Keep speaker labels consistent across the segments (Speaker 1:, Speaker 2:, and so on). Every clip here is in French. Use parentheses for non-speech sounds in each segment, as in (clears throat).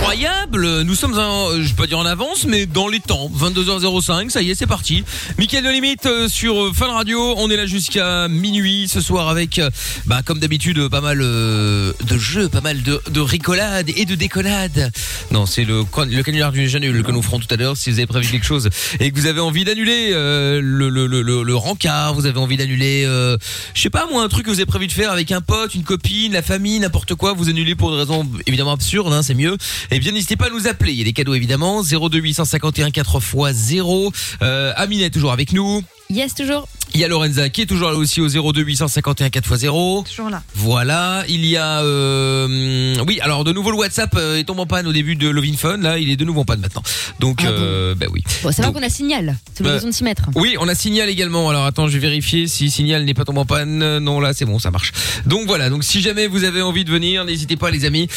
Speaker 1: Incroyable Nous sommes, en, je vais pas dire en avance, mais dans les temps. 22h05, ça y est, c'est parti. Mickaël de Limite euh, sur euh, Fun Radio. On est là jusqu'à minuit ce soir avec, euh, bah, comme d'habitude, euh, pas mal euh, de jeux, pas mal de, de rigolades et de décollades. Non, c'est le, con- le canular du Janul que nous ferons tout à l'heure. Si vous avez prévu quelque chose et que vous avez envie d'annuler euh, le, le, le, le, le rencard, vous avez envie d'annuler, euh, je sais pas moi, un truc que vous avez prévu de faire avec un pote, une copine, la famille, n'importe quoi, vous annulez pour des raisons évidemment absurdes, hein, c'est mieux. Eh bien, n'hésitez pas à nous appeler. Il y a des cadeaux évidemment. 02851 4 x 0. Euh, Amine est toujours avec nous.
Speaker 2: Yes, toujours.
Speaker 1: Il y a Lorenza qui est toujours là aussi au 02851 4 x 0.
Speaker 2: Toujours là.
Speaker 1: Voilà, il y a euh, hum, oui, alors de nouveau le WhatsApp euh, tombe en panne au début de Lovin Fun là, il est de nouveau en panne maintenant. Donc euh, bah oui.
Speaker 2: Ah Bon, ça va
Speaker 1: Donc,
Speaker 2: qu'on a signal. C'est l'occasion
Speaker 1: Euh,
Speaker 2: de s'y mettre.
Speaker 1: oui, on a Signal également. Alors attends, je vais vérifier si Signal n'est pas tombé en panne. Euh, Non, là c'est bon, ça marche. Donc voilà, donc si jamais vous avez envie de venir, n'hésitez pas les amis.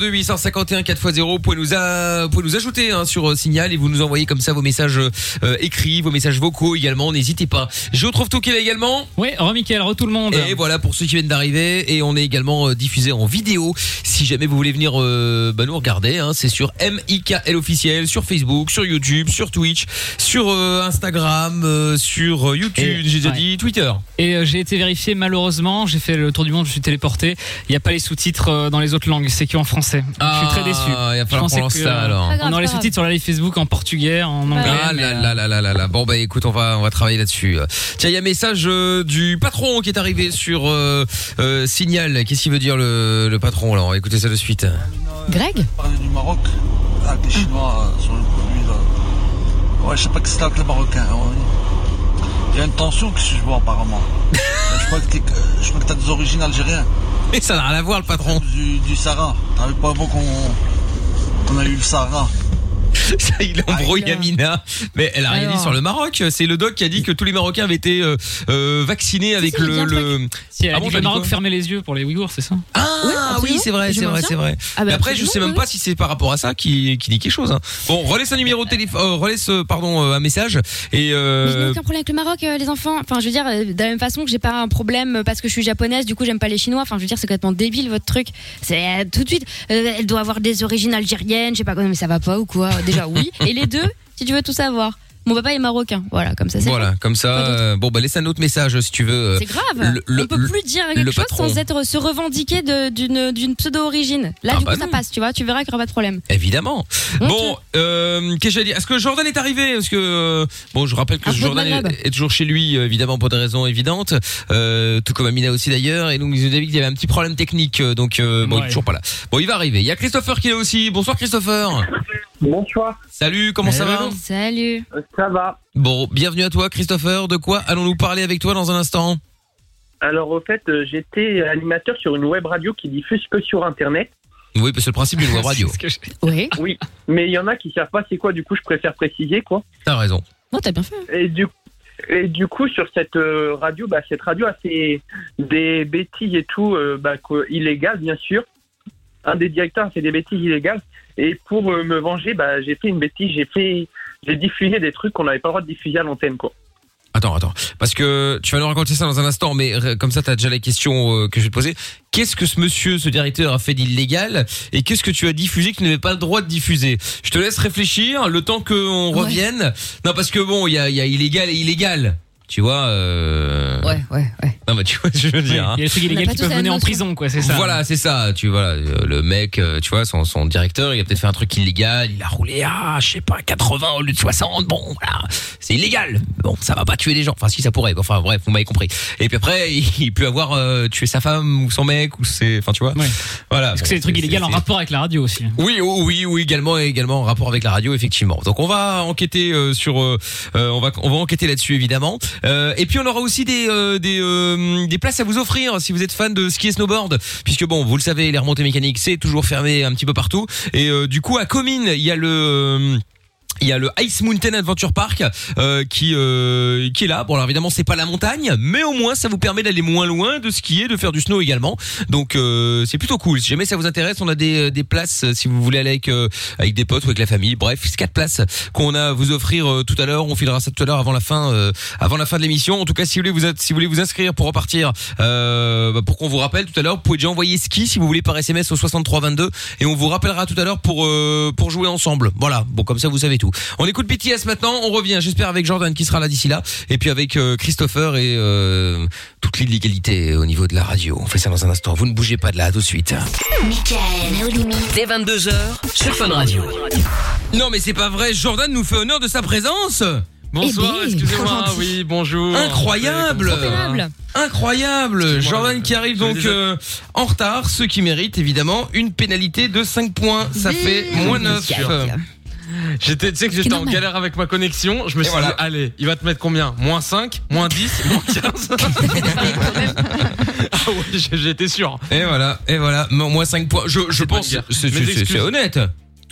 Speaker 1: 02851 4x0, vous pouvez nous, a- vous pouvez nous ajouter hein, sur euh, Signal et vous nous envoyez comme ça vos messages euh, écrits, vos messages vocaux également, n'hésitez pas. Je retrouve tout qui est là également.
Speaker 3: Oui, Remickel, re tout le monde.
Speaker 1: Et voilà pour ceux qui viennent d'arriver. Et on est également euh, diffusé en vidéo. Si jamais vous voulez venir euh, bah, nous regarder, hein, c'est sur MIKL officiel, sur Facebook, sur YouTube, sur Twitch, sur euh, Instagram, euh, sur euh, YouTube, j'ai déjà dit Twitter.
Speaker 3: Et euh, j'ai été vérifié, malheureusement, j'ai fait le tour du monde, je suis téléporté. Il n'y a pas les sous-titres euh, dans les autres langues, c'est que en français. je suis très déçu.
Speaker 1: Ah, il va falloir
Speaker 3: Je pensais
Speaker 1: qu'on lance
Speaker 3: que,
Speaker 1: ça,
Speaker 3: euh,
Speaker 1: alors. Pas
Speaker 3: On
Speaker 1: grave, pas
Speaker 3: aura les
Speaker 1: grave.
Speaker 3: sous-titres sur la live Facebook en portugais, en anglais.
Speaker 1: Ah
Speaker 3: mais,
Speaker 1: là
Speaker 3: euh,
Speaker 1: là là là là là. Bon bah écoute, on va on va travailler là-dessus. Euh, Tiens, il y a un message euh, du patron qui est arrivé sur euh, euh, Signal. Qu'est-ce qu'il veut dire le, le patron là On va écouter ça de suite.
Speaker 2: Greg
Speaker 4: Parler du Maroc avec les Chinois euh, sur le produit. là. Ouais, je sais pas que c'est avec les Marocains. ouais. hein, Il y a une tension qui se joue
Speaker 1: (laughs)
Speaker 4: apparemment. je crois que t'es- que- je crois que t'as des origines algériennes.
Speaker 1: Mais ça n'a rien à voir le patron.
Speaker 4: Du, du Sahara. T'avais pas avant qu'on qu'on a eu le Sahara.
Speaker 1: (laughs) Ça, il
Speaker 2: Euh.
Speaker 1: embrouille Amina, mais elle a rien
Speaker 4: Alors.
Speaker 1: dit sur le Maroc. C'est le doc qui a dit que tous les Marocains avaient été euh, euh, vaccinés avec
Speaker 3: si, il y a
Speaker 1: le.
Speaker 3: un
Speaker 1: le...
Speaker 3: Si, elle a
Speaker 1: Ah
Speaker 3: dit
Speaker 1: bon,
Speaker 3: que
Speaker 1: t'as
Speaker 3: le
Speaker 1: dit
Speaker 3: Maroc
Speaker 1: quoi
Speaker 3: fermait les yeux pour les Ouïghours, c'est ça
Speaker 1: Ah oui, c'est vrai, c'est vrai, c'est vrai.
Speaker 2: Ah bah
Speaker 1: Mais après, je sais même pas si c'est par rapport à ça qui, qui dit quelque chose. hein. Bon, relaisse un numéro de téléphone, euh, relaisse euh, pardon euh, un message et
Speaker 2: Mais je n'ai
Speaker 1: euh,
Speaker 2: aucun problème avec le Maroc, euh, les enfants. Enfin, je veux dire, euh, de la même façon que j'ai pas un problème euh, parce que je suis japonaise, du coup, j'aime pas les Chinois. Enfin, je veux dire, c'est complètement débile votre truc. C'est euh, tout de suite. euh, elle doit avoir des origines algériennes, je sais pas quoi, mais ça va pas ou quoi Euh, Déjà,
Speaker 1: (laughs)
Speaker 2: oui. Et les deux, si tu veux tout savoir. Mon papa est marocain. Voilà, comme ça, c'est.
Speaker 1: voilà, comme ça. euh, bon, bah laisse un autre message euh, si tu veux. euh,
Speaker 2: C'est grave.
Speaker 1: le- le-
Speaker 2: On peut
Speaker 1: le-
Speaker 2: plus dire
Speaker 1: le
Speaker 2: quelque chose
Speaker 1: patron.
Speaker 2: sans être se revendiquer de- d'une d'une pseudo-origine. Là,
Speaker 1: Ah
Speaker 2: du
Speaker 1: bah
Speaker 2: coup, ça
Speaker 1: non.
Speaker 2: passe, tu vois. Tu verras qu'il n'y aura pas de problème.
Speaker 1: Évidemment. Bon, euh, qu'est-ce que j'allais dire Est-ce que Jordan est arrivé Parce que euh, bon, je rappelle que
Speaker 2: Un peu de
Speaker 1: Jordan
Speaker 2: malade.
Speaker 1: est, est toujours chez lui, euh, évidemment pour des raisons évidentes, euh, tout comme Amina aussi d'ailleurs. Et donc ils nous avaient dit qu'il y avait un petit problème technique, euh, donc euh, bon, il est
Speaker 5: Ouais.
Speaker 1: toujours pas là. Bon, il va arriver. Il y a Christopher qui est là aussi. Bonsoir Christopher.
Speaker 5: Bonsoir.
Speaker 1: Salut, comment ça va
Speaker 2: Euh, Salut.
Speaker 5: Euh, Ça va.
Speaker 1: Bon, bienvenue à toi Christopher. De quoi allons-nous parler avec toi dans un instant
Speaker 5: Alors, au fait, euh, j'étais animateur sur une web radio qui diffuse que sur Internet.
Speaker 1: Oui, parce que le principe d'une web
Speaker 5: (laughs)
Speaker 1: radio.
Speaker 2: Oui.
Speaker 5: Oui, mais il y en a qui savent pas c'est quoi, du coup, je préfère préciser, quoi.
Speaker 1: T'as raison.
Speaker 2: Non, t'as bien fait. hein.
Speaker 5: Et du, et du coup, sur cette euh, radio, bah, cette radio a fait des bêtises et tout, euh, bah, quoi, illégales, bien sûr. Un des directeurs a fait des bêtises illégales. Et pour euh, me venger, bah, j'ai fait une bêtise, j'ai fait, j'ai diffusé des trucs qu'on n'avait pas le droit de diffuser à l'antenne, quoi.
Speaker 1: Attends, attends. Parce que tu vas nous raconter ça dans un instant, mais euh, comme ça, tu as déjà la question euh, que je vais te poser. Qu'est-ce que ce monsieur, ce directeur, a fait d'illégal et qu'est-ce que tu as diffusé que tu n'avais pas le droit de diffuser Je te laisse réfléchir le temps qu'on revienne. Non, parce que bon, il y a, il y a illégal et illégal. Tu vois euh...
Speaker 2: Ouais, ouais, ouais.
Speaker 1: Non, mais tu vois ce que je veux dire. hein.
Speaker 3: Il y a des trucs illégaux
Speaker 2: pas
Speaker 3: qui
Speaker 2: tous
Speaker 3: peuvent
Speaker 2: la même
Speaker 3: mener en
Speaker 2: notion.
Speaker 3: prison, quoi, c'est ça.
Speaker 1: Voilà, c'est ça. Tu vois, le mec, euh, tu vois, son, son directeur, il a peut-être fait un truc illégal. Il a roulé à, Ah, je sais pas, 80 au lieu de 60. Bon, voilà, c'est illégal. Bon, ça va pas tuer les gens. Enfin, si ça pourrait. mais Enfin, bref, vous m'avez compris. Et puis après, (laughs) il peut avoir euh, tué sa femme ou son mec ou c'est, enfin, tu vois. Voilà.
Speaker 3: Parce que c'est des trucs illégaux en rapport avec la radio aussi.
Speaker 1: Oui, oh, oui, oui, également, également en rapport avec la radio, effectivement. Donc on va enquêter euh, sur, euh, euh, on va, on va enquêter là-dessus évidemment. Euh, et puis on aura aussi des, euh, des, euh, des places à vous offrir si vous êtes fan de ski et snowboard, puisque bon, vous le savez, les remontées mécaniques c'est toujours fermé un petit peu partout. Et euh, du coup à Comines, il y a le euh, Il y a le Ice Mountain Adventure Park euh, qui euh, qui est là. Bon alors évidemment c'est pas la montagne, mais au moins ça vous permet d'aller moins loin, de skier, de faire du snow également. Donc euh, c'est plutôt cool. Si jamais ça vous intéresse, on a des, des places euh, si vous voulez aller avec euh, avec des potes ou avec la famille. Bref, c'est quatre places qu'on a à vous offrir euh, tout à l'heure. On filera ça tout à l'heure avant la fin euh, avant la fin de l'émission. En tout cas, si vous voulez vous êtes- si vous voulez vous inscrire pour repartir, euh, bah, pour qu'on vous rappelle tout à l'heure, vous pouvez déjà envoyer ski si vous voulez par SMS au 6322 et on vous rappellera tout à l'heure pour euh, pour jouer ensemble. Voilà. Bon comme ça vous savez tout. On écoute BTS maintenant. On revient. J'espère avec Jordan qui sera là d'ici là et puis avec euh, Christopher et euh, toute l'illégalité au niveau de la radio. On fait ça dans un instant. Vous ne bougez pas de là. À tout de suite.
Speaker 6: Michael, nos limites.
Speaker 7: Dès 22h, sur Fun Radio.
Speaker 1: Non mais c'est pas vrai. Jordan nous fait honneur de sa présence.
Speaker 3: Bonsoir,
Speaker 2: Eh ben,
Speaker 3: excusez-moi,
Speaker 2: trop gentil.
Speaker 3: oui, bonjour.
Speaker 1: Incroyable.
Speaker 2: Incroyable.
Speaker 1: Incroyable
Speaker 3: Excuse-moi,
Speaker 1: Jordan qui arrive
Speaker 3: je vais
Speaker 1: donc
Speaker 3: les a-
Speaker 1: euh, en retard, ce qui mérite évidemment une pénalité de 5 points. Ça fait moins 9.
Speaker 3: J'étais, tu sais que j'étais en
Speaker 2: normal.
Speaker 3: galère avec ma connexion, je me
Speaker 1: Et
Speaker 3: suis
Speaker 1: voilà.
Speaker 3: dit, allez, il va te mettre combien Moins 5, moins 10, moins 15 Ah ouais, j'ai- j'étais sûr.
Speaker 1: Et voilà, et voilà, Mo- moins 5 points. Je, je
Speaker 3: pas
Speaker 1: pense,
Speaker 3: une guerre.
Speaker 1: c'est- c'est
Speaker 3: Mes
Speaker 1: c'est-
Speaker 3: excuses.
Speaker 1: c'est honnête.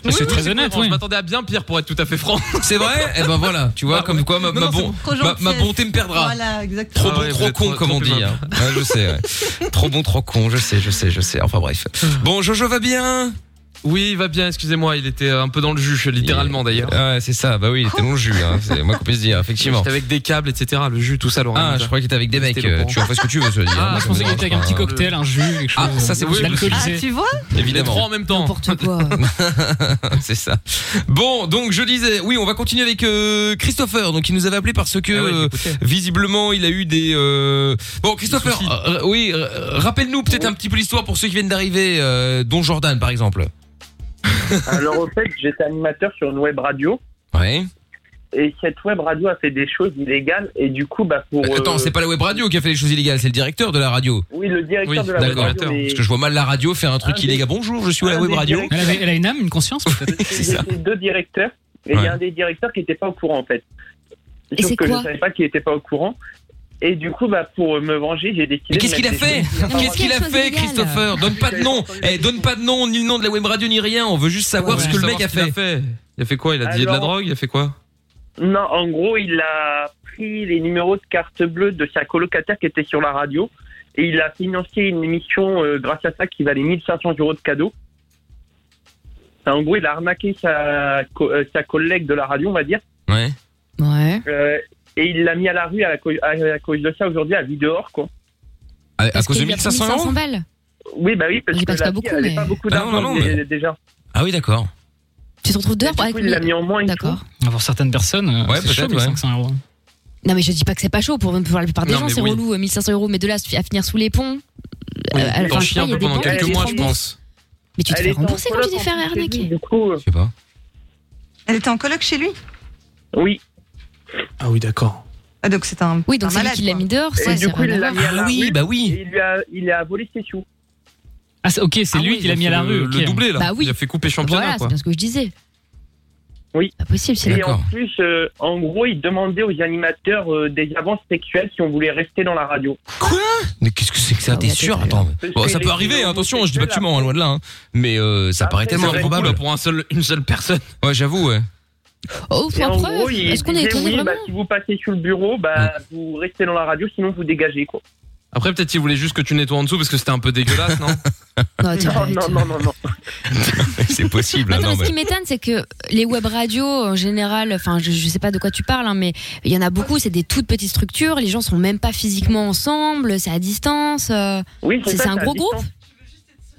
Speaker 3: Oui,
Speaker 1: très
Speaker 3: c'est
Speaker 8: honnête,
Speaker 3: cohérent,
Speaker 8: oui.
Speaker 3: Je m'attendais à bien pire pour être tout à fait franc.
Speaker 1: C'est vrai Et ben voilà, tu vois,
Speaker 3: Bah
Speaker 1: comme
Speaker 3: ouais.
Speaker 1: quoi ma, ma
Speaker 8: Non, non,
Speaker 1: bon-
Speaker 8: c'est trop
Speaker 1: ma-
Speaker 8: gentil.
Speaker 1: ma bonté me perdra.
Speaker 8: Voilà, exactement.
Speaker 1: Trop
Speaker 3: Ah
Speaker 1: bon,
Speaker 3: ouais, vous
Speaker 1: trop
Speaker 3: êtes
Speaker 1: con,
Speaker 3: trop-
Speaker 1: comme
Speaker 3: trop
Speaker 1: on dit.
Speaker 3: aimable.
Speaker 1: hein. Ouais, je sais, ouais. trop bon, trop con, je sais, je sais, je sais. Enfin bref. hein. Bon, Jojo va bien
Speaker 3: Oui, il va bien, excusez-moi, il était euh, un peu dans le jus, littéralement d'ailleurs.
Speaker 1: Ouais, c'est ça, bah oui, il était long le jus, hein. c'est moi qu'on peut se dire, effectivement.
Speaker 3: J'étais avec des câbles, etc. Le jus, tout ça, Laurent.
Speaker 1: Ah, je crois qu'il était avec des mecs,
Speaker 3: C'était le
Speaker 1: euh,
Speaker 3: bon.
Speaker 1: tu en fais ce que tu veux, je veux dire.
Speaker 3: Ah,
Speaker 1: Moi,
Speaker 3: je
Speaker 1: ça me
Speaker 3: pensais
Speaker 1: dérange
Speaker 3: qu'il était avec
Speaker 1: pas,
Speaker 3: un petit
Speaker 1: hein.
Speaker 3: cocktail,
Speaker 8: un
Speaker 3: jus, quelque euh,
Speaker 1: Ah, chose. ça, c'est possible.
Speaker 8: Ah,
Speaker 3: L'alcoolisé.
Speaker 8: tu vois
Speaker 3: Les trois
Speaker 1: Évidemment,
Speaker 3: en même temps.
Speaker 2: N'importe quoi.
Speaker 1: (laughs) c'est ça. Bon, donc je disais, oui, on va continuer avec euh, Christopher. Donc il nous avait appelé parce que
Speaker 3: Ah ouais,
Speaker 1: euh,
Speaker 3: j'écoutais.
Speaker 1: visiblement il a eu des. euh, Bon, Christopher,
Speaker 3: Des soucis. Oh.
Speaker 1: euh, oui, euh, rappelle-nous peut-être un petit peu l'histoire pour ceux qui viennent d'arriver, euh, dont Jordan par exemple.
Speaker 5: Euh. Alors, au fait, j'étais animateur sur une web radio.
Speaker 1: Ouais.
Speaker 5: Et cette web radio a fait des choses illégales. Et du coup, bah, pour. euh,
Speaker 1: Attends, c'est pas la web radio qui a fait les choses illégales, c'est le directeur de la radio.
Speaker 5: Oui, le directeur
Speaker 3: Oui,
Speaker 5: de la web
Speaker 1: d'accord.
Speaker 5: radio. mais-
Speaker 1: Parce que je vois mal la radio faire un truc
Speaker 5: Ah,
Speaker 1: illégal. Bonjour, je suis à la
Speaker 5: Ah,
Speaker 1: web
Speaker 5: des
Speaker 1: radio.
Speaker 5: directeurs.
Speaker 8: Elle avait-
Speaker 3: Elle a une âme, une conscience peut-être
Speaker 1: (laughs) C'est ça.
Speaker 5: J'étais deux directeurs et il y
Speaker 1: Ouais.
Speaker 5: a un des directeurs qui n'était pas au courant en fait.
Speaker 2: Et
Speaker 5: Sauf
Speaker 2: c'est
Speaker 5: que je
Speaker 2: quoi
Speaker 5: ne savais pas qu'il n'était pas au courant. Et du coup, bah, pour me venger, j'ai décidé.
Speaker 1: Mais
Speaker 5: de
Speaker 1: qu'est-ce qu'il a
Speaker 5: mettre
Speaker 1: fait
Speaker 5: des choses-
Speaker 1: Qu'est-ce qu'il a
Speaker 2: Quelque chose
Speaker 1: fait,
Speaker 2: d'illégal.
Speaker 1: Christopher Donne pas de nom. Eh, donne pas de nom, ni le nom de la web radio, ni rien. On veut juste savoir
Speaker 3: Ouais,
Speaker 1: ce que
Speaker 3: faut
Speaker 1: le mec
Speaker 3: savoir
Speaker 1: a
Speaker 3: ce qu'il
Speaker 1: fait.
Speaker 3: Il a fait quoi Il a dit de la
Speaker 5: Alors-
Speaker 3: drogue Il a fait quoi
Speaker 5: Non, en gros, il a pris les numéros de carte bleue de sa colocataire qui était sur la radio et il a financé une émission euh, grâce à ça qui valait 1500 euros de cadeaux. Enfin, en gros, il a arnaqué sa, co- euh, sa collègue de la radio, on va dire.
Speaker 1: Ouais.
Speaker 2: Ouais.
Speaker 5: Euh, et il l'a mis à la rue à, la cause- à, à cause de ça aujourd'hui, à vie dehors, quoi.
Speaker 1: À, à
Speaker 2: Parce
Speaker 1: cause de
Speaker 2: qu'il a pris
Speaker 1: 1500 euros
Speaker 2: balles.
Speaker 5: Oui, bah oui, parce
Speaker 2: Il
Speaker 5: que
Speaker 2: passe
Speaker 5: la
Speaker 2: pas
Speaker 5: vie,
Speaker 2: beaucoup,
Speaker 5: elle avait
Speaker 2: mais-
Speaker 5: pas beaucoup
Speaker 1: Ah non,
Speaker 5: d'argent
Speaker 1: non, non,
Speaker 5: dé-
Speaker 1: mais-
Speaker 5: déjà.
Speaker 1: Ah oui, d'accord.
Speaker 2: Tu te retrouves
Speaker 5: Et
Speaker 2: dehors
Speaker 5: du coup,
Speaker 2: avec
Speaker 5: il l'a mis en moins. et
Speaker 2: D'accord.
Speaker 3: Pour certaines personnes, euh,
Speaker 1: Ouais, c'est peut-être, chaud, les ouais.
Speaker 3: 500 euros.
Speaker 2: Non, mais je dis pas que c'est pas chaud pour, pour la plupart des
Speaker 3: Non,
Speaker 2: gens,
Speaker 3: mais
Speaker 2: c'est
Speaker 3: oui.
Speaker 2: relou, euh, 1500 euros, mais de là à se- à finir sous les ponts. euh, à la fin,
Speaker 3: T'en
Speaker 2: je
Speaker 3: chies
Speaker 2: crois,
Speaker 3: un
Speaker 2: il y a
Speaker 3: peu
Speaker 2: des
Speaker 3: pendant
Speaker 2: banques qui
Speaker 3: quelques
Speaker 2: te
Speaker 3: mois, je
Speaker 2: remboursent.
Speaker 3: pense.
Speaker 2: Mais tu
Speaker 5: tout.
Speaker 2: te
Speaker 5: Elle
Speaker 2: fais
Speaker 5: était en
Speaker 2: rembourser quand
Speaker 5: coloc
Speaker 2: tu t'es
Speaker 5: en
Speaker 2: fait
Speaker 5: plus chez lui,
Speaker 2: arnaquer.
Speaker 5: Du coup, euh,
Speaker 1: Je sais pas.
Speaker 8: Elle était en coloc chez lui
Speaker 5: oui.
Speaker 3: Ah oui, d'accord.
Speaker 8: Ah, Donc c'est un.
Speaker 2: Oui, donc
Speaker 8: un
Speaker 2: c'est lui
Speaker 8: malade,
Speaker 2: qui l'a
Speaker 8: quoi.
Speaker 2: mis dehors, ça,
Speaker 5: et
Speaker 2: c'est
Speaker 5: du coup, il
Speaker 2: rien à
Speaker 5: l'a
Speaker 2: voir.
Speaker 5: mis à la
Speaker 1: oui,
Speaker 5: rue.
Speaker 1: bah oui.
Speaker 5: Et il lui a, il a volé ses sous.
Speaker 3: Ah, c'est- ok, c'est
Speaker 2: Ah
Speaker 3: lui
Speaker 2: oui,
Speaker 3: qui l'a mis à la rue.
Speaker 1: Le
Speaker 3: ok.
Speaker 1: doublé, là.
Speaker 2: Bah oui.
Speaker 3: Il a fait couper championnat,
Speaker 2: Voilà, c'est
Speaker 3: quoi.
Speaker 2: bien ce que je disais.
Speaker 5: Oui.
Speaker 2: Pas possible, c'est
Speaker 5: Et en
Speaker 1: D'accord.
Speaker 5: plus, euh, en gros, il demandait aux animateurs euh, des avances sexuelles si on voulait rester dans la radio.
Speaker 1: Mais qu'est-ce que c'est que ça
Speaker 2: Ah
Speaker 1: T'es
Speaker 2: ouais,
Speaker 1: sûr
Speaker 2: c'est
Speaker 1: Attends.
Speaker 5: Parce
Speaker 1: Bon,
Speaker 5: que
Speaker 1: ça
Speaker 5: les
Speaker 1: peut arriver,
Speaker 5: vidéos
Speaker 1: attention, je dis pas que tu
Speaker 5: homosexuelles,
Speaker 1: mens, loin de là. hein. Mais euh, ça
Speaker 5: Après,
Speaker 1: paraît tellement
Speaker 5: c'est vrai.
Speaker 1: improbable.
Speaker 3: Probable pour un seul, une seule personne.
Speaker 1: Ouais, j'avoue, ouais.
Speaker 2: Oh,
Speaker 5: Et
Speaker 2: pour
Speaker 5: en gros,
Speaker 2: preuve,
Speaker 5: il
Speaker 2: est-ce qu'on est
Speaker 5: disait,
Speaker 2: étonné
Speaker 5: oui, bah,
Speaker 2: vraiment
Speaker 5: si vous passez sur le bureau, bah, vous restez dans la radio, sinon vous dégagez, quoi.
Speaker 3: Après, peut-être qu'il voulait juste que tu nettoies en dessous parce que c'était un peu dégueulasse, non
Speaker 2: Non, attends,
Speaker 5: Non,
Speaker 2: arrête.
Speaker 5: non, non, non, non.
Speaker 1: (laughs) c'est
Speaker 3: Bah
Speaker 1: possible. hein, non,
Speaker 2: Attends, mais ce
Speaker 1: mais-
Speaker 2: qui m'étonne, c'est que les web radios, en général, enfin, je, je sais pas de quoi tu parles, hein, mais il y en a beaucoup, c'est des toutes petites structures, les gens sont même pas physiquement ensemble, c'est à distance. euh,
Speaker 5: Oui,
Speaker 2: c'est
Speaker 5: ça,
Speaker 2: c'est un
Speaker 5: à
Speaker 2: gros
Speaker 5: distance.
Speaker 2: groupe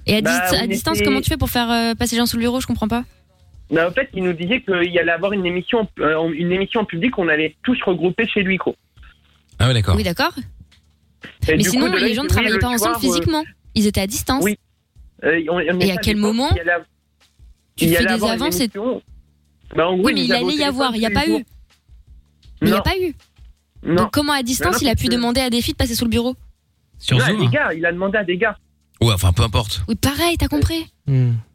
Speaker 2: Et à,
Speaker 5: Bah,
Speaker 2: dis- à
Speaker 5: on
Speaker 2: distance,
Speaker 5: était-
Speaker 2: comment tu fais pour faire euh, passer les gens sous le bureau Je comprends pas.
Speaker 5: Mais en fait, il nous disait qu'il allait avoir une émission, euh, une émission en public, on allait tous regrouper chez lui, quoi.
Speaker 1: Ah ouais, d'accord.
Speaker 2: Oui, d'accord.
Speaker 5: Et
Speaker 2: Mais
Speaker 5: du
Speaker 2: sinon,
Speaker 5: coup, de là,
Speaker 2: les
Speaker 5: il
Speaker 2: gens ne
Speaker 5: dit, oui,
Speaker 2: travaillaient
Speaker 5: le
Speaker 2: pas ensemble
Speaker 5: soir, euh,
Speaker 2: physiquement. Ils étaient à distance.
Speaker 5: oui. euh, on- on est
Speaker 2: Et à
Speaker 5: pas distance,
Speaker 2: quel moment
Speaker 5: il y allait av-
Speaker 2: Tu
Speaker 5: il y
Speaker 2: fais
Speaker 5: allait
Speaker 2: des
Speaker 5: avoir une
Speaker 2: avances et-
Speaker 5: émission. Bah, en gros,
Speaker 2: Oui, mais
Speaker 5: nous
Speaker 2: il
Speaker 5: avons
Speaker 2: allait y
Speaker 5: au
Speaker 2: avoir, il n'y a
Speaker 5: téléphone
Speaker 2: pas
Speaker 5: tous les
Speaker 2: eu. Mais il n'y a
Speaker 5: Non.
Speaker 2: pas eu.
Speaker 5: jours. Non,
Speaker 2: Donc comment à
Speaker 5: Mais
Speaker 2: distance
Speaker 5: non,
Speaker 2: il a pu
Speaker 5: parce que-
Speaker 2: demander à des filles de passer sous le bureau
Speaker 3: Sur
Speaker 5: Non, les gars, il a demandé à des gars.
Speaker 1: Ouais, enfin, peu importe.
Speaker 2: Oui, pareil,
Speaker 5: Euh,
Speaker 2: t'as compris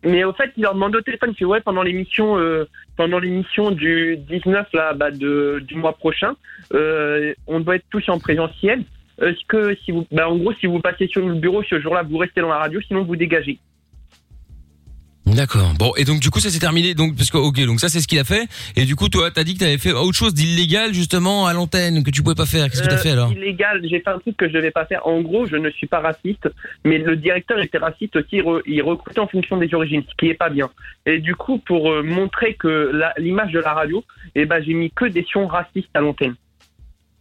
Speaker 5: Mais au fait, il leur demandait au téléphone, il fait, ouais, pendant l'émission, euh, pendant l'émission du 19 là, bah, de, du mois prochain, euh, on doit être tous en présentiel. Est-ce que si vous, bah, en gros, si vous passez sur le bureau ce jour-là, vous restez dans la radio, sinon vous dégagez.
Speaker 1: Bon, D'accord. Bon, et donc du coup ça s'est terminé. Donc parce que ok, donc ça c'est ce qu'il a fait. Et du coup toi t'as dit que t'avais fait autre chose d'illégal justement à l'antenne que tu pouvais pas faire. Qu'est-ce que t'as
Speaker 5: Euh,
Speaker 1: fait alors
Speaker 5: Illégal, j'ai fait un truc que je devais pas faire. En gros, je ne suis pas raciste, mais le directeur était raciste aussi, il, re- il recrutait en fonction des origines, ce qui est pas bien. Et du coup, pour euh, montrer que la- l'image de la radio, eh ben, j'ai mis que des sons racistes à l'antenne.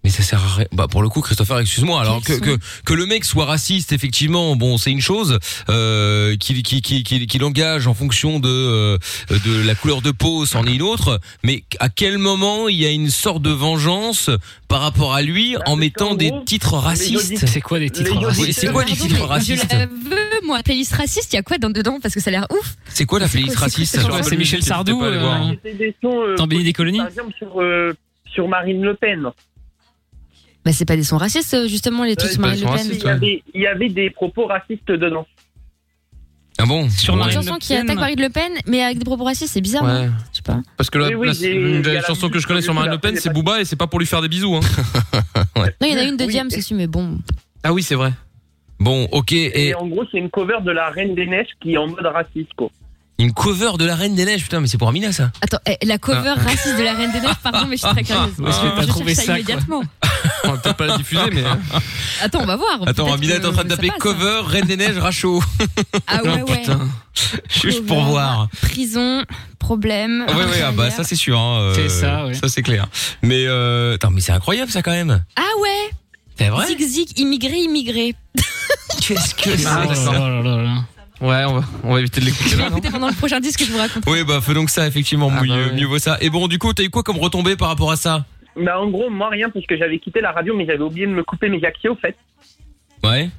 Speaker 1: Mais ça sert à rien. Bah pour le coup Christopher, excuse-moi. Alors que, que que le mec soit raciste effectivement, bon c'est une chose. Euh, qu'il qu'il qu'il qu'il qu'il engage en fonction de euh, de la couleur de peau, c'en est une autre. Mais à quel moment il y a une sorte de vengeance par rapport à lui en mettant des titres racistes
Speaker 3: auditeurs- C'est quoi des titres Ah, les racistes
Speaker 1: Oui, C'est quoi des
Speaker 2: Pardon,
Speaker 1: titres
Speaker 2: mais Je
Speaker 1: racistes
Speaker 2: la veux, moi. Playlist raciste, il y a quoi dans- dedans Parce que ça a l'air ouf.
Speaker 1: C'est quoi la playlist raciste
Speaker 3: quoi
Speaker 1: Je me rappelle
Speaker 3: C'est Michel
Speaker 1: plus, j'étais
Speaker 3: Sardou,
Speaker 1: pas allé
Speaker 3: euh,
Speaker 1: voir, hein.
Speaker 5: C'était des sons, euh,
Speaker 3: T'en bénis des colonies
Speaker 5: par exemple, sur, euh, sur Marine Le Pen.
Speaker 2: Bah, c'est pas des sons racistes, euh, justement, les trucs
Speaker 5: Ouais,
Speaker 2: sur Marine
Speaker 5: bah,
Speaker 2: Le Pen.
Speaker 5: c'est raciste, Il y, avait, il y avait des propos racistes dedans.
Speaker 1: Ah bon
Speaker 3: Sur
Speaker 2: Une
Speaker 3: Marine
Speaker 2: chanson
Speaker 3: Le
Speaker 2: qui
Speaker 3: Pen.
Speaker 2: attaque Marine Le Pen, mais avec des propos racistes, c'est bizarre. non
Speaker 9: Ouais.
Speaker 2: Je sais pas.
Speaker 9: Parce que la,
Speaker 5: Oui, oui,
Speaker 9: la-
Speaker 5: j'ai-
Speaker 9: une
Speaker 5: il y
Speaker 9: des
Speaker 5: a la
Speaker 9: chansons que je
Speaker 5: musique
Speaker 9: connais sur
Speaker 5: dessus,
Speaker 9: Marine
Speaker 5: là,
Speaker 9: Le Pen,
Speaker 5: c'est
Speaker 9: c'est
Speaker 5: pas-
Speaker 9: Booba et c'est pas pour lui faire des bisous. Hein.
Speaker 2: Non, il y en a une de
Speaker 5: Oui.
Speaker 2: Diams aussi, mais bon.
Speaker 9: Ah oui, c'est vrai.
Speaker 1: Bon, ok.
Speaker 5: Et,
Speaker 1: Et
Speaker 5: en gros, c'est une cover de la Reine des Neiges qui est en mode raciste, quoi.
Speaker 1: une cover de la Reine des Neiges, putain, mais c'est pour Amina (laughs) ça.
Speaker 2: Attends, eh, la
Speaker 1: Ah.
Speaker 2: cover raciste de la Reine des Neiges, pardon, mais je suis très curieuse. Ah.
Speaker 3: Est-ce que
Speaker 2: Je
Speaker 3: t'as
Speaker 2: cherche
Speaker 3: trouvé ça, quoi
Speaker 2: immédiatement.
Speaker 9: On va peut-être pas la diffuser, mais.
Speaker 2: Attends, on va voir.
Speaker 1: hein. Attends,
Speaker 2: Peut-être
Speaker 1: Amina est en
Speaker 2: que
Speaker 1: train de
Speaker 2: ça
Speaker 1: taper
Speaker 2: passe, hein.
Speaker 1: cover Reine des Neiges Rachaud. Oh,
Speaker 2: Ah
Speaker 1: (laughs)
Speaker 2: ouais, ouais.
Speaker 1: Juste pour
Speaker 2: Cover,
Speaker 1: voir.
Speaker 2: Prison, problème.
Speaker 1: Ouais, ouais, ah bah ça c'est sûr. hein, euh,
Speaker 3: C'est ça, ouais.
Speaker 1: Ça c'est clair. Mais euh, attends, mais c'est incroyable ça quand même.
Speaker 2: Ah ouais,
Speaker 1: C'est vrai
Speaker 2: zig zig, immigré, immigré.
Speaker 1: Qu'est-ce que
Speaker 3: Ah,
Speaker 9: Ah,
Speaker 3: d'accord.
Speaker 9: d'accord.
Speaker 3: Oh là là là.
Speaker 9: Ouais, on va, on va éviter de l'écouter
Speaker 2: Je (laughs) vais
Speaker 9: là, non
Speaker 2: écouter pendant le prochain disque que je vous raconte.
Speaker 1: Oui, bah fais donc ça effectivement,
Speaker 9: Ah,
Speaker 1: mieux,
Speaker 9: bah, ouais.
Speaker 1: mieux vaut ça. Et bon, du coup, t'as eu quoi comme retombée par rapport à ça
Speaker 5: Bah, en gros, moi, rien, parce que j'avais quitté la radio, mais j'avais oublié de me couper mes accès, au fait.
Speaker 1: Ouais.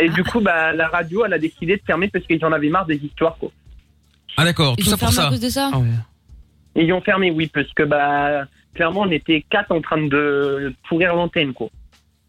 Speaker 5: Et du coup, bah, la radio, elle a décidé de fermer parce qu'ils en avaient marre des histoires, quoi.
Speaker 1: Ah d'accord, tout
Speaker 2: Ils
Speaker 1: ça
Speaker 2: ont
Speaker 1: pour
Speaker 2: fermé à
Speaker 1: ça.
Speaker 2: cause de ça.
Speaker 9: Ah ouais.
Speaker 5: Ils ont fermé, oui, parce que, bah, clairement, on était quatre en train de pourrir l'antenne, quoi.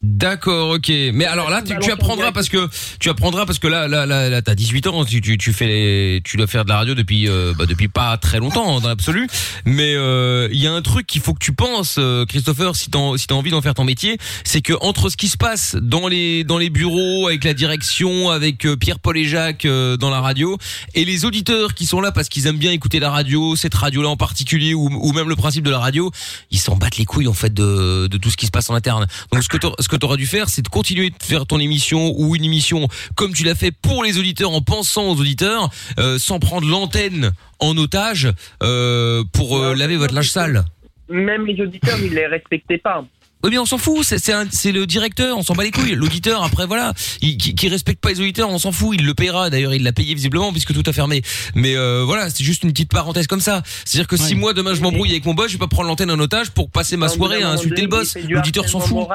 Speaker 1: D'accord, ok. Mais alors là, tu, tu apprendras parce que tu apprendras parce que là, là, là, là t'as 18 ans, tu, tu, tu fais, les, tu dois faire de la radio depuis, euh, bah, depuis pas très longtemps hein, dans l'absolu. Mais euh, il y a un truc qu'il faut que tu penses, euh, Christopher, si t'as si t'as envie d'en faire ton métier, c'est que entre ce qui se passe dans les dans les bureaux avec la direction, avec euh, Pierre, Paul et Jacques euh, dans la radio, et les auditeurs qui sont là parce qu'ils aiment bien écouter la radio, cette radio-là en particulier, ou, ou même le principe de la radio, ils s'en battent les couilles en fait de, de tout ce qui se passe en interne. Donc ce que t'aur- ce que t'auras dû faire, c'est de continuer de faire ton émission ou une émission comme tu l'as fait pour les auditeurs en pensant aux auditeurs, euh, sans prendre l'antenne en otage euh, pour euh,
Speaker 5: Ouais,
Speaker 1: laver votre
Speaker 5: c'est
Speaker 1: linge
Speaker 5: ça.
Speaker 1: sale.
Speaker 5: Même les auditeurs, ils les respectaient pas.
Speaker 1: Oui mais on s'en fout, c'est c'est un- c'est le directeur, on s'en bat les couilles. L'auditeur après voilà, il- qui, qui respecte pas les auditeurs, on s'en fout, il le paiera. D'ailleurs il l'a payé visiblement puisque tout a fermé. Mais euh, voilà, c'est juste une petite parenthèse comme ça. C'est-à-dire que si
Speaker 3: Ouais.
Speaker 1: moi demain je m'embrouille avec mon boss, je vais pas prendre l'antenne en otage pour passer ma soirée à insulter le boss. L'auditeur s'en fout.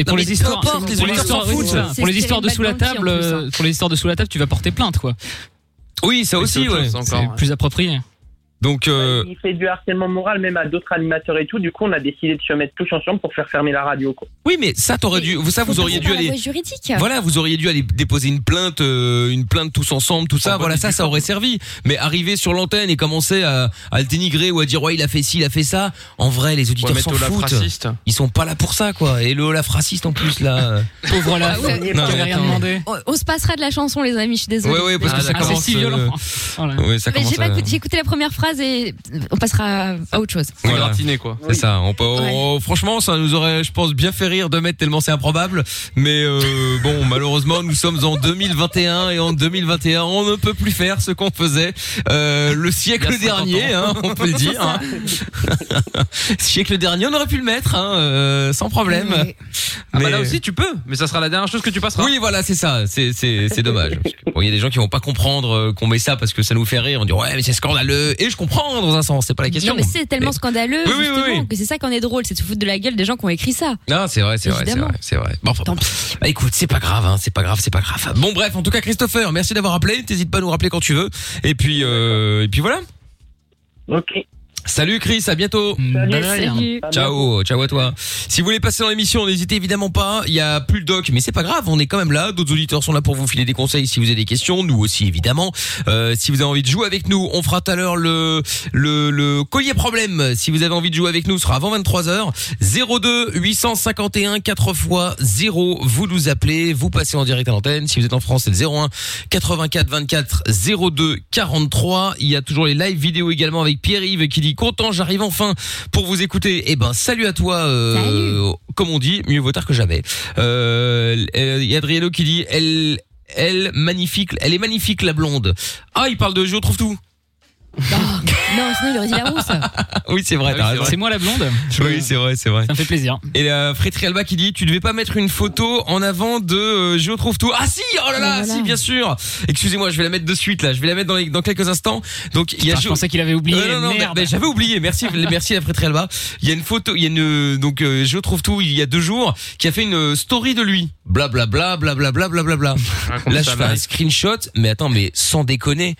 Speaker 3: Et pour
Speaker 1: Non, mais
Speaker 3: les
Speaker 1: peu
Speaker 3: histoires,
Speaker 1: importe, les
Speaker 3: pour les
Speaker 1: auditeurs
Speaker 3: histoires,
Speaker 1: s'en
Speaker 3: oui,
Speaker 1: foutent,
Speaker 3: c'est ça.
Speaker 2: ça.
Speaker 3: pour les
Speaker 2: C'est
Speaker 3: histoires de
Speaker 2: Cyril
Speaker 3: sous la
Speaker 2: Bagbanti, en
Speaker 3: table,
Speaker 2: plus, hein.
Speaker 3: euh, pour les histoires de sous la table, tu vas porter plainte, quoi.
Speaker 1: Oui, ça
Speaker 9: Oui, c'est
Speaker 1: aussi
Speaker 9: autre
Speaker 1: ouais.
Speaker 9: chose,
Speaker 3: C'est
Speaker 9: encore, ouais.
Speaker 3: plus approprié.
Speaker 1: Donc euh,
Speaker 5: Il fait du harcèlement moral même à d'autres animateurs et tout. Du coup, on a décidé de se mettre tous ensemble pour faire fermer la radio. Quoi.
Speaker 1: oui, mais ça t'aurais dû, ça vous
Speaker 2: Faut
Speaker 1: auriez dû
Speaker 2: passer par la
Speaker 1: aller,
Speaker 2: voie juridique.
Speaker 1: voilà, vous auriez dû aller déposer une plainte, euh, une plainte tous ensemble, tout
Speaker 9: Oh,
Speaker 1: ça.
Speaker 9: bah,
Speaker 1: voilà,
Speaker 9: dis
Speaker 1: ça,
Speaker 9: du
Speaker 1: ça aurait servi. Mais arriver sur l'antenne et commencer à, à le dénigrer ou à dire ouais, il a fait ci, il a fait ça. En vrai, les
Speaker 9: On
Speaker 1: auditeurs
Speaker 9: va mettre
Speaker 1: s'en
Speaker 9: Olaf
Speaker 1: foutent.
Speaker 9: raciste.
Speaker 1: Ils sont pas là pour ça, quoi. Et le Olaf raciste en plus là.
Speaker 3: Pauvre là,
Speaker 2: Ah ouais.
Speaker 3: qui avait rien
Speaker 1: attends.
Speaker 3: demandé.
Speaker 2: On, on se passera de la chanson, les amis, je suis désolée.
Speaker 1: ouais, ouais, parce
Speaker 9: Ah,
Speaker 1: que ça
Speaker 9: d'accord.
Speaker 3: Ah, c'est
Speaker 1: commence.
Speaker 3: si violent. Voilà.
Speaker 1: euh, ouais, ça
Speaker 2: Mais
Speaker 1: commence.
Speaker 2: j'ai pas
Speaker 1: à-
Speaker 2: écouté- j'ai écouté la première phrase et on passera à autre chose.
Speaker 9: C'est
Speaker 1: Voilà.
Speaker 9: gratiné, quoi.
Speaker 1: C'est ça. On peut, on- franchement, ça nous aurait, je pense, bien fait rire de mettre tellement c'est improbable. Mais euh, (laughs) bon, malheureusement, nous sommes en 2021 et en 2021, on ne peut plus faire ce qu'on faisait euh, le
Speaker 9: Il y
Speaker 1: siècle
Speaker 9: a 50
Speaker 1: dernier, hein, on peut le dire.
Speaker 9: (laughs)
Speaker 1: hein. siècle dernier, on aurait pu le mettre, hein, euh, sans problème.
Speaker 2: Ouais.
Speaker 9: Ah bah
Speaker 1: Mais-
Speaker 9: là aussi, tu peux, mais ça sera la dernière chose que tu passeras.
Speaker 1: Oui, voilà, c'est ça. C'est c'est c'est dommage. Parce que, Bon, il y a des gens qui vont pas comprendre euh, qu'on met ça parce que ça nous fait rire. On dit ouais, mais c'est scandaleux. Et je comprends dans un sens. C'est pas la question.
Speaker 2: Non, mais c'est tellement
Speaker 1: Mais-
Speaker 2: scandaleux
Speaker 1: Oui, oui,
Speaker 2: justement,
Speaker 1: oui, oui.
Speaker 2: que c'est ça qu'on est drôle, c'est de se foutre de la gueule des gens qui ont écrit ça.
Speaker 1: Non, c'est vrai, c'est vrai, c'est
Speaker 2: Évidemment.
Speaker 1: vrai, c'est vrai. Bon, enfin,
Speaker 2: Tant pis.
Speaker 1: bah écoute, c'est pas grave, hein, c'est pas grave, c'est pas grave. Bon bref, en tout cas Christopher, merci d'avoir appelé. T'hésites pas à nous rappeler quand tu veux. Et puis, euh, et puis voilà.
Speaker 5: Ok.
Speaker 1: Salut Chris, à bientôt.
Speaker 5: Salut. Salut.
Speaker 1: Ciao, ciao à toi. Si vous voulez passer dans l'émission, n'hésitez évidemment pas. Il y a plus le doc, mais c'est pas grave, on est quand même là. D'autres auditeurs sont là pour vous filer des conseils si vous avez des questions. Nous aussi évidemment. Euh, si vous avez envie de jouer avec nous, on fera tout à l'heure le, le le collier problème. Si vous avez envie de jouer avec nous, ce sera avant 23 h 02 851 4 fois 0. Vous nous appelez, vous passez en direct à l'antenne. Si vous êtes en France, c'est le 01 84 24 02 43. Il y a toujours les live vidéo également avec Pierre-Yves qui dit content, j'arrive enfin pour vous écouter. Eh ben, salut à toi. euh, Comme on dit, mieux vaut tard que jamais. Euh, euh, il y a Adriano qui dit elle, elle magnifique, elle est magnifique la blonde. Ah, il parle de je trouve tout.
Speaker 2: Non, sinon il aurait dit
Speaker 7: (laughs)
Speaker 2: la rousse.
Speaker 1: (laughs) Oui, c'est
Speaker 3: Ah
Speaker 1: vrai.
Speaker 3: oui,
Speaker 1: t'as
Speaker 3: c'est
Speaker 1: raison.
Speaker 3: vrai. C'est moi la blonde
Speaker 1: (laughs)
Speaker 3: Mmh.
Speaker 1: Oui, c'est vrai, c'est vrai.
Speaker 3: Ça me fait plaisir.
Speaker 1: Et la Frétrie Alba qui dit tu devais pas mettre une photo en avant de euh, Je trouve tout. Ah si, oh là là,
Speaker 3: Voilà.
Speaker 1: si bien sûr. Excusez-moi, je vais la mettre de suite là, je vais la mettre dans, les- dans quelques instants. Donc il y a Euh,
Speaker 3: Putain, je pensais qu'il avait oublié,
Speaker 1: Non, non, non,
Speaker 3: merde.
Speaker 1: mais- mais j'avais oublié. Merci merci la Frétrie Alba. Il y a une photo, il y a une donc euh, Je trouve tout il y a deux jours qui a fait une euh, story de lui. Bla bla bla bla bla bla bla bla bla.
Speaker 9: comme
Speaker 1: Là
Speaker 9: ça,
Speaker 1: je fais un
Speaker 9: Marie.
Speaker 1: screenshot, mais attends mais sans déconner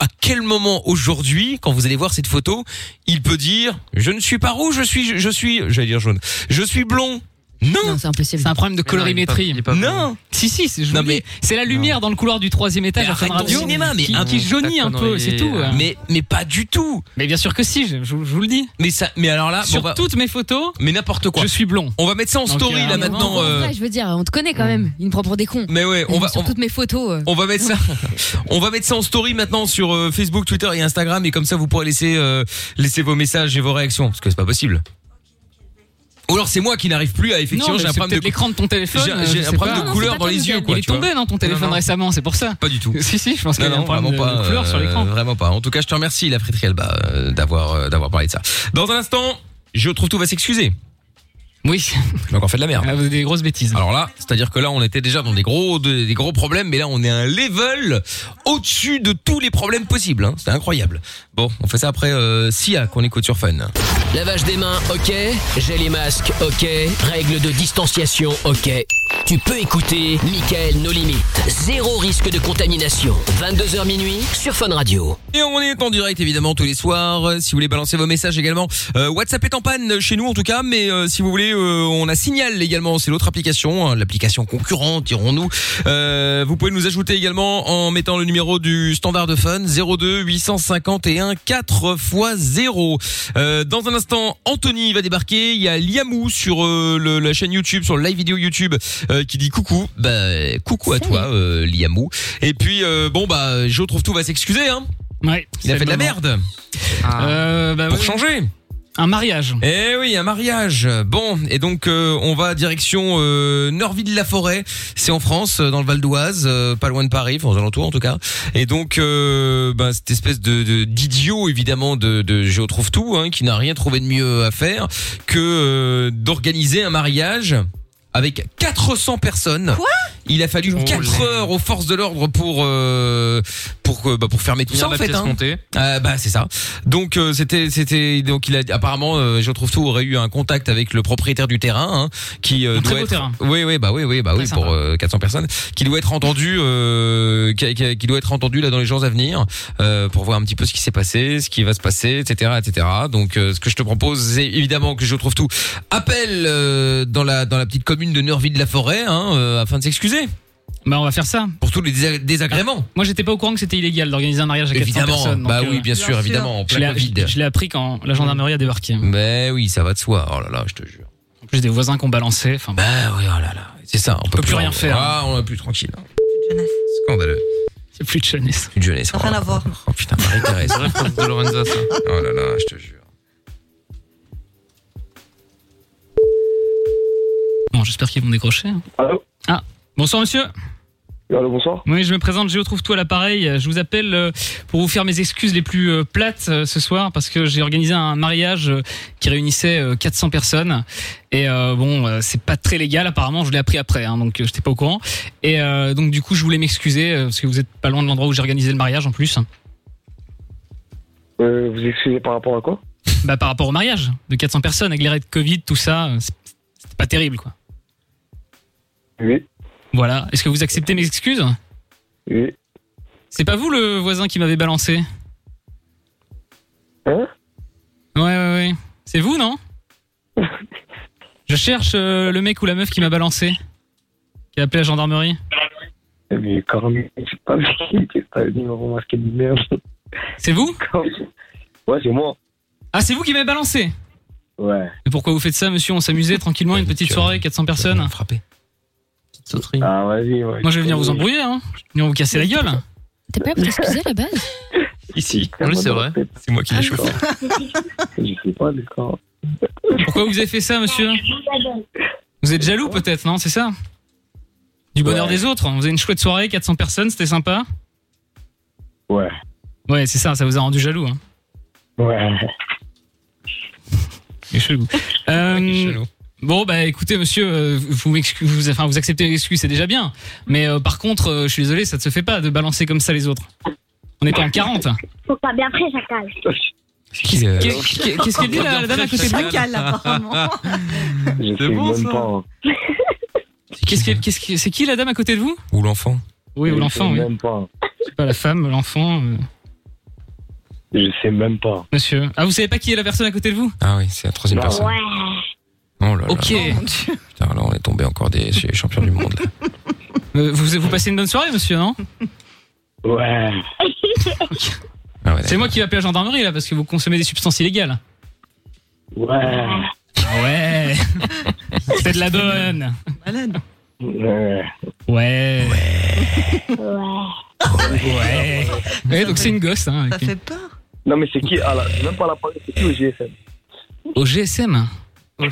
Speaker 1: à quel moment aujourd'hui, quand vous allez voir cette photo, il peut dire je ne suis pas rouge, je suis, je, suis, j'allais dire jaune, je suis blond. Non,
Speaker 3: c'est impossible. C'est un problème de
Speaker 1: Mais non, il est pas-
Speaker 3: colorimétrie.
Speaker 1: il est pas
Speaker 3: non, si si, c'est je vous le dis. C'est la lumière dans le couloir du troisième étage
Speaker 1: Mais
Speaker 3: à Fun
Speaker 1: arrête ton
Speaker 3: Radio
Speaker 1: cinéma, mais
Speaker 3: qui,
Speaker 1: un-
Speaker 3: qui jaunit un peu, c'est tout. hein.
Speaker 1: Mais mais pas du tout.
Speaker 3: Mais bien sûr que si, je, je vous- je vous le dis.
Speaker 1: Mais ça, mais alors là,
Speaker 3: Sur
Speaker 1: on va-
Speaker 3: toutes mes photos,
Speaker 1: bah, mais n'importe quoi.
Speaker 3: Je suis blond.
Speaker 1: On va mettre ça en
Speaker 3: Donc, euh,
Speaker 1: story là
Speaker 3: un moment,
Speaker 1: maintenant.
Speaker 3: on
Speaker 1: euh,
Speaker 2: Ouais, je veux dire, on te connaît quand même. Une propre des cons.
Speaker 1: Mais ouais, on va
Speaker 2: Sur
Speaker 1: on-
Speaker 2: toutes mes photos. euh.
Speaker 1: On va mettre ça, on va mettre ça en story maintenant sur euh, Facebook, Twitter et Instagram et comme ça vous pourrez laisser euh, laisser vos messages et vos réactions parce que c'est pas possible. Ou alors c'est moi qui n'arrive plus à
Speaker 3: Non,
Speaker 1: effectivement
Speaker 3: mais
Speaker 1: j'ai un
Speaker 3: c'est
Speaker 1: problème
Speaker 3: peut-être
Speaker 1: de
Speaker 3: l'écran de ton téléphone.
Speaker 1: J'ai-
Speaker 3: euh,
Speaker 1: j'ai
Speaker 3: je
Speaker 1: un
Speaker 3: sais
Speaker 1: problème
Speaker 3: pas.
Speaker 1: de couleur dans les yeux quoi.
Speaker 3: Il est
Speaker 1: tu vois.
Speaker 3: tombé dans ton téléphone
Speaker 1: non.
Speaker 3: récemment, c'est pour ça.
Speaker 1: Pas du tout.
Speaker 3: (laughs) Si si, je pense qu'il y
Speaker 1: Non,
Speaker 3: a un
Speaker 1: non,
Speaker 3: problème
Speaker 1: vraiment
Speaker 3: de,
Speaker 1: pas.
Speaker 3: de couleur sur
Speaker 1: euh,
Speaker 3: l'écran.
Speaker 1: Vraiment pas. En tout cas, je te remercie, la friterie Alba, euh, d'avoir euh, d'avoir parlé de ça. Dans un instant, je trouve tout va s'excuser.
Speaker 3: Oui. Ah,
Speaker 1: Donc en fait de la merde.
Speaker 3: Vous avez des grosses bêtises.
Speaker 1: Alors là, c'est-à-dire que là, on était déjà dans des gros de- des gros problèmes, mais là, on est à un level au-dessus de tous les problèmes possibles. Hein. C'était incroyable. Bon, on fait ça après euh, Sia qu'on écoute sur Fun.
Speaker 7: Lavage des mains, ok. J'ai les masques, ok. Règles de distanciation, ok. Tu peux écouter Michael No Limites. Zéro risque de contamination. 22h minuit sur Fun Radio.
Speaker 1: Et on est en direct évidemment tous les soirs. Euh, Si vous voulez balancer vos messages également, euh, WhatsApp est en panne chez nous en tout cas, mais euh, si vous voulez, euh, on a Signal également, c'est l'autre application, hein, l'application concurrente, dirons-nous. Euh, vous pouvez nous ajouter également en mettant le numéro du standard de fun 02 851 4 x 0. Euh, dans un instant, Anthony va débarquer. Il y a Liamou sur euh, le- la chaîne YouTube, sur le live vidéo YouTube, euh, qui dit coucou. Bah, coucou à toi, euh, Liamou. Et puis euh, bon bah, je trouve tout va s'excuser. Hein.
Speaker 3: Ouais. Ah. Euh,
Speaker 1: Il a fait de la merde. Pour changer.
Speaker 3: bah Un mariage.
Speaker 1: Eh oui, un mariage. Bon, et donc euh, on va direction euh, Norville-la-Forêt. C'est en France, euh, dans le Val d'Oise, euh, pas loin de Paris, enfin, aux alentours en tout cas. Et donc, euh, ben, cette espèce de de- d'idiot évidemment de, de je trouve tout, hein, qui n'a rien trouvé de mieux à faire que euh, d'organiser un mariage avec 400 personnes.
Speaker 10: Quoi
Speaker 1: Il a fallu
Speaker 10: Oh
Speaker 1: 4
Speaker 10: là.
Speaker 1: heures aux forces de l'ordre pour euh, pour que- bah, pour fermer tout
Speaker 9: Finir
Speaker 1: ça en
Speaker 9: la
Speaker 1: fait.
Speaker 9: pièce
Speaker 1: Hein.
Speaker 9: montée.
Speaker 1: Euh, bah c'est ça. Donc euh, c'était c'était donc il a apparemment euh, je trouve tout aurait eu un contact avec le propriétaire du terrain hein, qui euh,
Speaker 3: Un très
Speaker 1: doit
Speaker 3: beau
Speaker 1: être
Speaker 3: terrain.
Speaker 1: oui oui bah oui oui bah
Speaker 3: Très
Speaker 1: oui
Speaker 3: sympa.
Speaker 1: pour euh, 400 personnes qui doit être entendu euh, qui, qui- qui doit être entendu là dans les jours à venir euh, pour voir un petit peu ce qui s'est passé ce qui va se passer etc etc donc euh, ce que je te propose c'est évidemment que je trouve tout appelle euh, dans la dans la petite commune de Neurville-la-Forêt hein, euh, afin de s'excuser
Speaker 3: Bah on va faire ça
Speaker 1: pour tous les désag- désagréments
Speaker 3: Ah, Moi, j'étais pas au courant que c'était illégal d'organiser un mariage à 400
Speaker 1: Évidemment,
Speaker 3: personnes. euh,
Speaker 1: bah oui, bien sûr, Bien sûr. évidemment, en
Speaker 3: Je
Speaker 1: plein
Speaker 3: l'ai-
Speaker 1: Covid.
Speaker 3: je- Je l'ai appris quand la gendarmerie a débarqué.
Speaker 1: mais oui ça va de soi oh là là je te jure
Speaker 3: En plus, des voisins qui ont balancé. Enfin, bah
Speaker 1: oui, oh là là. C'est ça, on peut,
Speaker 3: peut plus rien faire. hein.
Speaker 1: Ah, on est plus tranquille. Scandaleux.
Speaker 3: C'est plus de jeunesse.
Speaker 1: Plus de jeunesse.
Speaker 8: Rien à voir.
Speaker 1: Oh putain, Marie-Thérèse.
Speaker 9: de Lorenza, ça.
Speaker 1: Oh là là, je te jure.
Speaker 3: Bon, j'espère qu'ils vont décrocher. hein. Ah, bonsoir monsieur.
Speaker 11: bonsoir.
Speaker 3: Oui, je me présente, je retrouve tout à l'appareil. Je vous appelle euh, pour vous faire mes excuses les plus euh, plates euh, ce soir parce que j'ai organisé un mariage euh, qui réunissait euh, 400 personnes. Et euh, bon, euh, c'est pas très légal apparemment, je l'ai appris après, hein, donc euh, j'étais pas au courant. Et euh, donc du coup, je voulais m'excuser euh, parce que vous êtes pas loin de l'endroit où j'ai organisé le mariage en plus. hein.
Speaker 11: Euh, vous excusez par rapport à quoi
Speaker 3: Bah par rapport au mariage de 400 personnes avec les raids de Covid, tout ça, euh, c'est- c'était pas terrible quoi.
Speaker 11: Oui.
Speaker 3: Voilà, est-ce que vous acceptez mes excuses
Speaker 11: Oui.
Speaker 3: C'est pas vous le voisin qui m'avait balancé
Speaker 11: Hein
Speaker 3: C'est vous, non Je cherche euh, le mec ou la meuf qui m'a balancé. Qui a appelé la gendarmerie.
Speaker 11: Mais Eh Cormier, c'est pas lui, c'est pas le numéro masqué de merde.
Speaker 3: C'est vous
Speaker 11: Ouais, c'est moi.
Speaker 3: Ah, c'est vous qui m'avez balancé
Speaker 11: Ouais.
Speaker 3: Mais pourquoi vous faites ça, monsieur On s'amusait tranquillement, une petite soirée, 400 personnes. Frappé.
Speaker 11: Ah, vas-y, ouais.
Speaker 3: Moi, je vais venir vous embrouiller, hein. Je vais venir vous casser la gueule.
Speaker 2: T'es pas là pour t'excuser à la base
Speaker 1: Ici. Oui, c'est vrai. C'est moi qui l'ai chauffé.
Speaker 12: (laughs)
Speaker 11: Je sais pas, d'accord.
Speaker 3: Pourquoi vous avez fait ça, monsieur Vous êtes jaloux, peut-être, non C'est ça Du bonheur des autres. On faisait une chouette soirée, 400 personnes, c'était sympa.
Speaker 11: Ouais.
Speaker 3: Ouais, c'est ça, ça vous a rendu jaloux. Hein.
Speaker 11: Ouais.
Speaker 3: Il est chelou. Euh, Bon bah écoutez monsieur, euh, vous m'excu- vous, enfin, vous acceptez l'excuse, c'est déjà bien. Mais euh, par contre, euh, je suis désolé, ça ne se fait pas de balancer comme ça les autres. On était en 40.
Speaker 10: Faut pas bien après, Chacal.
Speaker 1: euh,
Speaker 3: Qu'est- qu'est- Qu'est-ce qu'elle dit la, la dame à côté de vous
Speaker 11: Je
Speaker 1: sais bon, même ça. pas,
Speaker 3: hein. Qu'est-ce qu'elle- qu'est-ce que- c'est qui la dame à côté de vous
Speaker 1: Ou l'enfant
Speaker 3: Oui, ou l'enfant, oui. C'est pas la femme, l'enfant, euh,
Speaker 11: Je sais même pas.
Speaker 3: monsieur. Ah vous savez pas qui est la personne à côté de vous
Speaker 1: Ah oui, c'est la troisième
Speaker 3: Bah
Speaker 1: personne. Oh là là.
Speaker 3: Ok.
Speaker 1: Putain, là, on est tombé encore des chez les champions du monde. Là.
Speaker 3: Euh, Vous, vous passez une bonne soirée monsieur, non
Speaker 11: Ouais.
Speaker 1: Ah
Speaker 3: c'est moi qui vais appeler la gendarmerie là parce que vous consommez des substances illégales.
Speaker 11: Ouais.
Speaker 3: Ah
Speaker 1: (laughs)
Speaker 3: Ouais. c'est de la bonne.
Speaker 8: Malade.
Speaker 11: Ouais.
Speaker 3: Ouais.
Speaker 11: Ouais.
Speaker 3: Ouais, donc c'est une gosse. Hein, ok.
Speaker 8: peur.
Speaker 11: Non, mais c'est qui ah, là, Même pas la police, c'est qui au GSM
Speaker 3: Au GSM
Speaker 9: Oh,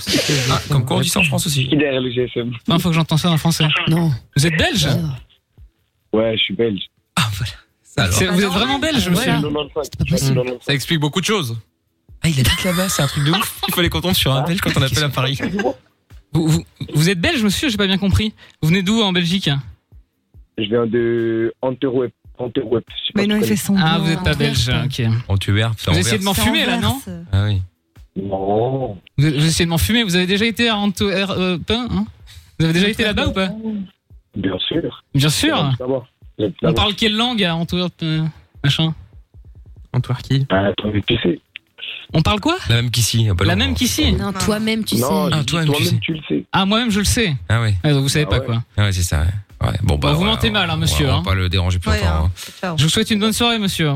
Speaker 1: Ah, Comme quoi on dit ça en France aussi.
Speaker 11: Qui derrière le GSM
Speaker 3: Non, faut que j'entende ça en français. Non. Vous êtes belge
Speaker 11: Ouais, je suis belge.
Speaker 1: Ah, Ça, alors.
Speaker 3: C'est-
Speaker 8: Bah,
Speaker 3: Vous êtes vraiment
Speaker 8: Ah,
Speaker 3: belge,
Speaker 11: Je suis
Speaker 3: monsieur
Speaker 11: le 95. Je suis le 95.
Speaker 9: Ça explique beaucoup de choses.
Speaker 1: Ah, il habite là-bas, c'est un truc de ouf. (laughs) Il fallait qu'on tombe sur un belge quand on appelle à Paris.
Speaker 3: vous, vous, vous êtes belge, monsieur J'ai pas bien compris. Vous venez d'où en Belgique
Speaker 11: Je viens de Antwerp. Antwerp. je sais pas
Speaker 8: Mais
Speaker 11: si
Speaker 8: non,
Speaker 11: tu
Speaker 8: il fait semblant.
Speaker 3: Ah, vous êtes pas belge, ok.
Speaker 1: On tue Herbe, ça
Speaker 3: Vous
Speaker 1: en
Speaker 3: essayez de
Speaker 1: verse.
Speaker 3: m'enfumer là, non
Speaker 8: Inverse.
Speaker 1: Ah oui.
Speaker 13: Oh,
Speaker 11: Non.
Speaker 3: vous, vous essayez de m'enfumer. Vous avez déjà été à Antwerp hein Vous avez déjà été là-bas ou pas
Speaker 11: Bien sûr.
Speaker 3: Bien sûr.
Speaker 11: D'abord.
Speaker 3: On parle quelle langue à Antwerp euh, Machin.
Speaker 9: Antoine qui
Speaker 11: Ah, attends, mais tu sais.
Speaker 3: On parle quoi
Speaker 1: La même qu'ici. il y a pas
Speaker 3: La
Speaker 1: longtemps.
Speaker 3: même qu'ici
Speaker 2: Non, toi-même, tu
Speaker 11: non,
Speaker 2: sais.
Speaker 1: Ah,
Speaker 11: je dis
Speaker 1: toi-même, tu sais.
Speaker 11: toi-même, tu le sais.
Speaker 3: Ah, moi-même, je le sais.
Speaker 1: Ah oui.
Speaker 3: Ah, donc vous savez
Speaker 11: Ah
Speaker 3: pas
Speaker 11: ouais. Eh,
Speaker 3: quoi.
Speaker 1: Ah ouais, c'est ça. Ouais. Ouais, Bon, bah,
Speaker 3: Bah, vous
Speaker 1: ouais,
Speaker 3: mentez
Speaker 1: on-
Speaker 3: mal, hein,
Speaker 1: on-
Speaker 3: monsieur,
Speaker 1: On
Speaker 3: hein.
Speaker 1: va pas le déranger plus
Speaker 8: Ouais,
Speaker 1: longtemps.
Speaker 8: hein.
Speaker 1: hein.
Speaker 8: Ciao.
Speaker 3: Je vous souhaite une bonne soirée, monsieur.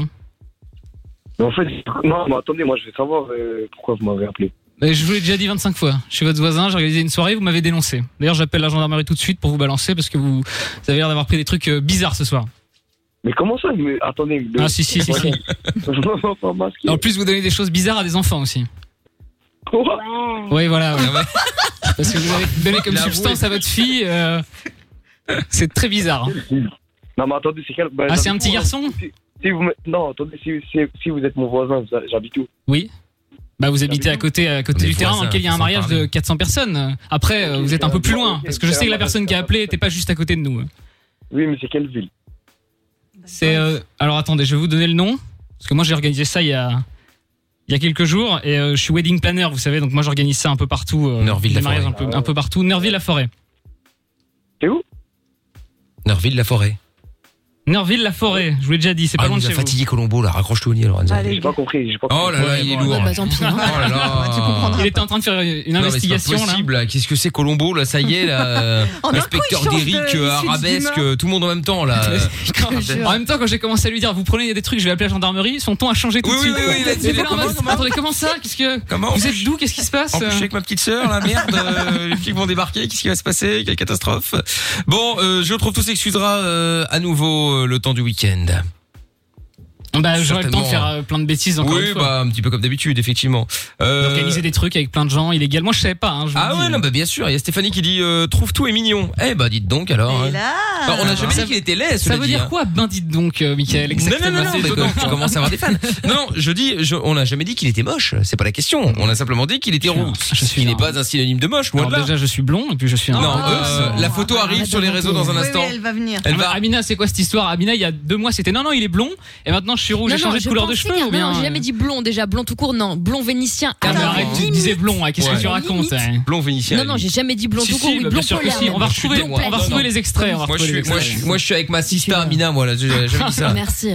Speaker 11: Mais en fait, non, mais attendez, moi je vais savoir euh, pourquoi vous m'avez appelé.
Speaker 3: Mais je vous l'ai déjà dit 25 fois. Je suis votre voisin, j'ai organisé une soirée, vous m'avez dénoncé. D'ailleurs, j'appelle la gendarmerie tout de suite pour vous balancer parce que vous, vous avez l'air d'avoir pris des trucs euh, bizarres ce soir.
Speaker 11: Mais comment ça il me- Attendez. le-
Speaker 3: Ah, si, si, si,
Speaker 12: (laughs)
Speaker 3: si.
Speaker 11: Vraiment pas masqué.
Speaker 3: En plus, vous donnez des choses bizarres à des enfants aussi.
Speaker 11: Quoi
Speaker 3: Oui, voilà. ouais.
Speaker 1: Ah ouais.
Speaker 3: Parce que vous avez donné comme
Speaker 1: La
Speaker 3: substance à votre fille. euh, C'est très bizarre. hein.
Speaker 11: Non, mais attendez, c'est quel. bah,
Speaker 3: Ah, c'est
Speaker 11: j'habite
Speaker 3: un
Speaker 13: euh,
Speaker 3: petit
Speaker 11: où, là
Speaker 3: garçon
Speaker 11: si, si vous me- Non, attendez, si, si, si vous êtes mon voisin, vous- j'habite où
Speaker 3: Oui. Bah, vous habitez à côté, à côté
Speaker 1: Ah, On est
Speaker 3: du terrain dans
Speaker 1: voisins,
Speaker 3: lequel il y a un
Speaker 1: faut s'en
Speaker 3: mariage de
Speaker 1: parler.
Speaker 3: 400 personnes. Après, euh, vous êtes un peu plus loin parce que je sais que la personne qui a appelé n'était pas juste à côté de nous.
Speaker 11: Oui, mais c'est quelle ville
Speaker 3: C'est euh, alors attendez, je vais vous donner le nom parce que moi j'ai organisé ça il y a il y a quelques jours et euh, je suis wedding planner, vous savez, donc moi j'organise ça un peu partout. euh,
Speaker 1: Nerville,
Speaker 3: des
Speaker 1: la
Speaker 3: mariages un
Speaker 11: forêt.
Speaker 3: peu, un peu partout. Nerville la forêt.
Speaker 1: Nerville, la forêt.
Speaker 3: Nerville la forêt. Je vous l'ai déjà dit, c'est pas
Speaker 1: Ah, il
Speaker 3: loin de
Speaker 1: nous a
Speaker 3: chez vous.
Speaker 1: fatigué Colombo, là. Raccroche-toi au nid, Lorenzo.
Speaker 8: Allez.
Speaker 11: J'ai pas compris, j'ai pas compris.
Speaker 1: Oh là là,
Speaker 3: Ouais,
Speaker 1: il est
Speaker 3: bon,
Speaker 1: lourd.
Speaker 2: Bah, tant pis.
Speaker 1: Oh
Speaker 2: hein.
Speaker 1: là là.
Speaker 8: Ouais, tu comprendras.
Speaker 3: Il était en train de faire une
Speaker 1: Non, mais c'est pas
Speaker 3: investigation là.
Speaker 1: possible, là. Qu'est-ce que c'est Colombo là Ça y
Speaker 3: (laughs)
Speaker 1: est là.
Speaker 8: En un coup,
Speaker 1: Inspecteur
Speaker 8: il change de-
Speaker 1: d'Eric,
Speaker 8: il
Speaker 1: euh,
Speaker 8: switch
Speaker 1: arabesque,
Speaker 8: d'humeur.
Speaker 1: euh, tout le monde en même
Speaker 3: (laughs)
Speaker 1: temps là.
Speaker 3: En même temps, quand j'ai commencé à lui dire, vous prenez des trucs, je vais appeler la gendarmerie, son ton a changé tout
Speaker 1: Oui,
Speaker 3: de
Speaker 1: oui,
Speaker 3: suite.
Speaker 1: oui, oui, il a dit,
Speaker 3: J'étais
Speaker 1: mais
Speaker 3: là en
Speaker 1: comment,
Speaker 3: mode,
Speaker 1: comment
Speaker 3: attendez, comment ça Qu'est-ce que
Speaker 1: Comment
Speaker 3: vous êtes d'où Qu'est-ce qui se passe euh
Speaker 1: En plus, je suis avec ma petite sœur, la merde, euh, les flics vont débarquer, qu'est-ce qui va se passer Quelle catastrophe Bon, euh, je retrouve tous s'excusera euh, à nouveau euh, le temps du week-end.
Speaker 3: (laughs) Bah, j'aurais le temps de faire
Speaker 1: Certainement. hein.
Speaker 3: euh, plein de bêtises encore
Speaker 1: Oui,
Speaker 3: une fois.
Speaker 1: bah un petit peu comme d'habitude, effectivement. Euh,
Speaker 3: Organiser des trucs avec plein de gens illégalement, moi je savais pas. hein, je vous le
Speaker 1: Ah
Speaker 3: dis.
Speaker 1: ouais, non, bah bien sûr. Il y a Stéphanie qui dit euh, trouve tout est mignon. Eh bah dites donc alors.
Speaker 8: Et
Speaker 1: hein.
Speaker 8: là.
Speaker 1: Bah, on n'a jamais
Speaker 3: Ça-
Speaker 1: dit qu'il était laid.
Speaker 3: Ça
Speaker 1: cela
Speaker 3: veut
Speaker 1: dit,
Speaker 3: dire
Speaker 1: hein.
Speaker 3: quoi, Bindit donc, euh, Michael
Speaker 1: Non, non, non,
Speaker 3: exactement
Speaker 1: non,
Speaker 3: C'est
Speaker 1: mais
Speaker 3: étonnant.
Speaker 1: tu commences à avoir
Speaker 3: (laughs)
Speaker 1: des fans. Non, non, je dis, je- on n'a jamais dit qu'il était moche. C'est pas la question. On a simplement dit qu'il était
Speaker 3: Putain,
Speaker 1: roux.
Speaker 3: je suis
Speaker 1: Il n'est
Speaker 3: un-
Speaker 1: pas un synonyme de moche. Loin
Speaker 3: Alors
Speaker 1: de là.
Speaker 3: déjà, je suis blond et puis je suis un.
Speaker 1: Non,
Speaker 8: Ah,
Speaker 1: euh,
Speaker 8: non.
Speaker 1: la photo
Speaker 8: Ah,
Speaker 1: arrive
Speaker 2: arrête
Speaker 1: sur
Speaker 2: de
Speaker 1: les réseaux dans un
Speaker 8: Oui, oui,
Speaker 1: instant.
Speaker 3: Ah,
Speaker 8: elle va venir.
Speaker 1: Elle va
Speaker 3: Amina, c'est quoi cette histoire Amina, il y a deux mois, c'était non, non, il est blond. Et maintenant, je suis rouge, j'ai changé de couleur de cheveux ou bien
Speaker 1: euh,
Speaker 3: euh,
Speaker 2: Non, j'ai jamais dit blond déjà, blond tout court, non, blond vénitien.
Speaker 3: Ah, mais
Speaker 2: Attends,
Speaker 3: arrête, tu disais blond, hein, qu'est-ce que
Speaker 1: Ouais.
Speaker 3: tu racontes hein
Speaker 1: Blond vénitien.
Speaker 2: non, non, j'ai jamais dit blond
Speaker 3: Si,
Speaker 2: tout court,
Speaker 3: si,
Speaker 2: oui,
Speaker 3: bah,
Speaker 2: blond
Speaker 3: bien sûr que
Speaker 2: polaire.
Speaker 3: si, on va
Speaker 2: même.
Speaker 3: retrouver-
Speaker 2: Blond
Speaker 3: on va
Speaker 2: polaire.
Speaker 3: retrouver les extraits, on va
Speaker 1: Moi, je
Speaker 3: retrouver
Speaker 1: suis,
Speaker 3: les
Speaker 1: moi, je,
Speaker 3: extraits.
Speaker 1: suis- moi, je suis avec ma sista Amina, moi, là, j'ai j'ai jamais dit (laughs) ça.
Speaker 2: Merci.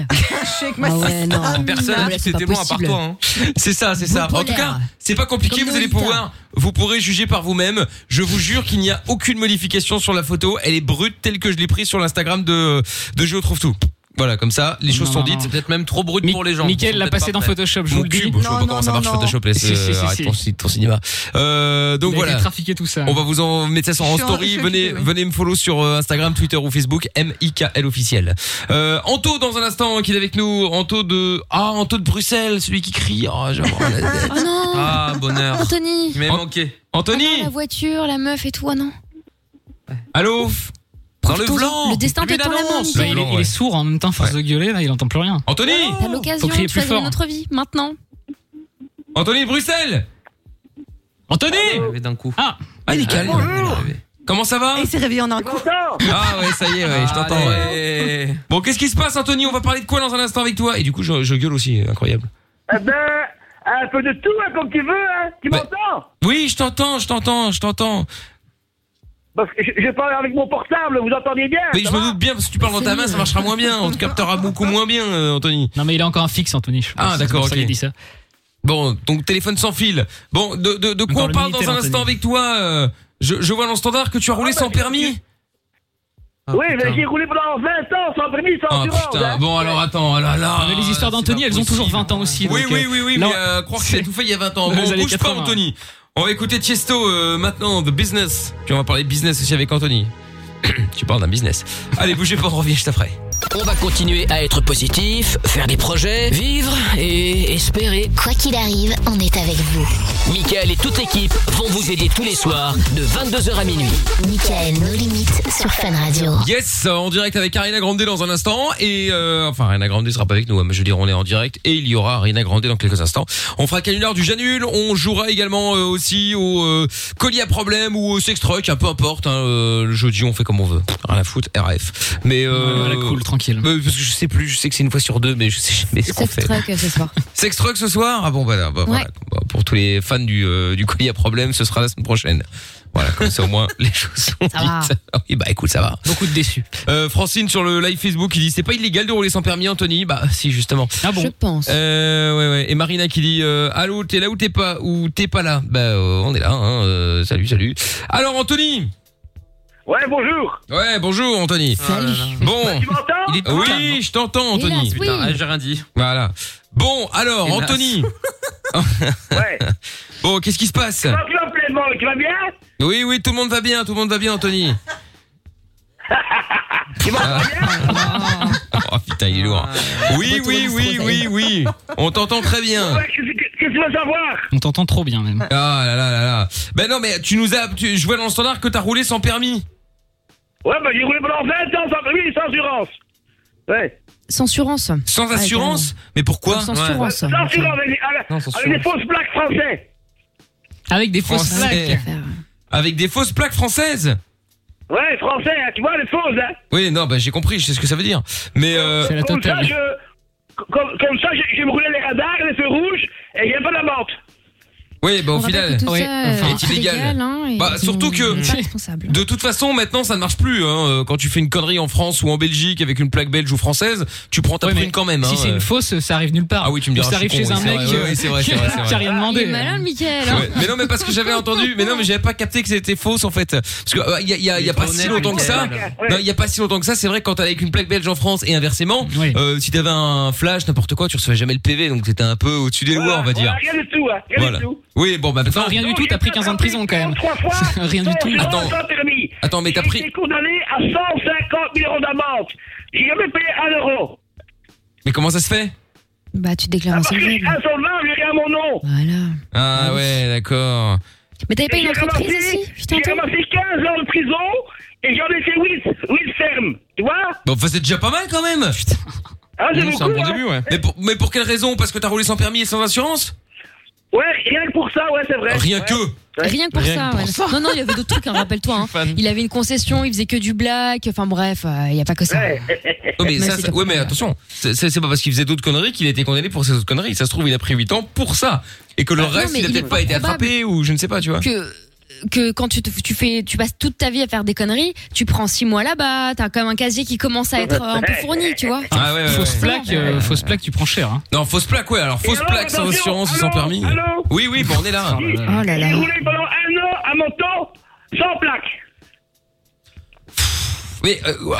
Speaker 8: Ah
Speaker 1: (laughs)
Speaker 8: ouais, non.
Speaker 1: Personne n'a dit que c'était bon à part toi. hein. C'est ça, c'est ça.
Speaker 8: Blond
Speaker 1: En tout
Speaker 8: polaire.
Speaker 1: cas, c'est pas compliqué,
Speaker 8: Comme
Speaker 1: vous allez
Speaker 8: Lolita.
Speaker 1: pouvoir, vous pourrez juger par vous-même. Je vous jure qu'il n'y a aucune modification sur la photo. Elle est brute telle que je l'ai prise sur l'Instagram de, de Géo Trouve Tout. Voilà, comme ça, les choses
Speaker 3: Non,
Speaker 1: sont
Speaker 3: non,
Speaker 1: dites.
Speaker 3: non.
Speaker 1: C'est peut-être même trop brut pour les gens.
Speaker 3: Mickaël
Speaker 1: Ils sont
Speaker 3: l'a
Speaker 1: peut-être
Speaker 3: passé
Speaker 1: pas
Speaker 3: dans
Speaker 1: prêts.
Speaker 3: Photoshop, je
Speaker 1: Mon
Speaker 3: vous le dis.
Speaker 1: cube, je sais pas
Speaker 3: Non,
Speaker 1: comment ça
Speaker 3: non,
Speaker 1: marche
Speaker 3: non, non.
Speaker 1: Photoshop, laisse,
Speaker 3: Si, si,
Speaker 1: euh,
Speaker 3: si,
Speaker 1: arrête
Speaker 3: si.
Speaker 1: ton, site, ton cinéma. Euh, donc
Speaker 3: Il a été
Speaker 1: voilà.
Speaker 3: trafiqué tout ça.
Speaker 1: On va vous en mettre ça sur en
Speaker 3: Je suis en- je
Speaker 1: story.
Speaker 3: suis
Speaker 1: Venez,
Speaker 3: occupée,
Speaker 1: venez me follow sur euh, Instagram, Twitter ou Facebook. M I K L officiel. Euh, Anto dans un instant qui est avec nous. Anto de ah Anto de Bruxelles, celui qui crie. Oh, j'ai vraiment la
Speaker 2: (laughs)
Speaker 1: tête.
Speaker 2: Oh non
Speaker 1: Ah bonheur.
Speaker 2: Anthony
Speaker 1: Il m'avait manqué. Anthony,
Speaker 2: Ah, La voiture, la meuf et tout, ah non
Speaker 1: allez Dans le
Speaker 2: Profitons-en.
Speaker 1: blanc.
Speaker 2: Le destin
Speaker 1: Publie
Speaker 2: t'attend la main,
Speaker 1: l'annonce.
Speaker 2: Michel.
Speaker 3: Il est, il est sourd en même temps, force de gueuler, là, il entend plus rien.
Speaker 1: Anthony
Speaker 2: T'as l'occasion
Speaker 3: Faut crier
Speaker 2: de
Speaker 3: plus
Speaker 2: choisir
Speaker 3: fort.
Speaker 2: une autre vie, maintenant.
Speaker 1: Anthony de Bruxelles. Anthony. d'un coup. Ah, il est calme. Comment ça va
Speaker 8: Il s'est réveillé en un coup.
Speaker 1: Ah ouais, ça y est, ouais, je t'entends. ouais. Bon, qu'est-ce qui se passe, Anthony On va parler de quoi dans un instant avec toi Et du coup, je, je gueule aussi, incroyable.
Speaker 12: Eh ben, un peu de tout, hein, comme tu veux, hein. Tu m'entends
Speaker 1: Bah, Oui, je t'entends, je t'entends, je t'entends.
Speaker 12: Parce que je, je parle avec mon portable, vous entendez bien
Speaker 1: Mais
Speaker 12: ça
Speaker 1: je me
Speaker 12: va
Speaker 1: doute bien, parce que tu parles dans ta main, ça marchera moins bien. On
Speaker 3: (laughs)
Speaker 1: te captera beaucoup moins bien, euh, Anthony.
Speaker 3: Non, mais il a encore un fixe, Anthony. je pense.
Speaker 1: Ah, d'accord,
Speaker 3: C'est pour ça
Speaker 1: ok.
Speaker 3: qu'il dit ça.
Speaker 1: Bon, donc téléphone sans fil. Bon, de, de, de quoi
Speaker 3: Dans
Speaker 1: on
Speaker 3: le
Speaker 1: parle dans
Speaker 3: Minitel,
Speaker 1: un instant
Speaker 3: Anthony.
Speaker 1: avec toi euh, je, je vois dans le standard que tu as roulé sans permis.
Speaker 12: Oui, mais j'ai roulé pendant 20 ans sans permis, sans
Speaker 1: Ah
Speaker 12: assurance.
Speaker 1: putain,
Speaker 12: hein.
Speaker 1: bon alors attends, oh là là.
Speaker 3: Ah, mais les histoires d'Anthony, elles ont toujours 20 ans aussi.
Speaker 1: Oui,
Speaker 3: donc,
Speaker 1: oui,
Speaker 3: euh,
Speaker 1: oui, oui,
Speaker 3: là,
Speaker 1: mais euh, croire que
Speaker 3: c'est-
Speaker 1: c'est tout fait il y a 20 ans.
Speaker 3: Dans (laughs)
Speaker 1: Bon,
Speaker 3: les années
Speaker 1: bouge pas,
Speaker 3: 80.
Speaker 1: Anthony. On va écouter Tiesto euh, maintenant, The Business. Puis on va parler business aussi avec Anthony. (clears throat) tu parles d'un business. Allez, bougez pas, on revient juste après.
Speaker 7: On va continuer à être positif, faire des projets, vivre et espérer.
Speaker 6: Quoi qu'il arrive, on est avec vous.
Speaker 7: Michael et toute l'équipe vont vous aider tous les soirs de 22h à minuit.
Speaker 6: Michael, nos limites sur Fan Radio.
Speaker 1: Yes, en direct avec Arena Grande dans un instant et euh, enfin Arena Grande sera pas avec nous, hein, mais je veux dire on est en direct et il y aura Arena Grande dans quelques instants. On fera canular du Janul, on jouera également euh, aussi au euh, colis à problème ou au sex truck, hein, peu importe. hein, euh, le jeudi on fait comme on veut, rien à foutre, RF. Mais euh,
Speaker 3: Voilà, cool, tranquille.
Speaker 1: euh, parce que je sais plus, je sais que c'est une fois sur deux, mais je sais jamais ce qu'on
Speaker 2: Sex
Speaker 1: fait.
Speaker 2: truck euh, ce soir.
Speaker 1: Sex truck ce soir Ah bon bah, bah, voilà.
Speaker 2: Ouais.
Speaker 1: Bah, pour tous les fans du euh, du colis à problème, ce sera la semaine prochaine. Voilà, comme ça au moins (laughs) les choses sont
Speaker 2: Ça va.
Speaker 1: dites. Oui, bah écoute, ça va.
Speaker 3: Beaucoup de déçus.
Speaker 1: Euh, Francine sur le live Facebook, il dit c'est pas illégal de rouler sans permis, Anthony. Bah si justement.
Speaker 3: Ah bon
Speaker 2: Je pense.
Speaker 1: Euh, ouais, ouais. Et Marina qui dit euh, allô, t'es là ou t'es pas ou t'es pas là. Bah euh, on est là. Hein, euh, salut, salut. Alors Anthony.
Speaker 12: Ouais, bonjour.
Speaker 1: Ouais, bonjour Anthony. Bon.
Speaker 12: Tu m'entends
Speaker 1: Il est oui, je t'entends
Speaker 2: Hélas,
Speaker 1: Anthony.
Speaker 2: oui. Putain,
Speaker 1: j'ai rien dit. Voilà. Bon,
Speaker 12: Eh
Speaker 1: alors
Speaker 12: ben,
Speaker 9: Hélas.
Speaker 1: Anthony.
Speaker 12: Ouais.
Speaker 1: (laughs) Bon, qu'est-ce qui se passe
Speaker 12: Comment tu vas, plein de monde Tu vas bien
Speaker 1: Oui, oui, tout le monde va bien, tout le monde va bien Anthony.
Speaker 12: (laughs)
Speaker 1: Ah. Oh putain, il est lourd.
Speaker 12: Ah.
Speaker 1: Oui, oui, oui, oui, oui. On t'entend très bien.
Speaker 12: Ouais, Qu'est-ce que- qu'est-ce que tu veux savoir
Speaker 3: On t'entend trop bien, même.
Speaker 1: Ah là là là là. Ben non mais tu nous as tu- je vois dans le standard que t'as roulé sans permis.
Speaker 12: Ouais, bah j'ai roulé pendant 20 ans sans permis, sans assurance. Ouais.
Speaker 2: Censurance.
Speaker 1: Sans
Speaker 3: Ah,
Speaker 1: assurance Mais pourquoi
Speaker 2: Ah, Sans assurance.
Speaker 12: Sans assurance, avec, avec-
Speaker 1: Non, sans
Speaker 12: avec des
Speaker 1: assurance.
Speaker 12: fausses plaques françaises.
Speaker 3: Avec des fausses
Speaker 1: Français.
Speaker 3: plaques.
Speaker 1: Avec des fausses plaques françaises
Speaker 12: Ouais, français, hein, tu vois, les fausses, hein.
Speaker 1: Oui, non, bah j'ai compris, je sais ce que ça veut dire. Mais euh,
Speaker 3: C'est la
Speaker 12: Comme ça,
Speaker 3: totale.
Speaker 12: je, comme, comme ça, je, je me roulais les radars, les feux rouges, et j'ai pas la mort.
Speaker 1: oui, bah au
Speaker 2: On
Speaker 1: final
Speaker 2: rappelle que tout
Speaker 3: oui,
Speaker 2: ça,
Speaker 1: enfin,
Speaker 2: euh,
Speaker 1: est illégal.
Speaker 2: hein, et
Speaker 1: Bah,
Speaker 2: qu'on
Speaker 1: surtout que-
Speaker 2: n'est pas responsable.
Speaker 1: (laughs) de toute façon, maintenant ça ne marche plus hein. Euh, quand tu fais une connerie en France ou en Belgique avec une plaque belge ou française, tu prends ta
Speaker 3: Ouais,
Speaker 1: prune
Speaker 3: mais
Speaker 1: quand même hein.
Speaker 3: Si c'est une fausse, ça arrive nulle part.
Speaker 1: Ah oui, tu me diras,
Speaker 3: Ça arrive
Speaker 1: je suis
Speaker 3: chez
Speaker 1: con,
Speaker 3: un
Speaker 1: oui, c'est
Speaker 3: mec
Speaker 1: vrai, oui,
Speaker 3: (laughs)
Speaker 1: oui, c'est vrai, c'est vrai, c'est vrai.
Speaker 3: qui a rien
Speaker 2: Il est
Speaker 3: demandé.
Speaker 2: malin, le Michael. hein.
Speaker 1: Ouais. Mais non, mais parce
Speaker 3: (laughs)
Speaker 1: que j'avais entendu. Mais non, mais j'avais pas capté que c'était fausse en fait. Parce que euh, il y a, il y a- il y a pas si longtemps que ça.
Speaker 12: Ouais.
Speaker 1: Non, il y a pas si longtemps que ça. C'est vrai que quand t'es avec une plaque belge en France et inversement,
Speaker 3: Oui.
Speaker 1: euh, si t'avais un flash, n'importe quoi, tu recevais jamais le PV. Donc t'étais un peu au-dessus des lois, on va dire.
Speaker 12: Voilà, rien du tout, hein, rien
Speaker 1: Voilà.
Speaker 12: du tout.
Speaker 1: Oui, bon, bah maintenant.
Speaker 3: Enfin, rien du
Speaker 12: Donc,
Speaker 3: tout,
Speaker 12: j'ai
Speaker 3: t'as pris
Speaker 12: été
Speaker 3: 15 ans de prison quand même.
Speaker 12: Trois fois,
Speaker 3: (laughs) Rien du
Speaker 12: sans
Speaker 3: tout.
Speaker 12: assurance,
Speaker 1: Attends.
Speaker 12: sans permis.
Speaker 1: Attends, mais t'as
Speaker 12: J'ai
Speaker 1: pris-
Speaker 12: été condamné à 150 000 euros d'amende. J'ai jamais payé un euro. Ah,
Speaker 1: Mais comment ça se fait
Speaker 2: Bah, tu déclares
Speaker 12: Parce que je suis
Speaker 2: insolvable.
Speaker 12: insolvable, j'ai rien à mon nom.
Speaker 2: Voilà.
Speaker 1: Ah ouais, d'accord.
Speaker 2: Mais t'avais pas
Speaker 12: Et
Speaker 2: une
Speaker 12: J'ai
Speaker 2: entreprise
Speaker 12: ramassé,
Speaker 2: ici Putain,
Speaker 12: j'ai
Speaker 2: toi
Speaker 12: ramassé 15 ans de prison et j'en ai fait 8, 8 fermes. Tu vois
Speaker 1: Bon, enfin, c'est déjà pas mal quand même.
Speaker 12: hein, C'est
Speaker 9: C'est un
Speaker 12: beaucoup.
Speaker 9: bon
Speaker 12: hein.
Speaker 9: début, ouais.
Speaker 1: Mais pour, mais pour quelle raison Parce que t'as roulé sans permis et sans assurance
Speaker 12: Ouais, rien que pour ça, ouais, c'est vrai.
Speaker 1: Rien que.
Speaker 2: Rien que pour ça. ouais. Non, non, il y avait d'autres trucs, hein, rappelle-toi. hein. Il avait une concession, il faisait que du black. Enfin bref, euh, il n'y a pas que ça. (laughs)
Speaker 1: Non, mais,
Speaker 2: Mais
Speaker 1: ça,
Speaker 2: c'est
Speaker 1: ça- ouais, mais attention, c'est c'est- c'est pas parce qu'il faisait d'autres conneries qu'il a été condamné pour ces autres conneries. Ça se trouve, il a pris 8 ans pour ça. Et que le
Speaker 2: Ah, non,
Speaker 1: reste,
Speaker 2: mais
Speaker 1: il a
Speaker 2: il
Speaker 1: peut-être
Speaker 2: est
Speaker 1: pas été
Speaker 2: probable
Speaker 1: attrapé ou je ne sais pas, tu vois.
Speaker 2: Que que quand tu, te- tu fais tu passes toute ta vie à faire des conneries, tu prends six mois là-bas, t'as quand même un casier qui commence à être euh, un peu fourni, tu vois.
Speaker 1: Ah ouais, ouais,
Speaker 3: fausse
Speaker 1: ouais.
Speaker 3: plaque, euh, fausse plaque, tu prends cher. Hein.
Speaker 1: Non, fausse plaque, ouais. Alors, fausse
Speaker 3: alors,
Speaker 1: plaque sans
Speaker 3: attention,
Speaker 1: assurance ou sans
Speaker 3: allô,
Speaker 1: permis. Ah, bah,
Speaker 3: allô
Speaker 1: Oui, oui, bon, on est là.
Speaker 2: Oh là là.
Speaker 12: J'ai roulé pendant un an à Menton sans plaque.
Speaker 1: Mais, euh, ouais,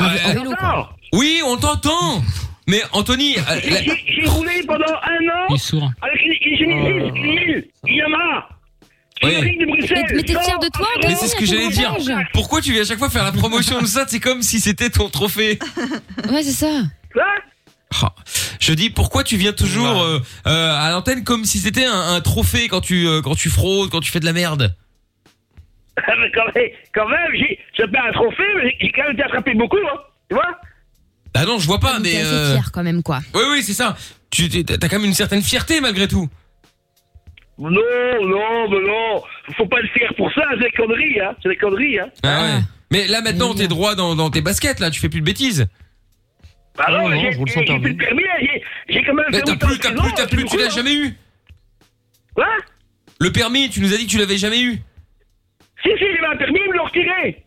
Speaker 12: Encore.
Speaker 1: oui, on t'entend. Mais
Speaker 12: (laughs)
Speaker 1: Anthony, euh, la-
Speaker 12: J'ai j'ai roulé pendant un an. Avec une, une Genesis 1000 Yamaha.
Speaker 1: Oh. Oui.
Speaker 12: Générique de Bruxelles.
Speaker 2: Mais- mais t'es
Speaker 12: sans
Speaker 2: fier de toi,
Speaker 12: plaque.
Speaker 1: mais c'est ce que j'allais dire. Pourquoi tu viens à chaque fois faire la promotion de ça C'est comme si c'était ton trophée. Oh.
Speaker 2: Ouais, c'est ça.
Speaker 1: Je dis pourquoi tu viens toujours euh, euh, à l'antenne comme si c'était un, un trophée quand tu euh, quand tu fraudes, quand tu fais de la merde.
Speaker 12: Ah, mais quand même, quand même, j'ai- c'est pas un trophée, mais j'ai quand même été attrapé beaucoup, hein. Tu vois
Speaker 1: Bah non, je vois pas, mais.
Speaker 2: Ah, T'es assez
Speaker 1: euh,
Speaker 2: fier quand même quoi.
Speaker 1: Oui, oui, c'est ça. Tu t'es- t'as quand même une certaine fierté malgré tout.
Speaker 12: Non, non, mais non. Faut pas le faire pour ça, c'est des conneries, hein. C'est des conneries, hein.
Speaker 1: Ah ouais. Mais là maintenant, t'es droit dans, dans tes baskets là. Tu fais plus de bêtises.
Speaker 12: Bah
Speaker 1: Oh,
Speaker 12: non, j'ai j'ai- j'ai plus de permis, hein, j'ai- j'ai quand même
Speaker 1: Mais
Speaker 12: fait
Speaker 1: t'as
Speaker 12: huit ans
Speaker 1: plus,
Speaker 12: de
Speaker 1: t'as
Speaker 12: prison,
Speaker 1: plus,
Speaker 12: hein, c'est
Speaker 1: t'as
Speaker 12: Hein?
Speaker 1: plus. Tu
Speaker 12: beaucoup,
Speaker 1: l'as
Speaker 12: hein.
Speaker 1: jamais eu.
Speaker 12: Quoi
Speaker 1: Le permis, tu nous as dit que tu l'avais jamais eu.
Speaker 12: Si, si, j'avais un permis, ils me l'ont retiré.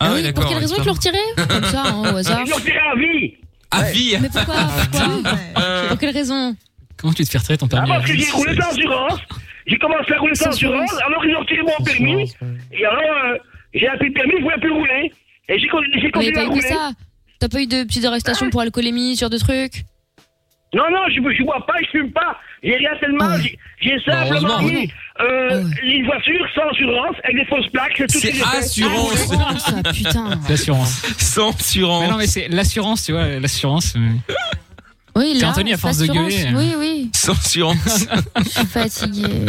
Speaker 1: Ah oui,
Speaker 2: Pour
Speaker 1: d'accord.
Speaker 2: quelle raison ils te l'ont retiré Comme ça,
Speaker 1: (laughs)
Speaker 2: hein, au hasard.
Speaker 12: Ils l'ont retiré à vie.
Speaker 1: À vie. hein.
Speaker 2: Mais pourquoi, pourquoi Pour quelle raison
Speaker 3: Comment tu te fais retirer ton permis
Speaker 12: Ah, Parce que j'ai roulé sans assurance. J'ai commencé à rouler sans
Speaker 2: Sans
Speaker 12: assurance.
Speaker 2: assurance.
Speaker 12: Alors ils ont retiré mon permis. Et alors, euh, j'ai appelé le permis, je ne pouvais plus rouler. Et j'ai con- j'ai
Speaker 2: Mais
Speaker 12: continué à
Speaker 2: t'as eu
Speaker 12: rouler.
Speaker 2: que ça T'as pas eu de petites
Speaker 1: Ah
Speaker 2: arrestations pour alcoolémie, sur de trucs
Speaker 12: Non, non, je ne bois pas, je fume pas. J'ai rien tellement. j'ai- J'ai
Speaker 1: Bah,
Speaker 12: simplement
Speaker 1: heureusement.
Speaker 12: mis euh, une voiture sans assurance avec des fausses plaques. C'est tout ce que
Speaker 1: C'est
Speaker 12: j'ai fait.
Speaker 1: assurance.
Speaker 2: Ah, putain.
Speaker 3: (laughs) L'assurance.
Speaker 1: Sans assurance.
Speaker 3: Mais non, mais c'est l'assurance, tu vois, l'assurance. euh.
Speaker 2: Oui,
Speaker 3: C'est
Speaker 2: là,
Speaker 3: Anthony, à
Speaker 2: c'est
Speaker 3: force de
Speaker 2: assurance.
Speaker 3: gueuler.
Speaker 2: Oui, oui.
Speaker 1: Sans (laughs) assurance.
Speaker 2: Je suis fatiguée.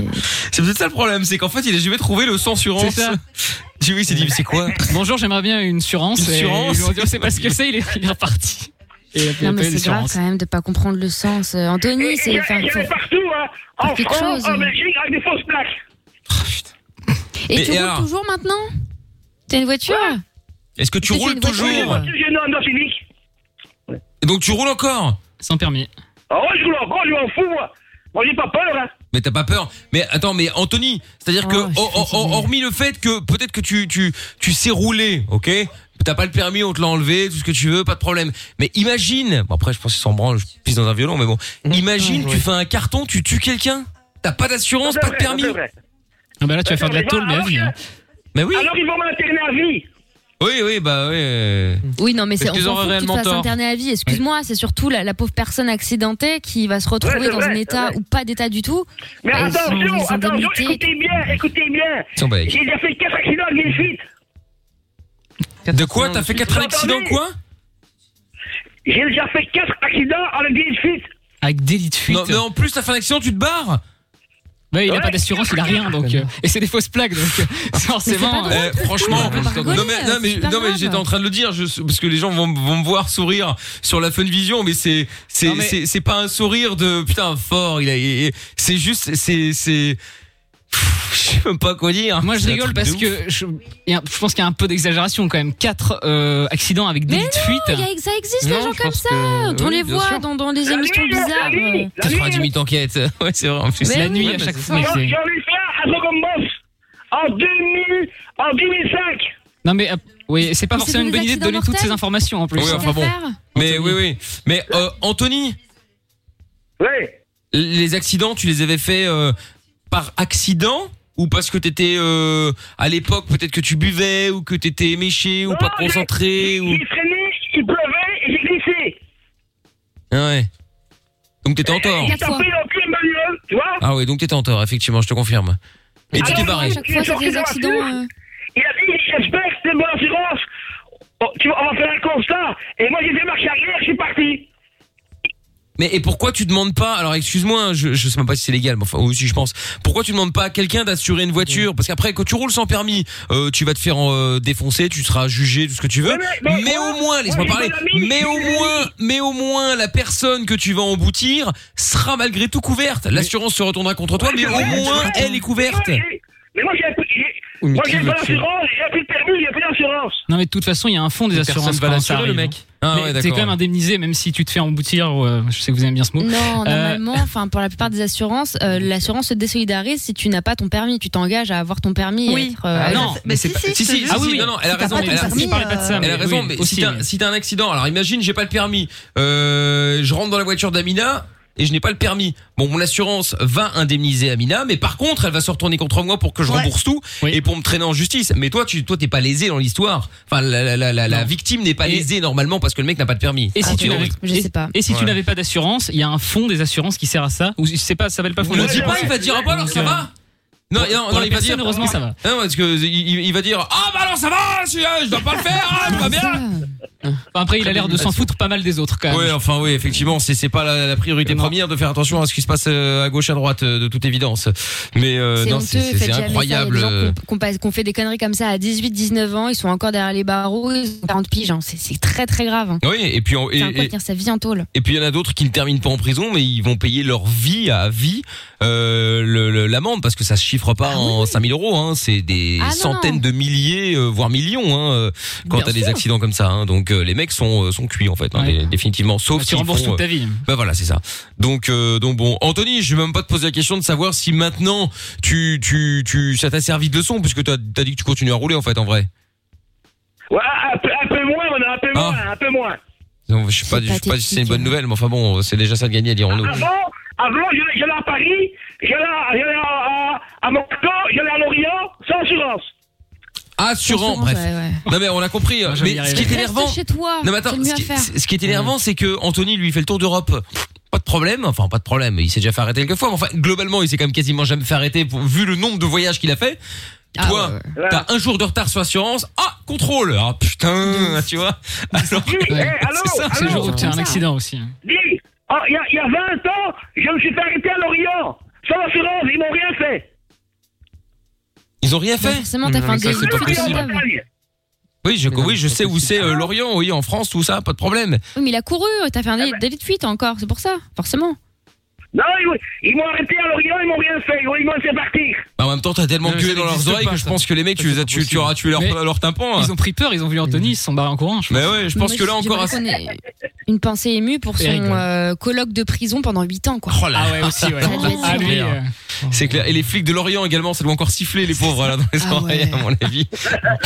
Speaker 1: C'est peut-être ça le problème, c'est qu'en fait, il a jamais trouvé le censurance.
Speaker 3: C'est ça.
Speaker 1: (laughs) J'ai oui, il s'est dit, mais c'est quoi
Speaker 3: Bonjour, j'aimerais bien une assurance.
Speaker 1: Une
Speaker 3: Et
Speaker 1: assurance.
Speaker 3: ils lui ont dit, on sait pas ce que c'est, il est, il est reparti. Et il a
Speaker 2: Non,
Speaker 3: pas eu
Speaker 2: mais c'est grave
Speaker 3: d'assurance.
Speaker 2: quand même de pas comprendre le sens. Euh, Anthony,
Speaker 12: Et
Speaker 2: c'est.
Speaker 12: j'en-
Speaker 2: enfin,
Speaker 12: j'en ai
Speaker 2: faut-
Speaker 12: partout, hein,
Speaker 2: faut
Speaker 12: en
Speaker 2: quelque
Speaker 12: France,
Speaker 2: chose.
Speaker 12: en Belgique, avec des fausses plaques.
Speaker 2: Et tu
Speaker 1: hein. Mais
Speaker 2: roules
Speaker 1: alors
Speaker 2: toujours maintenant T'as une voiture
Speaker 1: Est-ce que tu
Speaker 2: Est-ce que
Speaker 1: roules
Speaker 2: c'est une voiture
Speaker 1: toujours
Speaker 12: J'ai non, non, fini.
Speaker 1: Et Donc tu roules encore
Speaker 3: Sans permis.
Speaker 12: Oh, je roule encore, je m'en fous, moi. Moi, j'ai pas peur, hein.
Speaker 1: Mais t'as pas peur Mais attends, mais Anthony, c'est-à-dire que oh, oh, oh, hormis le fait que peut-être que tu tu tu sais rouler, ok T'as pas le permis, on te l'a enlevé, tout ce que tu veux, pas de problème. Mais imagine, bon après je pense qu'ils s'en branlent, je pisse dans un
Speaker 3: (laughs)
Speaker 1: violon, mais bon. Imagine, tu fais un carton, tu tues quelqu'un, t'as pas d'assurance,
Speaker 12: C'est
Speaker 1: pas de
Speaker 12: vrai,
Speaker 1: permis.
Speaker 12: c'est vrai.
Speaker 3: Ah bah là, tu vas faire de la
Speaker 12: Alors,
Speaker 3: tôle, mais à vie. hein.
Speaker 1: Mais oui,
Speaker 12: Alors, ils vont m'interner à vie.
Speaker 1: oui, oui, bah oui. euh.
Speaker 2: Oui, non, mais
Speaker 1: Est-ce
Speaker 2: c'est on
Speaker 1: qu'ils
Speaker 2: s'en
Speaker 1: auraient
Speaker 2: fout que tu te
Speaker 1: réellement
Speaker 2: fasses
Speaker 1: tort
Speaker 2: interner à vie. Excuse-moi, c'est surtout la, la pauvre personne accidentée qui va se retrouver
Speaker 12: Ouais, c'est
Speaker 2: dans
Speaker 12: vrai,
Speaker 2: un
Speaker 12: c'est
Speaker 2: état
Speaker 12: vrai.
Speaker 2: ou pas d'état du tout.
Speaker 12: Mais
Speaker 2: Elles sont-
Speaker 12: attention,
Speaker 2: elles sont
Speaker 12: attention,
Speaker 2: indemnisées.
Speaker 12: écoutez bien, écoutez bien.
Speaker 1: Tiens, bah,
Speaker 12: J'ai déjà fait 4 accidents avec des fuites.
Speaker 1: de quoi T'as fait quatre
Speaker 12: Vous
Speaker 1: accidents,
Speaker 12: entendez
Speaker 1: quoi
Speaker 12: J'ai déjà fait 4 accidents avec des fuites.
Speaker 3: Avec délit de fuite.
Speaker 1: Non, mais en plus, t'as fait un accident, tu te barres
Speaker 3: Ouais, il a
Speaker 12: Ouais.
Speaker 3: pas d'assurance, il a rien donc. euh, et c'est des fausses plaques
Speaker 2: (laughs)
Speaker 3: donc. euh, Forcément.
Speaker 2: drôle.
Speaker 1: Eh, franchement,
Speaker 2: Ouais,
Speaker 1: non
Speaker 2: ouais,
Speaker 1: mais,
Speaker 2: ouais,
Speaker 1: non, mais,
Speaker 2: c'est super
Speaker 1: non, mais
Speaker 2: grave.
Speaker 1: j'étais en train de le dire, je, parce que les gens vont, vont me voir sourire sur la Funvision, mais c'est c'est
Speaker 3: Non, mais-
Speaker 1: c'est c'est pas un sourire de putain fort, il a il- il- c'est juste c'est c'est Pff, je sais même pas quoi dire.
Speaker 3: Moi je
Speaker 1: C'est un
Speaker 3: rigole
Speaker 1: truc de
Speaker 3: parce
Speaker 1: ouf.
Speaker 3: que je, il y a- je pense qu'il y a un peu d'exagération quand même. Quatre euh, accidents avec
Speaker 2: Mais
Speaker 3: délit de
Speaker 2: Il
Speaker 3: fuite.
Speaker 2: y a- ça existe, les
Speaker 9: Non,
Speaker 2: gens
Speaker 9: je
Speaker 2: comme
Speaker 9: pense
Speaker 2: ça.
Speaker 9: que-
Speaker 2: On
Speaker 9: oui,
Speaker 2: les
Speaker 9: bien
Speaker 2: voit
Speaker 9: sûr.
Speaker 2: dans, dans les
Speaker 12: La
Speaker 2: émissions
Speaker 12: nuit, la
Speaker 2: bizarres.
Speaker 12: nuit, la
Speaker 2: euh.
Speaker 12: nuit.
Speaker 1: 90
Speaker 3: (laughs)
Speaker 1: minutes enquête. Ouais, c'est vrai en plus.
Speaker 2: Mais
Speaker 3: La
Speaker 2: oui.
Speaker 3: nuit à
Speaker 1: Ouais, hein. mais
Speaker 3: chaque
Speaker 1: c'est
Speaker 3: fois.
Speaker 1: ça.
Speaker 3: mais c'est-
Speaker 12: J'en j'en ai fait un à Drogombos en, 2000, en 2005.
Speaker 3: Non mais euh, oui, c'est pas
Speaker 2: Mais c'est
Speaker 3: forcément
Speaker 2: des
Speaker 3: une bonne idée de
Speaker 2: accidents
Speaker 3: donner toutes
Speaker 2: mortels
Speaker 3: ces informations en plus.
Speaker 1: Oui,
Speaker 2: Tant
Speaker 1: enfin
Speaker 2: qu'à
Speaker 1: bon.
Speaker 2: faire.
Speaker 1: Mais oui oui. Mais euh, Anthony,
Speaker 12: Ouais.
Speaker 1: les accidents, tu les avais fait euh, par accident ou parce que t'étais euh, à l'époque peut-être que tu buvais ou que t'étais méché ou pas
Speaker 12: Non, j'ai-
Speaker 1: concentré ou
Speaker 12: J'ai freiné, il pleuvait et j'ai glissé.
Speaker 1: Ah ouais. Donc t'étais en tort.
Speaker 12: J'ai tapé dans le pied de ma gueule, tu vois.
Speaker 1: Ah oui, donc t'étais en tort, effectivement, je te confirme. Et tu
Speaker 12: Alors,
Speaker 1: t'es barré.
Speaker 12: oui.
Speaker 2: Chaque fois, c'est des accidents. euh.
Speaker 12: Il a dit, j'espère que c'est une bonne assurance. Oh, tu vois, on va faire un constat. Et moi, j'ai fait marche arrière, je suis parti.
Speaker 1: Mais et pourquoi tu demandes pas Alors excuse-moi, hein, je, je sais même pas si c'est légal, mais enfin aussi je pense. Pourquoi tu demandes pas à quelqu'un d'assurer une voiture Parce qu'après quand tu roules sans permis, euh, tu vas te faire euh, défoncer, tu seras jugé, tout ce que tu veux. Mais, au moins, laisse-moi
Speaker 12: moi, j'ai
Speaker 1: parler.
Speaker 12: pas la mine,
Speaker 1: Mais
Speaker 12: j'ai
Speaker 1: au
Speaker 12: la
Speaker 1: moins, mais au moins la personne que tu vas emboutir sera malgré tout couverte. L'assurance se retournera contre toi, mais au moins elle est couverte.
Speaker 12: Mais moi, j'ai un peu- j'ai- moi,
Speaker 1: qui
Speaker 12: j'ai
Speaker 1: le
Speaker 12: pas
Speaker 1: fait
Speaker 12: d'assurance, j'ai plus de permis, j'ai plus d'assurance.
Speaker 3: Non, mais de toute façon, il y a un fonds des
Speaker 1: Mais personne
Speaker 3: assurances
Speaker 1: va
Speaker 3: quand ça
Speaker 1: l'assurer,
Speaker 3: arrive.
Speaker 1: le mec. Ah
Speaker 3: Mais
Speaker 1: ouais,
Speaker 3: t'es
Speaker 1: d'accord.
Speaker 3: quand même indemnisé, même si tu te fais emboutir. ou, euh, je sais que vous aimez bien ce mot.
Speaker 2: Non,
Speaker 3: Euh,
Speaker 2: normalement, enfin pour la plupart des assurances, euh, l'assurance se désolidarise si tu n'as pas ton permis. Tu t'engages à avoir ton permis. Et être, euh,
Speaker 1: Ah non,
Speaker 2: être-
Speaker 1: mais c'est pas- si, si,
Speaker 3: Ah oui, oui.
Speaker 1: non, non, elle a
Speaker 3: Si t'as
Speaker 1: raison.
Speaker 3: pas ton
Speaker 1: Elle a,
Speaker 3: permis, Je parlais pas de ça,
Speaker 1: elle a
Speaker 3: mais
Speaker 1: raison,
Speaker 3: oui,
Speaker 1: mais
Speaker 3: aussi,
Speaker 1: si t'as
Speaker 3: mais-
Speaker 1: si t'as un accident, alors imagine, j'ai pas le permis, euh, je rentre dans la voiture d'Amina et je n'ai pas le permis. Bon, mon assurance va indemniser Amina, mais par contre, elle va se retourner contre moi pour que je rembourse tout et pour me traîner en justice. Mais toi, tu, toi, t'es pas lésé dans l'histoire. Enfin, la, la, la, la, la victime n'est pas lésée normalement parce que le mec n'a pas de permis. Ah,
Speaker 3: Et si tu n'avais, et- Et si tu
Speaker 1: Ouais.
Speaker 3: n'avais pas d'assurance, il y a un fonds des assurances qui sert à ça. Ou je sais pas, ça s'appelle pas fonds.
Speaker 1: Ne
Speaker 3: des
Speaker 1: le dis pas,
Speaker 3: assurances.
Speaker 1: il va dire ah bah alors ça
Speaker 3: Donc, euh,
Speaker 1: va. Non,
Speaker 3: pour-
Speaker 1: non,
Speaker 3: pour
Speaker 1: non,
Speaker 3: les
Speaker 1: il va
Speaker 3: personnes,
Speaker 1: dire
Speaker 3: heureusement, ça va.
Speaker 1: Non, parce que il, il- il va dire ah bah alors ça va, je, je dois pas le faire, ah, tout va bien.
Speaker 3: Enfin, après, il a l'air de s'en foutre pas mal des autres quand même.
Speaker 1: Oui, enfin oui, effectivement, c'est c'est pas la, la priorité première de faire attention à ce qui se passe euh, à gauche à droite euh, de toute évidence. Mais euh,
Speaker 2: C'est
Speaker 1: non,
Speaker 2: honteux,
Speaker 1: c'est c'est-
Speaker 2: faites
Speaker 1: c'est
Speaker 2: jamais ça.
Speaker 1: incroyable.
Speaker 2: Il y a des
Speaker 1: euh,
Speaker 2: gens qu'on passe- qu'on fait des conneries comme ça à 18, 19 ans, ils sont encore derrière les barreaux, ils ont 40 piges. hein. C'est- C'est très très grave. hein.
Speaker 1: Oui, et puis on- Oh, et,
Speaker 2: C'est un quoi
Speaker 1: et-
Speaker 2: tenir sa vie en tôle.
Speaker 1: et puis il y en a d'autres qui ne terminent pas en prison, mais ils vont payer leur vie à vie euh, le- le- l'amende parce que ça se chiffre pas en 5000 euros. Hein, c'est des
Speaker 12: Ah non.
Speaker 1: centaines de milliers, euh, voire millions, hein, euh, quand
Speaker 12: Bien
Speaker 1: t'as des
Speaker 12: sûr.
Speaker 1: accidents comme ça. Hein, donc euh, les mecs sont euh, sont cuits en fait, hein, dé- définitivement. Sauf
Speaker 3: Tu
Speaker 1: s'ils
Speaker 3: rembourses
Speaker 1: font,
Speaker 3: toute ta
Speaker 1: euh,
Speaker 3: vie.
Speaker 1: Bah voilà, c'est ça. Donc euh, donc bon, Anthony, je vais même pas te poser la question de savoir si maintenant tu tu tu ça t'a servi de leçon puisque t'as as dit que tu continues à rouler en fait en vrai.
Speaker 12: Ouais, un peu, un peu moins, on a un peu
Speaker 1: Ah.
Speaker 12: moins, un peu moins.
Speaker 1: Donc, je sais pas, je sais pas si c'est une
Speaker 12: hein.
Speaker 1: bonne nouvelle, mais enfin bon, c'est déjà ça de gagner,
Speaker 12: Ah,
Speaker 1: dirons-nous.
Speaker 12: Avant, avant, j'allais j'allais à Paris, j'allais à- j'allais à, à, à Monaco, j'allais à Lorient, sans assurance.
Speaker 1: Assurant, bref. Non mais on l'a compris.
Speaker 3: Moi, je vais
Speaker 1: mais
Speaker 3: y
Speaker 1: ce qui est
Speaker 3: arriver.
Speaker 1: énervant,
Speaker 2: Reste chez toi,
Speaker 1: non mais attends,
Speaker 2: c'est le mieux
Speaker 1: ce,
Speaker 2: à
Speaker 1: qui,
Speaker 2: faire.
Speaker 1: ce qui est énervant, c'est que Anthony lui fait le tour d'Europe. Pas de problème, enfin pas de problème. Il s'est déjà fait arrêter quelques fois. Mais enfin, globalement, il s'est quand même quasiment jamais fait arrêter pour- vu le nombre de voyages qu'il a fait.
Speaker 2: Ah,
Speaker 1: Toi, t'as un jour de retard sur assurance. Ah, contrôle. Ah putain, tu
Speaker 2: (laughs)
Speaker 1: vois. Alors, (laughs)
Speaker 12: eh, allô,
Speaker 1: c'est ça,
Speaker 12: allô,
Speaker 1: c'est le jour où
Speaker 3: Donc, il y a un accident aussi.
Speaker 12: Dis, oh, il y, a- il y a 20 ans, je me suis fait arrêter à Lorient, sans assurance, ils m'ont rien fait.
Speaker 1: Ils ont rien fait.
Speaker 2: Bah, Forcément, t'as fait un délit de fuite en grave.
Speaker 1: Oui, je, oui, je sais où c'est euh, Lorient, oui, en France, tout ça, pas de problème.
Speaker 2: Oui, mais il a couru, t'as fait un délit, délit de fuite encore, c'est pour ça,
Speaker 12: Eh
Speaker 2: forcément.
Speaker 12: ben. Non, ils, ils m'ont arrêté à Lorient, ils m'ont rien fait, ils m'ont- ils m'ont laissé partir.
Speaker 1: Bah, en même temps, t'as tellement
Speaker 3: Non, mais
Speaker 1: gueulé
Speaker 3: ça
Speaker 1: dans leurs
Speaker 3: n'existe
Speaker 1: oreilles
Speaker 3: pas,
Speaker 1: que je
Speaker 3: ça.
Speaker 1: pense que les mecs, tu les as tués, tu auras tué leur,
Speaker 3: Mais
Speaker 1: leur tympan. hein.
Speaker 3: Ils ont pris peur, ils ont vu Anthony, ils se sont barrés en courant.
Speaker 1: Mais ouais, je pense que là encore. à-
Speaker 2: J'aimerais qu'on ait Une pensée émue pour
Speaker 1: Eric,
Speaker 2: son
Speaker 1: ouais.
Speaker 2: euh, colloque de prison pendant 8 ans, quoi.
Speaker 1: Oh là
Speaker 3: Ah
Speaker 12: Ah
Speaker 1: là.
Speaker 2: Ça doit être dur.
Speaker 3: euh,
Speaker 1: C'est clair. Et les flics de Lorient également, ça doit encore siffler les pauvres là dans les
Speaker 2: Ah
Speaker 1: oreilles, à mon avis.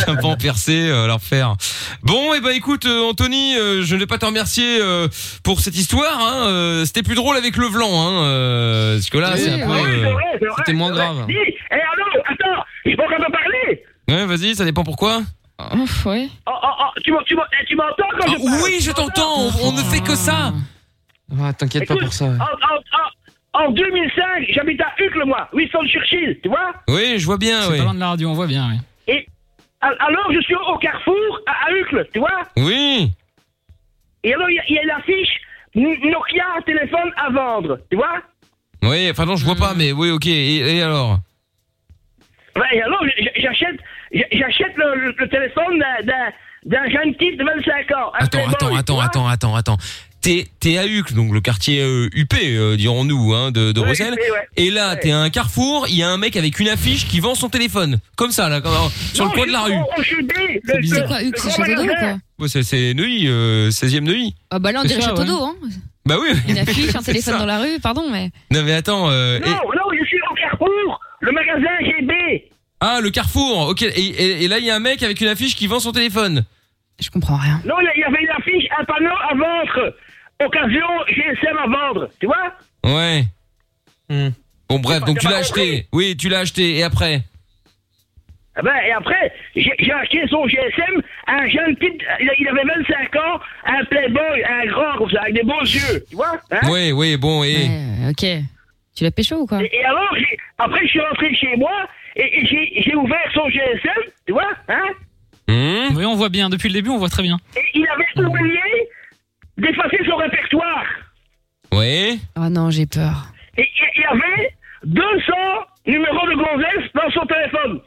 Speaker 1: Qu'un pan percé, euh, leur faire. Bon, et ben écoute, euh, Anthony, euh, je ne vais pas te remercier euh, pour cette histoire. Hein. euh, C'était plus drôle avec le Vlan, hein, euh, parce que là,
Speaker 12: Oui,
Speaker 1: c'est un peu.
Speaker 12: oui,
Speaker 1: euh,
Speaker 12: c'est vrai, c'est vrai,
Speaker 1: C'était moins
Speaker 12: c'est vrai.
Speaker 1: grave.
Speaker 12: Dis, eh, allô, attends, il faut qu'on peut parler.
Speaker 1: Ouais, vas-y, ça dépend pourquoi.
Speaker 2: Ouf, ouais.
Speaker 12: Oh, oh, oh, tu m'en- tu m'en- eh, tu m'entends quand je parle
Speaker 1: Ah, Oui, je t'entends. On, on ne fait que ça.
Speaker 9: Ah, T'inquiète pas pour ça.
Speaker 12: En, en- en- en 2005, j'habite à Hucle, moi, Winston Churchill, tu vois
Speaker 1: Oui, je vois bien.
Speaker 3: C'est pas loin de la radio, on voit bien. oui.
Speaker 12: Et al- alors, je suis au carrefour à, à Hucle, tu vois
Speaker 1: Oui.
Speaker 12: Et alors, il y a- il y, a l'affiche Nokia téléphone à vendre, tu vois
Speaker 1: Oui, enfin non, je
Speaker 12: Euh.
Speaker 1: vois pas, mais oui, ok. Et, et alors
Speaker 12: Ouais, Et alors, j- j- j'achète j- j'achète le, le- le téléphone d'un- d'un- d'un jeune type de 25 ans. un
Speaker 1: Attends,
Speaker 12: Playboy.
Speaker 1: attends, attends, attends, attends, attends. T'es t'es à Uccle, donc le quartier euh, UP, euh, dirons-nous, hein, de, de
Speaker 12: Ouais,
Speaker 1: Bruxelles.
Speaker 12: UP, ouais.
Speaker 1: Et là,
Speaker 12: Ouais.
Speaker 1: t'es à un carrefour, il y a un mec avec une affiche qui vend son téléphone. Comme ça, là, comme- sur le
Speaker 12: Non,
Speaker 1: coin de la
Speaker 12: je-
Speaker 1: rue.
Speaker 12: oh, oh, je suis dé- le-
Speaker 1: bizarre.
Speaker 12: le-
Speaker 2: C'est quoi, Hugues,
Speaker 12: le
Speaker 2: c'est
Speaker 12: grand
Speaker 2: Château d'eau,
Speaker 12: magasin.
Speaker 2: quoi
Speaker 1: Ouais, c'est- c'est Neuilly, euh, 16e Neuilly.
Speaker 2: Ah bah là, on
Speaker 1: C'est
Speaker 2: dirait
Speaker 1: ça,
Speaker 2: Château
Speaker 1: ouais.
Speaker 2: d'eau, hein.
Speaker 1: Bah oui.
Speaker 2: Une
Speaker 12: (laughs)
Speaker 2: affiche, un
Speaker 1: C'est
Speaker 2: téléphone
Speaker 1: ça.
Speaker 2: dans la rue, pardon, mais.
Speaker 1: Non, mais attends. euh,
Speaker 12: Non,
Speaker 1: et-
Speaker 12: non, je suis au carrefour, le magasin GB.
Speaker 1: Ah, le carrefour, ok. Et, et- et là, il y a un mec avec une affiche qui vend son téléphone.
Speaker 2: Je comprends rien.
Speaker 12: Non, il y a- il y avait une affiche, un panneau à vendre. Occasion GSM à vendre, tu vois
Speaker 1: Ouais. Bon, bref, donc
Speaker 12: t'as
Speaker 1: tu
Speaker 12: Hmm. pas
Speaker 1: l'as acheté. Oui, tu l'as acheté. Et après
Speaker 12: Eh ben, Et après, j'ai j'ai acheté son GSM à un jeune type, il a- il avait 25 ans, un playboy, un grand comme ça, avec des beaux yeux, tu vois hein
Speaker 1: Oui, oui, bon, et.
Speaker 2: Euh, ok. Tu l'as pécho ou quoi
Speaker 12: Et, et alors, j'ai- après, je suis rentré chez moi et, et j'ai- j'ai ouvert son GSM, tu vois hein
Speaker 3: Oui, on voit bien. Depuis le début, on voit très bien.
Speaker 12: Et il avait oublié d'effacer son répertoire.
Speaker 1: Oui.
Speaker 2: Oh non, j'ai peur.
Speaker 12: Et il il y avait 200 numéros de gonzesse dans son téléphone.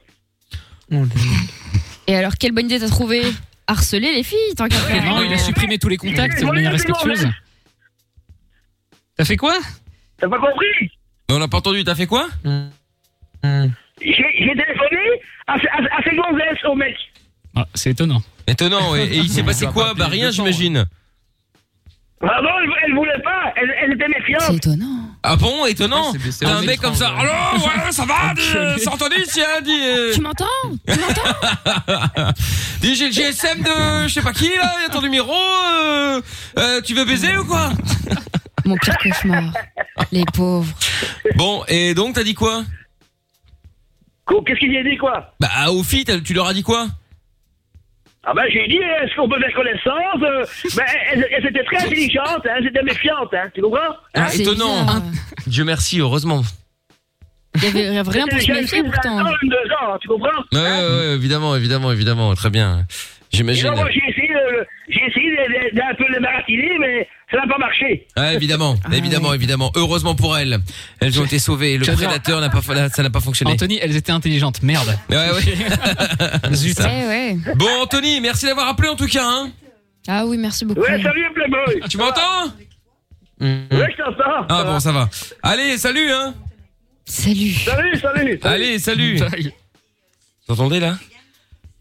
Speaker 2: Et alors, quelle bonne idée t'as trouvé Harceler les filles, tant qu'à faire. hein.
Speaker 3: Non, il a supprimé tous les contacts de manière respectueuse. T'as fait quoi
Speaker 12: T'as pas compris
Speaker 1: Mais on n'a pas entendu, t'as fait quoi
Speaker 12: J'ai j'ai téléphoné à, à, à ces gonzesses au mec.
Speaker 3: Ah, C'est étonnant.
Speaker 1: Étonnant, et, et il s'est passé quoi Bah rien,
Speaker 3: hein.
Speaker 1: j'imagine.
Speaker 12: Ah non, elle, elle voulait pas, elle, elle était méfiante. C'est
Speaker 2: étonnant.
Speaker 1: Ah bon, étonnant
Speaker 12: un
Speaker 1: T'as un
Speaker 12: mec
Speaker 1: mec comme ça.
Speaker 12: étrange, ouais.
Speaker 1: Alors, voilà, ça va euh, C'est Anthony, c'est Andy. euh.
Speaker 2: Tu m'entends
Speaker 1: (laughs) Dis, j'ai le GSM de je sais pas qui là, il y a ton numéro. euh, euh, tu veux baiser ou quoi
Speaker 2: Mon pire cauchemar. Les pauvres.
Speaker 1: Bon, et donc t'as dit quoi
Speaker 12: Qu'est-ce qu'il y a dit quoi
Speaker 1: Bah, aux filles, t'as- tu leur as dit quoi
Speaker 12: Ah ben j'ai dit, est-ce qu'on peut faire connaissance euh, ben, elle, elle était très intelligente, hein, elle était méfiante, hein, tu comprends
Speaker 1: Ah, étonnant. Dieu merci, heureusement.
Speaker 2: Il y avait rien pour se méfier pourtant.
Speaker 12: deux ans, tu comprends
Speaker 1: Ouais, ouais, ouais, évidemment, évidemment, évidemment, très bien.
Speaker 12: Et
Speaker 1: J'imagine.
Speaker 12: donc, moi, j'ai essayé, de- de- j'ai essayé de- de- d'un peu le baratiner, mais ça n'a pas marché.
Speaker 1: Ah, évidemment, évidemment, évidemment. Heureusement pour elles, elles ont été sauvées. Le
Speaker 3: J'adore.
Speaker 1: prédateur n'a pas, ça n'a pas fonctionné.
Speaker 3: Anthony, elles étaient intelligentes. Merde.
Speaker 1: Ouais, ouais. Zut.
Speaker 2: Eh ouais.
Speaker 1: Bon, Anthony, merci d'avoir appelé en tout cas. Hein.
Speaker 2: Ah oui, merci beaucoup.
Speaker 12: Playboy.
Speaker 1: Tu m'entends Mm.
Speaker 12: Ouais, je t'entends.
Speaker 1: Ah bon, ça va. Allez, salut, hein.
Speaker 2: Salut.
Speaker 12: Salut, salut.
Speaker 1: Allez, salut. Vous entendez là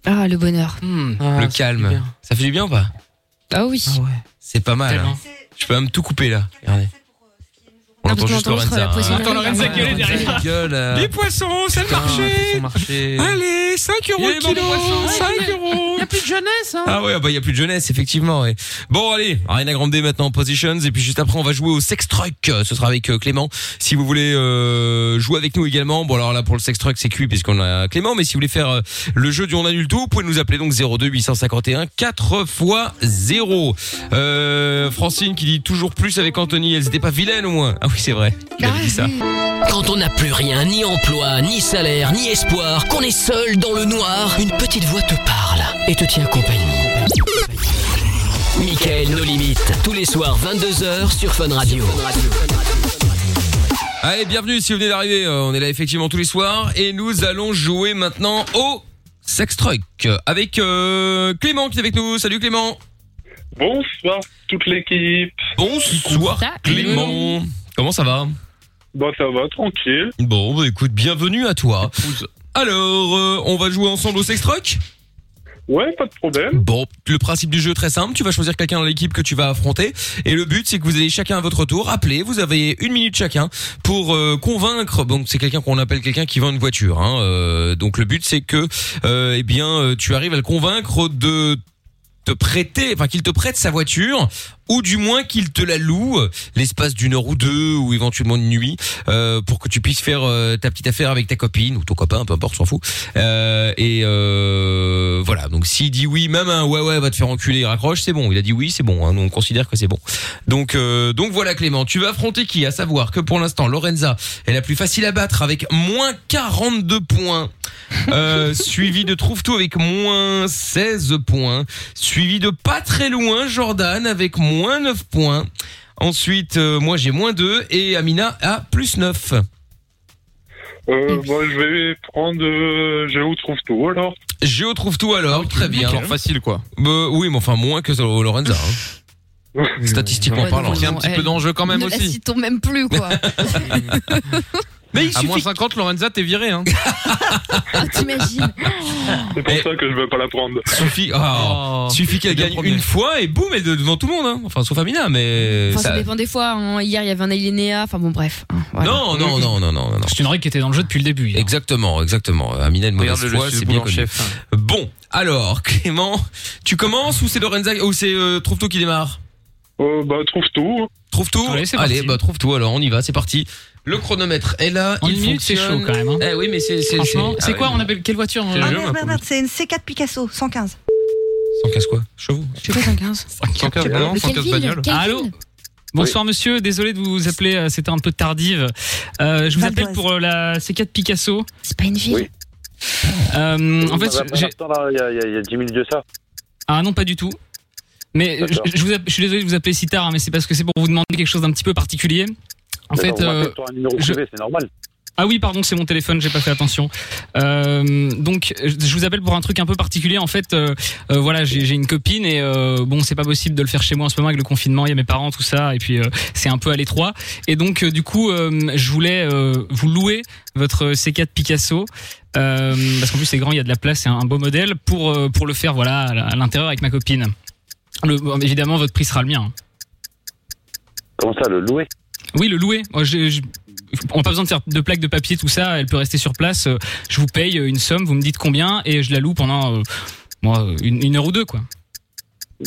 Speaker 2: Ah, le bonheur.
Speaker 1: Hmm.
Speaker 3: Ah.
Speaker 1: Le calme. Ça fait du bien ou pas
Speaker 2: Ah oui.
Speaker 1: C'est pas mal. hein. Je peux même tout couper là. Regardez.
Speaker 3: euh,
Speaker 1: On entend juste Lorenza. hein.
Speaker 3: Attends, Lorenza gueuler derrière.
Speaker 1: Gueule, euh,
Speaker 3: Les poissons, c'est le
Speaker 1: putain,
Speaker 3: marché.
Speaker 1: faut marcher.
Speaker 3: Allez, 5 euros le kilo. 5 euros.
Speaker 9: Y'a plus de jeunesse, hein.
Speaker 1: Ah ouais, ah bah il y a plus de jeunesse effectivement. ouais. Bon allez, Ariana Grande maintenant en positions et puis juste après on va jouer au sex truck. Euh, Ce sera avec euh, Clément. Si vous voulez euh, jouer avec nous également, bon alors là pour le sex truck c'est cuit puisqu'on a Clément, mais si vous voulez faire euh, le jeu du on annule tout, vous pouvez nous appeler donc 02 851 4 x 0. Euh, Francine qui dit toujours plus avec Anthony, elles étaient pas vilaines au moins. Ah oui c'est vrai. Il avait dit ça.
Speaker 7: Quand on n'a plus rien, ni emploi, ni salaire, ni espoir, qu'on est seul dans le noir, une petite voix te parle et te tient compagnie. Michael, nos limites, tous les soirs 22h sur Fun Radio.
Speaker 1: Allez, bienvenue si vous venez d'arriver. Euh, on est là effectivement tous les soirs et nous allons jouer maintenant au Sex Truck avec euh, Clément qui est avec nous. Salut Clément.
Speaker 14: Bonsoir toute l'équipe.
Speaker 1: Bonsoir Clément. Comment ça va
Speaker 14: Bah ça va, tranquille.
Speaker 1: Bon, bah, écoute, bienvenue à toi. Alors, euh, on va jouer ensemble au Sex Truck
Speaker 14: Ouais, pas de problème.
Speaker 1: Bon, le principe du jeu est très simple. Tu vas choisir quelqu'un dans l'équipe que tu vas affronter. Et le but, c'est que vous allez chacun à votre tour appeler. Vous avez une minute chacun pour euh, convaincre. Donc, c'est quelqu'un qu'on appelle quelqu'un qui vend une voiture. hein. Euh, donc, le but, c'est que, euh, eh bien, euh, tu arrives à le convaincre de te prêter, enfin qu'il te prête sa voiture, ou du moins qu'il te la loue euh, l'espace d'une heure ou deux, ou éventuellement une nuit, euh, pour que tu puisses faire euh, ta petite affaire avec ta copine ou ton copain, peu importe, s'en fout. Euh, et euh, voilà. Donc s'il dit oui, même un ouais ouais va te faire enculer, il raccroche, c'est bon. Il a dit oui, c'est bon. hein. Nous, on considère que c'est bon. Donc euh, donc voilà Clément, tu vas affronter qui À savoir que pour l'instant Lorenza est la plus facile à battre avec moins 42 points, euh, suivi de Trouve tout avec moins 16 points, suivi de pas très loin Jordan avec moins 9 points. Ensuite, euh, moi j'ai moins 2 et Amina a plus 9.
Speaker 14: Euh, bah, je vais prendre euh, Géo trouve tout alors.
Speaker 1: Géo trouve tout alors, très bien.
Speaker 14: nickel.
Speaker 1: facile quoi. oui, mais enfin moins que
Speaker 9: (laughs)
Speaker 1: Lorenza. hein. Statistiquement
Speaker 14: Ouais,
Speaker 1: parlant.
Speaker 14: donc, Il y a un petit
Speaker 9: peu d'enjeu quand même
Speaker 2: ne la
Speaker 9: aussi.
Speaker 2: citons même plus,
Speaker 1: (laughs)
Speaker 2: quoi.
Speaker 1: Mais
Speaker 9: à moins 50, Lorenza, t'es viré,
Speaker 1: (laughs)
Speaker 9: hein.
Speaker 2: T'imagines
Speaker 14: C'est pour ça que je veux pas la prendre.
Speaker 1: Suffit, oh, suffit qu'elle gagne une fois et boum, elle est devant tout le monde. hein. Enfin, sauf Amina, mais.
Speaker 2: Enfin, ça...
Speaker 1: ça-
Speaker 2: dépend des fois. hein. Hier, il y avait un alinéa. Enfin, bon, bref. hein.
Speaker 1: Non, non, non, non, non, non.
Speaker 3: C'est une règle qui était dans le jeu depuis le début.
Speaker 1: Exactement, exactement. Amina, une mauvaise
Speaker 9: Regarde le
Speaker 1: foi,
Speaker 9: lessive
Speaker 1: c'est bien
Speaker 9: boule en
Speaker 1: connu.
Speaker 9: chef,
Speaker 3: hein.
Speaker 1: Bon, alors, (laughs) Clément, tu commences ou c'est Lorenza ou c'est euh, Trouve-Tout qui démarre
Speaker 14: Euh, bah trouve tout.
Speaker 1: Trouve tout. Allez, bah trouve tout. Alors on y va, c'est parti. Le chronomètre est là.
Speaker 3: En
Speaker 1: il
Speaker 3: une minute, c'est
Speaker 1: fonctionne.
Speaker 3: chaud, quand même, hein.
Speaker 1: Eh oui, mais c'est c'est
Speaker 3: Franchement,
Speaker 1: ah
Speaker 3: c'est
Speaker 1: ouais,
Speaker 3: quoi
Speaker 1: mais-
Speaker 3: On appelle quelle voiture
Speaker 1: C'est
Speaker 3: hein
Speaker 1: le
Speaker 8: Ah
Speaker 1: jeu,
Speaker 8: merde,
Speaker 1: ma
Speaker 8: merde, merde, c'est une C4 Picasso, 115.
Speaker 1: 115 quoi Chevaux.
Speaker 8: Je sais pas, 115.
Speaker 1: 115 non,
Speaker 8: Mais quelle
Speaker 1: 115
Speaker 8: ville
Speaker 1: bagnoles.
Speaker 8: Quelle
Speaker 3: Allô Bonsoir monsieur, désolé de vous appeler, euh, c'était un peu tardive. Euh, je vous appelle pour euh, la C4 Picasso.
Speaker 2: C'est pas une ville.
Speaker 3: Euh, en fait,
Speaker 13: Attends,
Speaker 3: j'ai-
Speaker 14: Ah bah,
Speaker 13: attends, là, Il y, a- il y a 10 minutes de ça.
Speaker 3: ah non pas du tout. Mais je, je vous app- je suis désolé de vous appeler si tard, hein, mais c'est parce que c'est pour vous demander quelque chose d'un petit peu particulier. En fait,
Speaker 13: on
Speaker 3: euh,
Speaker 13: m'appelle sur un numéro
Speaker 3: je-
Speaker 13: privé, c'est normal.
Speaker 3: ah oui, pardon, c'est mon téléphone, j'ai pas fait attention. Euh, donc, je vous appelle pour un truc un peu particulier. En fait, euh, euh, voilà, j'ai j'ai une copine et euh, bon, c'est pas possible de le faire chez moi en ce moment avec le confinement. Il y a mes parents, tout ça, et puis euh, c'est un peu à l'étroit. Et donc, euh, du coup, euh, je voulais euh, vous louer votre C4 Picasso. euh, parce qu'en plus c'est grand, il y a de la place, c'est un beau modèle pour euh, pour le faire voilà à la- à l'intérieur avec ma copine. Le, bon, évidemment, votre prix sera le mien. hein.
Speaker 13: Comment ça, le louer
Speaker 3: Oui, le louer. Moi, je- je- on n'a pas besoin de faire de plaques de papier, tout ça. Elle peut rester sur place. Euh, Je vous paye euh, une somme, vous me dites combien, et je la loue pendant euh, moi, une, une heure ou deux, quoi.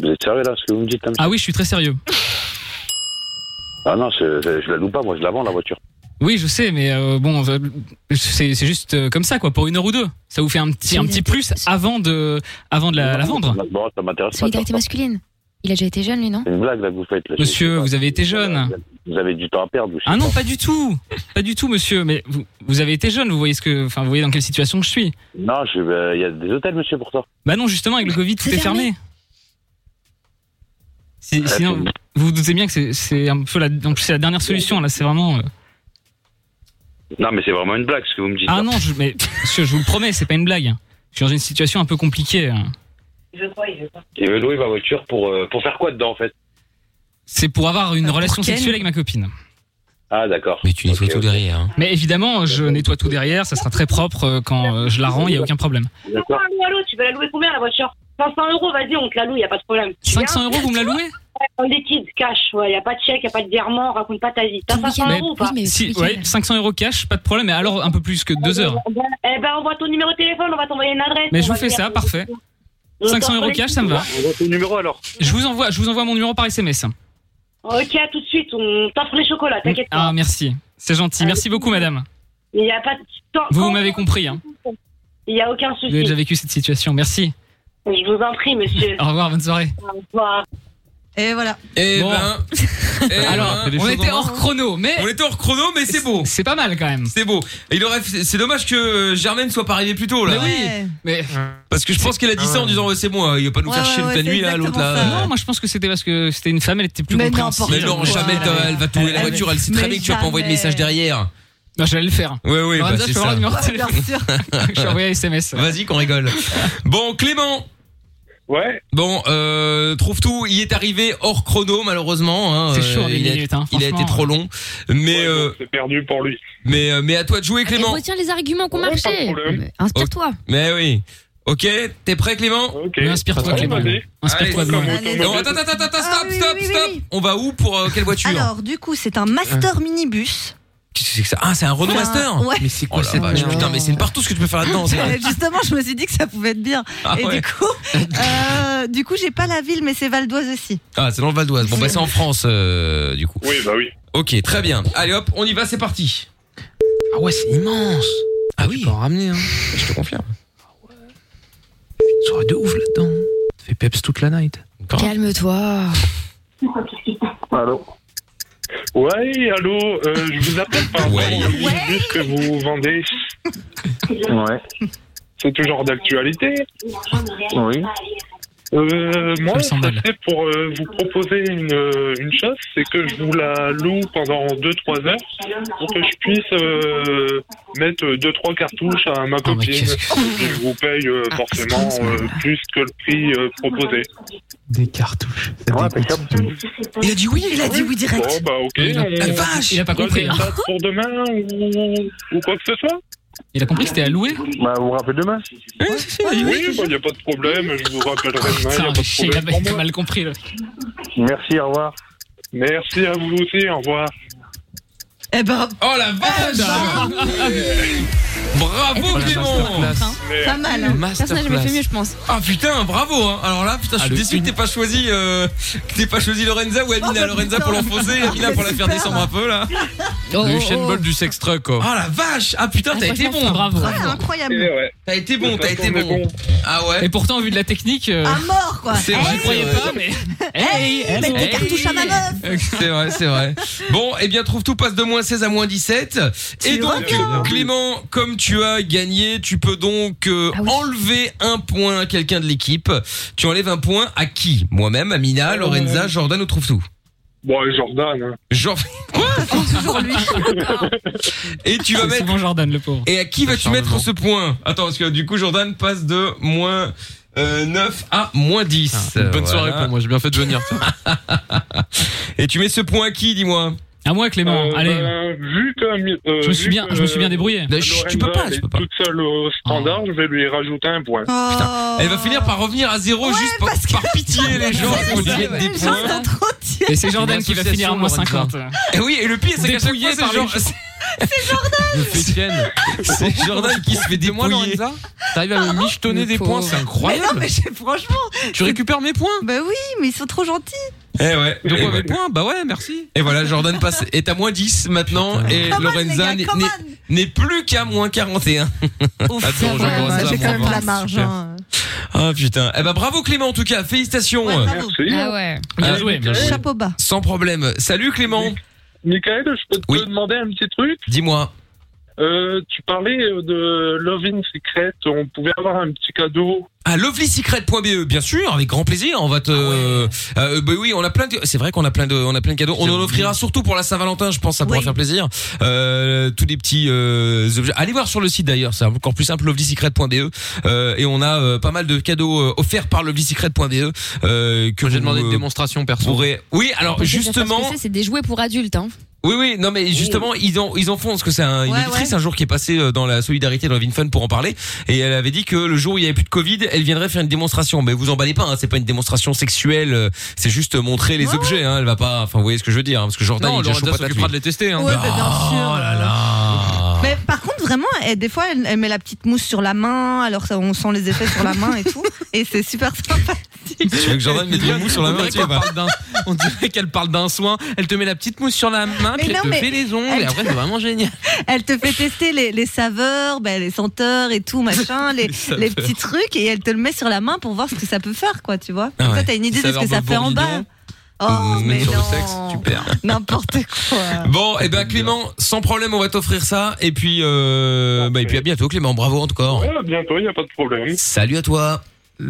Speaker 13: Vous êtes sérieux là, ce que vous me dites comme ça
Speaker 3: Ah oui, je suis très sérieux.
Speaker 13: Ah non, je, je- je la loue pas, moi je la vends la voiture.
Speaker 3: Oui, je sais, mais euh, bon, euh, c'est c'est juste euh, comme ça, quoi, pour une heure ou deux. Ça vous fait un petit, un petit plus avant de, avant de la, la vendre.
Speaker 13: Bon, ça m'intéresse pas.
Speaker 2: Solidarité masculine. Il a déjà été jeune, lui, non
Speaker 13: C'est une blague là que vous faites. Là.
Speaker 3: Monsieur, vous avez été jeune.
Speaker 13: Vous avez du temps à perdre. vous, je sais
Speaker 3: Ah non,
Speaker 13: pas.
Speaker 3: pas du tout, pas du tout, monsieur. Mais vous, vous avez été jeune, vous voyez ce que, enfin, vous voyez dans quelle situation je suis.
Speaker 13: Non, je- euh, il y a des hôtels, monsieur, pour toi.
Speaker 3: Bah non, justement, avec le Covid, tout est fermé. Si-
Speaker 13: Ah,
Speaker 3: sinon,
Speaker 13: c'est-
Speaker 3: vous vous doutez bien que c'est- c'est un peu la, en plus, c'est la dernière solution, là, c'est vraiment. euh,
Speaker 13: Non, mais c'est vraiment une blague ce que vous me dites.
Speaker 3: Ah non, je, mais, monsieur, je vous le promets, c'est pas une blague. Je suis dans une situation un peu compliquée. hein.
Speaker 13: Il veut louer ma voiture pour, euh, pour faire quoi dedans en fait
Speaker 3: C'est Euh, pour avoir une relation
Speaker 13: Ken
Speaker 3: sexuelle avec ma copine.
Speaker 13: Ah d'accord. Mais tu nettoies tout derrière. hein.
Speaker 3: Mais évidemment, je nettoie tout derrière, ça sera très propre euh, quand euh, je la rends, il n'y a aucun problème.
Speaker 10: Attends, allô, allô, tu veux la louer combien la voiture 500 euros, vas-y, on te la loue, y a pas de problème.
Speaker 3: 500 euros, vous me la louez
Speaker 10: En liquide, cash, ouais, y a pas de chèque, y a pas de virement, raconte pas ta vie. T'as 500
Speaker 3: Mais-
Speaker 10: euros ou pas
Speaker 3: si, ouais, 500 euros cash, pas de problème, mais alors un peu plus que deux heures.
Speaker 10: Eh ben, envoie ton numéro de téléphone, on va t'envoyer une adresse.
Speaker 3: Mais je
Speaker 10: on va
Speaker 3: vous fais
Speaker 10: te
Speaker 3: ça,
Speaker 10: dire-
Speaker 3: parfait.
Speaker 10: On va
Speaker 3: 500 euros
Speaker 10: t'envoyer-
Speaker 3: cash, ça me va.
Speaker 13: numéro alors
Speaker 3: Je vous envoie, je vous envoie mon numéro par SMS.
Speaker 10: Ok, à tout de suite, on t'offre les chocolats, t'inquiète pas. Euh,
Speaker 3: Ah merci, c'est gentil. Merci beaucoup, madame.
Speaker 10: Il y a pas de temps.
Speaker 3: Vous, vous m'avez compris. Hein.
Speaker 10: Il y a aucun
Speaker 3: Vous avez
Speaker 10: souci.
Speaker 3: déjà Ah. vécu cette situation. Merci.
Speaker 10: Je vous en prie, monsieur.
Speaker 3: Au revoir, bonne soirée.
Speaker 10: Au revoir.
Speaker 8: Et voilà.
Speaker 1: Eh
Speaker 3: Bon.
Speaker 1: ben, eh
Speaker 3: Alors,
Speaker 1: ben,
Speaker 3: on était hors chrono, mais
Speaker 1: on était hors chrono, mais c'est beau.
Speaker 3: C'est pas mal quand même.
Speaker 1: C'est beau. Et Il aurait, c'est dommage que Germaine soit pas arrivée plus tôt là.
Speaker 3: Mais oui, Ouais. mais
Speaker 1: parce que je pense qu'elle a dit ça en disant ouais, c'est moi, il va pas nous
Speaker 3: Ouais,
Speaker 1: faire chier
Speaker 3: ouais, ouais,
Speaker 1: toute la nuit
Speaker 3: c'est
Speaker 1: là, l'autre là.
Speaker 3: Non, moi je pense que c'était parce que c'était une femme, elle était plus
Speaker 1: Mais
Speaker 3: compréhensive.
Speaker 1: n'importe Mais non, quoi. jamais, elle- elle va te louer la voiture, elle sait très
Speaker 3: Mais
Speaker 1: bien que tu vas pas envoyer de
Speaker 3: jamais.
Speaker 1: message derrière.
Speaker 3: Non, j'allais Bah, le faire.
Speaker 1: Ouais, ouais,
Speaker 3: Lorenza,
Speaker 1: bah,
Speaker 3: je
Speaker 1: c'est
Speaker 3: peux avoir
Speaker 1: ça.
Speaker 3: le numéro de téléphone. (laughs) Je vais envoyer un SMS.
Speaker 1: Vas-y qu'on rigole. Bon, Clément.
Speaker 14: Ouais.
Speaker 1: Bon, euh, trouve tout. Il est arrivé hors chrono malheureusement. hein.
Speaker 3: C'est
Speaker 1: Euh,
Speaker 3: chaud, les
Speaker 1: il,
Speaker 3: minutes,
Speaker 1: a,
Speaker 3: hein,
Speaker 1: il a
Speaker 3: franchement.
Speaker 1: été trop long. Mais euh,
Speaker 14: c'est perdu pour lui.
Speaker 1: Mais euh, mais à toi de jouer,
Speaker 2: Et
Speaker 1: Clément.
Speaker 2: Ah, retiens les arguments qu'on marchait. Inspire-toi.
Speaker 1: Mais oui. Ok, t'es prêt Clément
Speaker 3: Mais Inspire-toi, Clément. Inspire-toi de moi.
Speaker 1: Non, attends, attends, attends,
Speaker 8: Ah
Speaker 1: attends, stop, stop, stop. On va où pour euh, quelle voiture Hein.
Speaker 8: Alors, du coup, c'est un master minibus.
Speaker 1: Qu'est-ce que c'est que ça Ah, c'est un Renault
Speaker 8: Enfin,
Speaker 1: Master
Speaker 8: ouais. Mais c'est
Speaker 1: quoi ça Putain, mais c'est une partout ce que tu peux faire là-dedans. ça.
Speaker 8: Euh, (laughs) Justement, je me suis dit que ça pouvait être bien.
Speaker 1: Ah
Speaker 8: Et
Speaker 1: ouais.
Speaker 8: du
Speaker 1: (laughs)
Speaker 8: coup, euh, du coup, j'ai pas la ville, mais c'est Val d'Oise aussi.
Speaker 1: Ah, c'est dans le Val d'Oise. Bon, bah, c'est en France, euh, du coup.
Speaker 14: Oui, bah oui.
Speaker 1: Ok, très bien. Allez hop, on y va, c'est parti. Ah ouais, c'est immense. Ah oui. Tu peux en ramener, hein. Ah Je te confirme. Ça aurait de ouf là-dedans. Ça fait peps toute la night.
Speaker 2: Calme-toi.
Speaker 14: Allô Ouais, allô, euh, je vous appelle par rapport au minibus que vous vendez. Ouais. C'est toujours d'actualité Oui. Euh, moi, c'était pour euh, vous proposer une, euh, une chose, c'est que je vous la loue pendant 2-3 heures pour que je puisse euh, mettre 2-3 cartouches
Speaker 3: Ah,
Speaker 14: à ma copine. Et je vous paye euh, forcément euh, plus que le prix euh, proposé.
Speaker 15: Des cartouches.
Speaker 14: Il a dit oui,
Speaker 8: il a dit oui direct.
Speaker 14: Bon, bah ok.
Speaker 3: Il a-
Speaker 14: on-
Speaker 3: Ah, vache Il a pas
Speaker 14: donne
Speaker 3: compris,
Speaker 14: une
Speaker 3: hein.
Speaker 14: date pour demain ou... ou quoi que ce soit
Speaker 3: Il a compris que c'était à louer
Speaker 14: Bah, vous rappelez demain Oui, il n'y a pas de problème, je vous rappellerai demain, il
Speaker 3: Putain,
Speaker 14: a pas
Speaker 3: chier,
Speaker 14: de
Speaker 3: il a
Speaker 14: problème. pour
Speaker 3: il a
Speaker 14: moi.
Speaker 3: mal compris.
Speaker 1: Oh.
Speaker 3: là.
Speaker 14: Merci, au revoir. Merci à vous aussi, au revoir.
Speaker 8: Eh ben. Eh ben,
Speaker 1: Oh la vache Bravo Clément
Speaker 8: Pas mal. Hein.
Speaker 2: Personne n'a jamais fait mieux, je pense.
Speaker 1: Ah putain, bravo hein. Alors là, putain, je suis déçu que t'aies pas choisi euh, (laughs) que t'aies pas choisi Lorenza ou
Speaker 8: bah,
Speaker 1: Amina. Lorenza pour l'enfoncer, Amina pour la faire descendre un peu là.
Speaker 8: Oh, Le oh, Usain Bolt
Speaker 1: du sextruck quoi. Ah la vache Ah putain,
Speaker 3: Ah,
Speaker 1: t'as été
Speaker 3: franchement,
Speaker 1: bon,
Speaker 3: bravo.
Speaker 8: Ouais, incroyable.
Speaker 1: T'as été bon, t'as été bon. Ah ouais.
Speaker 3: Et pourtant, au vu de la technique, euh,
Speaker 8: À mort, quoi.
Speaker 3: c'est vrai, je croyais pas, mais. Hey,
Speaker 8: Mets tes
Speaker 1: Hey.
Speaker 8: cartouches à ma meuf.
Speaker 1: (laughs) C'est vrai, c'est vrai. Bon, eh bien trouve tout passe de moi moins 16 à moins 17.
Speaker 9: Tu
Speaker 1: Et donc,
Speaker 9: reviens.
Speaker 1: Clément, comme tu as gagné, tu peux donc euh,
Speaker 8: Ah
Speaker 1: enlever un point à quelqu'un de l'équipe. Tu enlèves un point à qui Moi-même, Amina, Lorenza, Jordan ou Trouve-Tout
Speaker 14: Bon, et Euh, Jordan. hein.
Speaker 3: (laughs)
Speaker 1: Et tu vas
Speaker 3: C'est
Speaker 1: mettre.
Speaker 3: souvent Jordan, le pauvre.
Speaker 1: Et à qui vas-tu mettre ce point Attends, parce que du coup, Jordan passe de moins euh, 9 à moins 10.
Speaker 9: Ah, une bonne soirée pour moi,
Speaker 1: j'ai bien fait de venir. Et tu mets ce point à qui, dis-moi
Speaker 3: À moi, Clément,
Speaker 14: Euh,
Speaker 3: allez.
Speaker 14: bah, vu comme, euh,
Speaker 3: Je me suis
Speaker 14: vu
Speaker 3: bien-
Speaker 14: que,
Speaker 3: je me suis bien débrouillé.
Speaker 14: euh,
Speaker 3: Mais chut, tu peux
Speaker 14: Lorenza,
Speaker 3: pas, tu
Speaker 14: elle est
Speaker 3: peux pas. Oh.
Speaker 14: toute seule au standard, je vais lui rajouter un point.
Speaker 1: Elle va finir par revenir à zéro juste par, par pitié, les gens.
Speaker 14: C'est
Speaker 1: vous
Speaker 14: ça,
Speaker 1: dites des
Speaker 14: c'est
Speaker 1: points.
Speaker 3: Et c'est Jordan qui va finir à moins 50.
Speaker 1: Et Eh oui, et le pire, c'est qu'à chaque
Speaker 3: Dépouillé
Speaker 1: fois,
Speaker 3: par
Speaker 1: c'est
Speaker 3: les
Speaker 1: Jordan. (laughs) C'est Jordan. C'est Jordan qui se fait
Speaker 9: Moi,
Speaker 1: dépouiller.
Speaker 9: Lorenza, t'arrives à me michetonner des points, c'est incroyable.
Speaker 8: Mais non, mais j'ai- franchement.
Speaker 9: Tu récupères mes points
Speaker 8: Bah oui, mais ils sont trop gentils.
Speaker 1: Eh ouais.
Speaker 9: Donc,
Speaker 1: Et
Speaker 9: on a
Speaker 1: ouais.
Speaker 9: mes points, bah ouais, merci.
Speaker 1: Et voilà, Jordan passe est à moins 10 maintenant et
Speaker 9: Come on,
Speaker 1: Lorenza
Speaker 9: les
Speaker 1: n'est-
Speaker 9: gars, come
Speaker 1: n'est- n'est plus qu'à moins 41.
Speaker 3: Ah,
Speaker 1: Attends, je vais commencer à
Speaker 8: J'ai quand même
Speaker 1: moins
Speaker 8: de la
Speaker 1: 20.
Speaker 8: marge.
Speaker 1: Super.
Speaker 8: hein.
Speaker 1: Ah putain. Eh ben bravo Clément en tout cas, félicitations.
Speaker 8: Ah ouais.
Speaker 1: Ah,
Speaker 8: Chapeau bas.
Speaker 1: Sans problème. Salut Clément.
Speaker 14: Michael, je peux te demander un petit truc
Speaker 1: Dis-moi.
Speaker 14: Euh, tu parlais euh, de Love in Secret, on pouvait avoir un petit cadeau.
Speaker 1: À lovelysecret.be E, bien sûr, avec grand plaisir, on va te Euh, bah oui, on a plein de c'est vrai qu'on a plein de on a plein de cadeaux. On en offrira surtout pour la Saint-Valentin, je pense ça pourra faire plaisir. Euh, tous des petits euh, objets. Allez voir sur le site d'ailleurs, c'est encore plus simple lovelysecret.be euh, et on a euh, pas mal de cadeaux euh, offerts par lovelysecret.be euh, que j'ai demandé une démonstration perso. Oui, alors justement
Speaker 2: Parce que ça, C'est des jouets pour adultes, hein.
Speaker 1: oui, oui, non, mais justement, ils en, ils en font, parce que c'est un, une
Speaker 2: Ouais,
Speaker 1: éditrice un jour qui est passée euh, dans la solidarité dans Vinfun pour en parler, et elle avait dit que le jour où il y avait plus de Covid, elle viendrait faire une démonstration. Mais vous emballez pas, hein, c'est pas une démonstration sexuelle, euh, c'est juste montrer les objets, hein, elle va pas, enfin, vous voyez ce que je veux dire, hein, parce que Jordan,
Speaker 9: Non,
Speaker 1: il déjà
Speaker 9: Lorenza
Speaker 1: chaud patate,
Speaker 9: s'occupera
Speaker 1: lui.
Speaker 9: de les tester. Hein.
Speaker 8: Ouais, bah, bien sûr.
Speaker 1: Oh là là.
Speaker 8: Mais par contre, vraiment, elle- des fois, elle, elle met la petite mousse sur la main, alors ça, on sent les effets sur la main et tout. Et c'est super sympa.
Speaker 1: Tu veux que Jordan
Speaker 8: (laughs)
Speaker 1: mette le mou sur la
Speaker 9: On
Speaker 1: main,
Speaker 9: dirait
Speaker 1: tu bah. vois
Speaker 9: qu'elle
Speaker 1: pas.
Speaker 9: parle d'un- On dirait qu'elle parle d'un soin. Elle te met la petite mousse sur la main,
Speaker 8: Mais
Speaker 9: puis
Speaker 8: non,
Speaker 9: elle te
Speaker 8: mais
Speaker 9: fait les ongles.
Speaker 8: elle-
Speaker 9: Et après, c'est vraiment génial.
Speaker 8: Elle te fait tester les, les saveurs, ben, les senteurs et tout,
Speaker 1: (laughs)
Speaker 8: machin, les,
Speaker 9: Les saveurs.
Speaker 8: les petits trucs, et elle te le met sur la main pour voir ce que ça peut faire, quoi, tu vois.
Speaker 1: Ah
Speaker 8: Comme ça,
Speaker 1: ouais.
Speaker 8: t'as une idée de ce
Speaker 1: Saveur
Speaker 8: que ça fait en bas.
Speaker 1: bourguignon.
Speaker 8: Oh,
Speaker 1: Mmh,
Speaker 8: mais
Speaker 1: sur le
Speaker 8: non.
Speaker 1: sexe, tu perds.
Speaker 8: (laughs)
Speaker 1: (laughs)
Speaker 8: N'importe quoi.
Speaker 1: Bon, et ben Clément, sans problème, on va t'offrir ça, et puis, euh, bah, et puis à bientôt Clément, bravo encore.
Speaker 14: Ouais, à bientôt, il n'y a pas de problème.
Speaker 1: Salut à toi.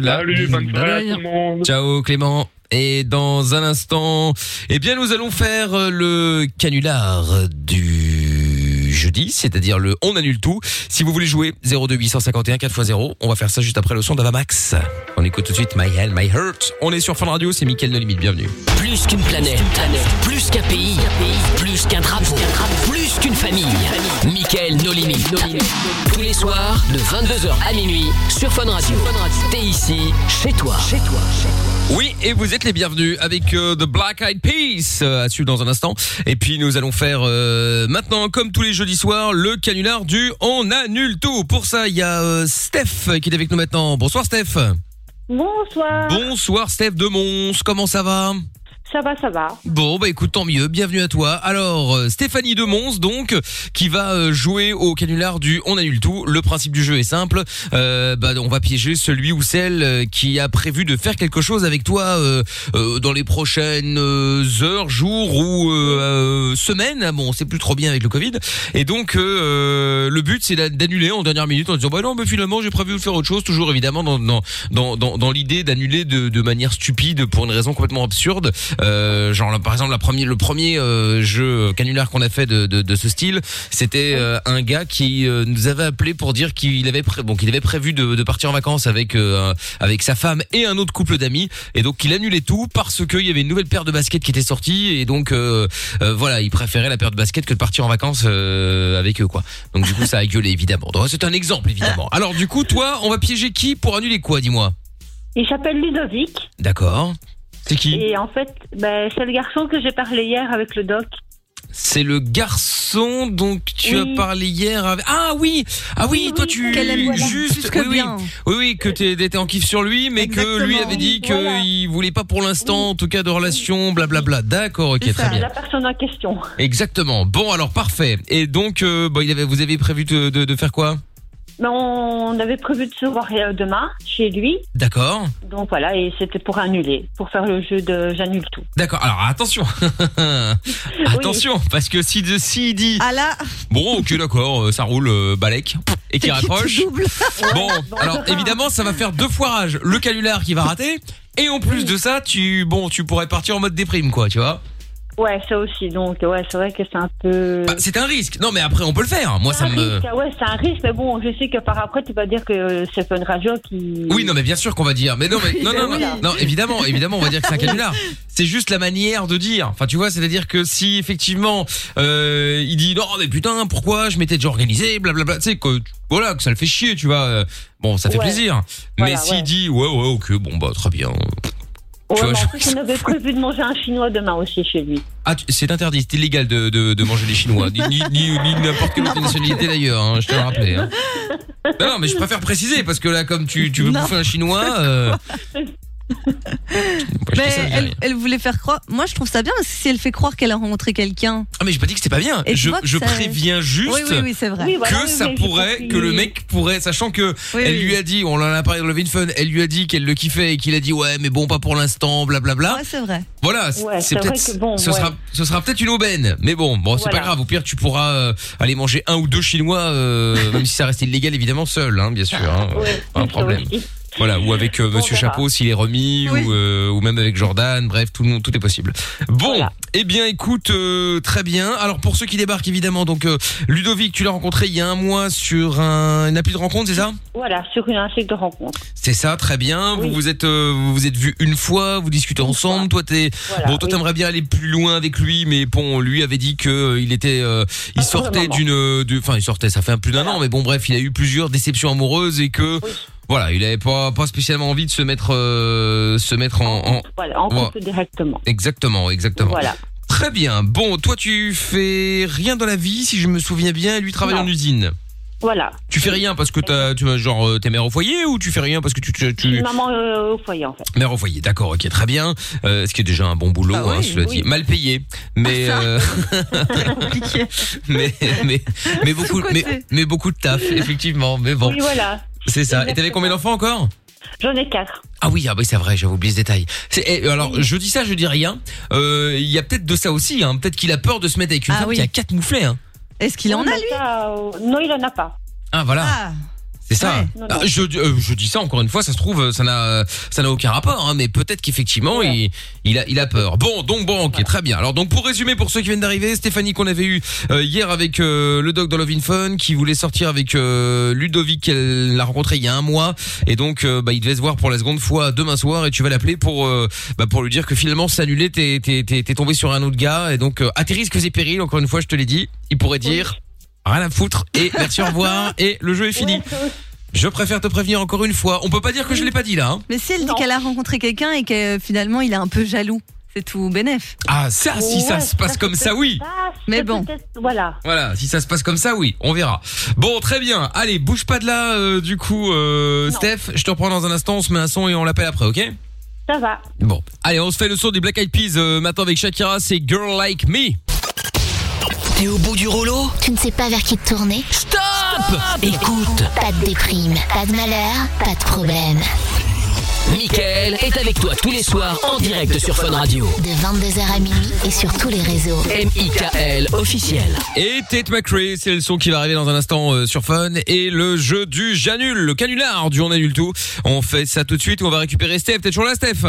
Speaker 14: Salut, bonne soirée à tout le monde.
Speaker 1: Ciao Clément. Et dans un instant, eh bien nous allons faire euh, le canular du jeudi, c'est-à-dire le on annule tout. Si vous voulez jouer 02851 4x0, on va faire ça juste après le son d'Avamax. On écoute tout de suite My Hell, My Hurt. On est sur Fun Radio, c'est Mickaël No Limite, bienvenue.
Speaker 7: Plus qu'une planète, plus qu'un pays, plus qu'un drapeau, plus qu'une famille. Michael No Limit. Tous les soirs, de 22h à minuit, sur Fun Radio. T'es ici, chez toi. Chez toi.
Speaker 1: Oui, et vous êtes les bienvenus avec euh, The Black Eyed Peas euh, à suivre dans un instant. Et puis nous allons faire euh, maintenant, comme tous les jeudis soirs, le canular du On annule tout. Pour ça, il y a euh, Steph qui est avec nous maintenant. Bonsoir Steph.
Speaker 16: Bonsoir.
Speaker 1: Bonsoir Steph de Mons, comment ça va
Speaker 16: Ça va, ça va.
Speaker 1: Bon, bah écoute, tant mieux, bienvenue à toi. Alors, euh, Stéphanie de Mons, donc, qui va euh, jouer au canular du On annule tout. Le principe du jeu est simple. Euh, bah, on va piéger celui ou celle euh, qui a prévu de faire quelque chose avec toi euh, euh, dans les prochaines euh, heures, jours ou euh, euh, semaines. Ah Bon, on sait plus trop bien avec le Covid. Et donc, euh, le but, c'est d'a- d'annuler en dernière minute en disant, bah non, mais finalement, j'ai prévu de faire autre chose. Toujours, évidemment, dans, dans, dans, dans, dans l'idée d'annuler de, de manière stupide pour une raison complètement absurde. Euh, genre, là, par exemple, la premier, le premier euh, jeu canular qu'on a fait de, de, de ce style, c'était euh, un gars qui euh, nous avait appelé pour dire qu'il avait, pré- bon, qu'il avait prévu de, de partir en vacances avec, euh, un- avec sa femme et un autre couple d'amis. Et donc, il annulait tout parce qu'il y avait une nouvelle paire de baskets qui était sortie. Et donc, euh, euh, voilà, il préférait la paire de baskets que de partir en vacances euh, avec eux, quoi. Donc, du coup, ça a gueulé, évidemment. Donc, C'est un exemple, évidemment. Alors, du coup, toi, on va piéger qui pour annuler quoi, dis-moi
Speaker 16: Il s'appelle Ludovic.
Speaker 1: D'accord. C'est qui
Speaker 16: Et en fait, ben, c'est le garçon que j'ai parlé hier avec le doc.
Speaker 1: C'est le garçon dont tu as parlé hier. Avec... Ah oui, ah oui, toi tu
Speaker 16: qu'elle aime
Speaker 1: juste,
Speaker 16: plus que
Speaker 7: (laughs)
Speaker 1: oui,
Speaker 16: bien.
Speaker 1: oui, oui, oui, que t'es- t'étais en kiff sur lui, mais que lui avait dit qu'il
Speaker 16: Voilà.
Speaker 1: voulait pas pour l'instant, en tout cas de relation, blablabla. D'accord, ok, très bien.
Speaker 16: La personne en question.
Speaker 1: bah, Exactement. Bon, alors parfait. Et donc, euh, bon, il avait, vous avez prévu de, de- de faire quoi
Speaker 16: Mais on avait prévu de se voir euh, demain chez lui.
Speaker 1: D'accord.
Speaker 16: Donc voilà, et c'était pour annuler, pour faire le jeu de j'annule tout.
Speaker 1: D'accord. Alors attention, attention, parce que si de si il dit
Speaker 8: Ah là
Speaker 1: bon ok d'accord euh, ça roule euh, Balek et qui rapproche. Bon alors évidemment ça va faire deux foirages, le canular qui va rater et en plus de ça tu bon tu pourrais partir en mode déprime quoi tu vois.
Speaker 16: Ouais, ça aussi. Donc ouais, c'est vrai que c'est un peu.
Speaker 1: Bah, c'est euh, un risque. Non mais après on peut le faire. Moi
Speaker 16: C'est
Speaker 1: ça
Speaker 16: un
Speaker 1: me
Speaker 16: risque, ah ouais, c'est un risque, mais bon, je sais que par après, tu vas dire que c'est Fun Radio qui.
Speaker 1: Oui, non, mais bien sûr qu'on va dire. Mais non, mais
Speaker 16: (laughs) Oui,
Speaker 1: non,
Speaker 16: bah
Speaker 1: non,
Speaker 16: oui.
Speaker 1: non, non, évidemment, évidemment, on va dire que c'est un
Speaker 16: Oui.
Speaker 1: canular. C'est juste la manière de dire. Enfin, tu vois, c'est-à-dire que si effectivement euh, il dit non, mais putain, pourquoi je m'étais déjà organisé, blablabla, tu sais que voilà, que ça le fait chier, tu vois. euh, Bon, ça fait
Speaker 16: Ouais.
Speaker 1: plaisir.
Speaker 16: Voilà,
Speaker 1: mais s'il
Speaker 16: ouais.
Speaker 1: dit ouais, ouais, ok, bon bah très bien.
Speaker 16: Ouais, bah,
Speaker 1: Tu vois,
Speaker 16: mais
Speaker 1: je-
Speaker 16: en plus, on
Speaker 1: (laughs)
Speaker 16: avait prévu de manger un chinois demain aussi chez lui.
Speaker 1: Ah, tu- c'est interdit, c'est illégal de, de, de manger les Chinois, ni, ni, ni, ni n'importe quelle autre nationalité d'ailleurs, hein, je te le
Speaker 8: (laughs)
Speaker 1: rappelais. hein. Non, non, mais je préfère préciser, parce que là, comme tu, tu veux
Speaker 8: Non.
Speaker 1: bouffer un Chinois, euh,
Speaker 8: Mais
Speaker 1: ça, je dis
Speaker 8: elle,
Speaker 1: rien.
Speaker 8: elle voulait faire croire. Moi, je trouve ça bien parce que si elle fait croire qu'elle a rencontré quelqu'un.
Speaker 1: Ah mais j'ai pas dit que c'était pas bien.
Speaker 8: Et tu
Speaker 1: je
Speaker 8: vois que
Speaker 1: je
Speaker 8: ça-
Speaker 1: préviens juste
Speaker 8: Oui, oui, oui, c'est vrai. Oui, voilà,
Speaker 1: que
Speaker 8: oui,
Speaker 1: ça
Speaker 8: oui, j'ai
Speaker 1: pourrait,
Speaker 8: compris.
Speaker 1: que le mec pourrait, sachant que
Speaker 8: Oui,
Speaker 1: elle
Speaker 8: oui,
Speaker 1: lui
Speaker 8: oui.
Speaker 1: a dit, on en a parlé dans le Vin Fun, elle lui a dit qu'elle le kiffait et qu'il a dit ouais mais bon pas pour l'instant, blablabla.
Speaker 8: Ouais, c'est vrai.
Speaker 1: Voilà, c-
Speaker 8: Ouais,
Speaker 1: c'est
Speaker 8: c'est vrai
Speaker 1: peut-être,
Speaker 8: que bon,
Speaker 1: ce
Speaker 8: ouais.
Speaker 1: sera, ce sera peut-être une aubaine, mais bon, bon, c'est pas
Speaker 8: Voilà.
Speaker 1: grave. Au pire, tu pourras euh, aller manger un ou deux
Speaker 8: (laughs)
Speaker 1: chinois, euh, même si ça reste illégal évidemment seul, hein, bien sûr, hein, pas un problème. Voilà, ou avec euh, Monsieur
Speaker 8: ben,
Speaker 1: Chapeau s'il est remis, ou, euh, ou même avec Jordan, bref, tout le monde, tout est possible. Bon, eh bien, écoute, euh, très bien. Alors pour ceux qui débarquent évidemment, donc euh, Ludovic, tu l'as rencontré il y a un mois sur un, une appli de rencontre, c'est ça
Speaker 16: Voilà, sur une un site de rencontre.
Speaker 1: c'est ça, très bien. Vous vous êtes euh, vous vous êtes vus une fois, vous discutez ensemble. Toi t'es
Speaker 16: Voilà,
Speaker 1: bon, toi
Speaker 16: oui.
Speaker 1: t'aimerais bien aller plus loin avec lui, mais bon, lui avait dit que euh, il était euh, il sortait d'une euh, du- enfin il sortait, ça fait un plus d'un an, mais bon bref, il a eu plusieurs déceptions amoureuses et que voilà, il avait pas pas spécialement envie de se mettre euh, se mettre en, en-
Speaker 16: Voilà, en
Speaker 1: Voilà.
Speaker 16: couple directement.
Speaker 1: exactement exactement.
Speaker 16: Voilà.
Speaker 1: Très bien. Bon, toi tu fais rien dans la vie, si je me souviens bien. et Lui travaille
Speaker 16: Non.
Speaker 1: en usine.
Speaker 16: Voilà.
Speaker 1: Tu fais rien parce que t'as, tu genre euh, t'es mère au foyer ou tu fais rien parce que tu tu, tu-
Speaker 16: Une maman euh, au foyer, en fait.
Speaker 1: Mère au foyer, d'accord, ok, très bien. Euh, ce qui est déjà un bon
Speaker 16: Bah
Speaker 1: boulot, hein, cela dit. Mal payé,
Speaker 16: (laughs)
Speaker 1: mais, euh, (laughs) mais, mais, mais, beaucoup, mais,
Speaker 16: Sous-côté.
Speaker 1: mais beaucoup de taf, effectivement. Mais bon.
Speaker 16: Oui, voilà.
Speaker 1: C'est ça. Et t'avais combien d'enfants encore
Speaker 16: J'en ai quatre.
Speaker 1: ah oui, ah oui, c'est vrai, j'avais oublié ce détail. C'est- eh, alors, je dis ça, je dis rien. Euh, Il y a peut-être de ça aussi. Hein. Peut-être qu'il a peur de se mettre avec
Speaker 16: Ah
Speaker 1: une femme qui a quatre mouflets. Hein.
Speaker 8: Est-ce
Speaker 16: Oh,
Speaker 8: qu'il en a, lui
Speaker 16: Non, il en a pas.
Speaker 1: Ah voilà. C'est ça.
Speaker 16: Non, non.
Speaker 1: Ah, je, euh, je dis ça encore une fois, ça se trouve, ça n'a, ça n'a aucun rapport, hein, mais peut-être qu'effectivement, il, il a, il a peur. Bon, donc bon, ok, très bien. Alors donc pour résumer, pour ceux qui viennent d'arriver, Stéphanie qu'on avait eu euh, hier avec euh, le doc dans Love in Fun, qui voulait sortir avec euh, Ludovic, elle l'a rencontré il y a un mois, et donc euh, bah, il devait se voir pour la seconde fois demain soir, et tu vas l'appeler pour, euh, bah, pour lui dire que finalement c'est annulé, t'es, t'es, t'es, t'es tombé sur un autre gars, et donc euh, à tes risques et périls, encore une fois, je te l'ai dit, il pourrait dire. Rien à foutre et merci au revoir et le jeu est fini. Je préfère te prévenir encore une fois. On peut pas dire que je l'ai pas dit là. hein.
Speaker 8: Mais si elle dit qu'elle a rencontré quelqu'un et que euh, finalement il est un peu jaloux, c'est tout bénef.
Speaker 1: Ah ça, si ça
Speaker 8: Ouais,
Speaker 1: se passe
Speaker 8: ça,
Speaker 1: comme
Speaker 8: c'est
Speaker 1: ça, oui.
Speaker 2: Ah,
Speaker 8: Mais bon.
Speaker 16: Voilà.
Speaker 1: Voilà, si ça se passe comme ça, oui, on verra. Bon, très bien. Allez, bouge pas de là, euh, du coup, euh, Steph. Je te reprends dans un instant. On se met un son et on l'appelle après, ok
Speaker 16: Ça va.
Speaker 1: Bon. Allez, on se fait le son des Black Eyed Peas euh, maintenant avec Shakira. C'est Girl Like Me.
Speaker 6: T'es au bout du rouleau Tu ne sais pas vers qui te tourner
Speaker 7: Stop, Écoute,
Speaker 6: Pas de déprime, pas de malheur, pas de problème.
Speaker 7: Mickaël est avec toi tous les soirs en direct sur Fun Radio.
Speaker 6: De 22h à minuit et sur tous les réseaux.
Speaker 7: M.I.K.L. officiel.
Speaker 1: Et Tate McRae, c'est le son qui va arriver dans un instant euh, sur Fun. Et le jeu du J'annule, le canular du On Annule Tout. On fait ça tout de suite. On va récupérer Steph. T'es toujours là, Steph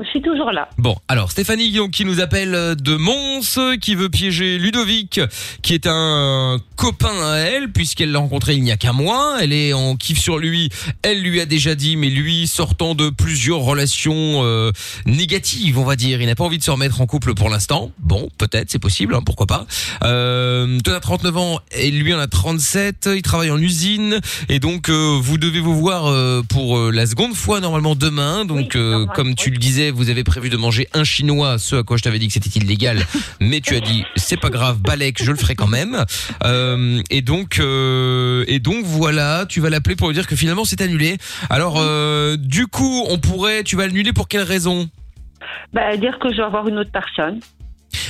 Speaker 16: Je suis toujours là.
Speaker 1: Bon, alors Stéphanie Guillon qui nous appelle euh, de Mons, euh, qui veut piéger Ludovic, qui est un copain à elle, puisqu'elle l'a rencontré il n'y a qu'un mois. Elle est en kiff sur lui. Elle lui a déjà dit, mais lui, sortant de plusieurs relations euh, négatives, on va dire, il n'a pas envie de se remettre en couple pour l'instant. Bon, peut-être, c'est possible, hein, pourquoi pas. Euh, toi, t'as 39 ans et lui en a 37. Il travaille en usine et donc euh, vous devez vous voir euh, pour euh, la seconde fois normalement demain. Donc, euh, comme tu le disais, vous avez prévu de manger un chinois, ce à quoi je t'avais dit que c'était illégal, mais tu as dit c'est pas grave, Balek, je le ferai quand même. Euh, et donc, euh, et donc voilà, tu vas l'appeler pour lui dire que finalement c'est annulé. Alors, euh, du coup, on pourrait, tu vas l'annuler pour quelle raison
Speaker 16: Bah, dire que je vais avoir une autre personne.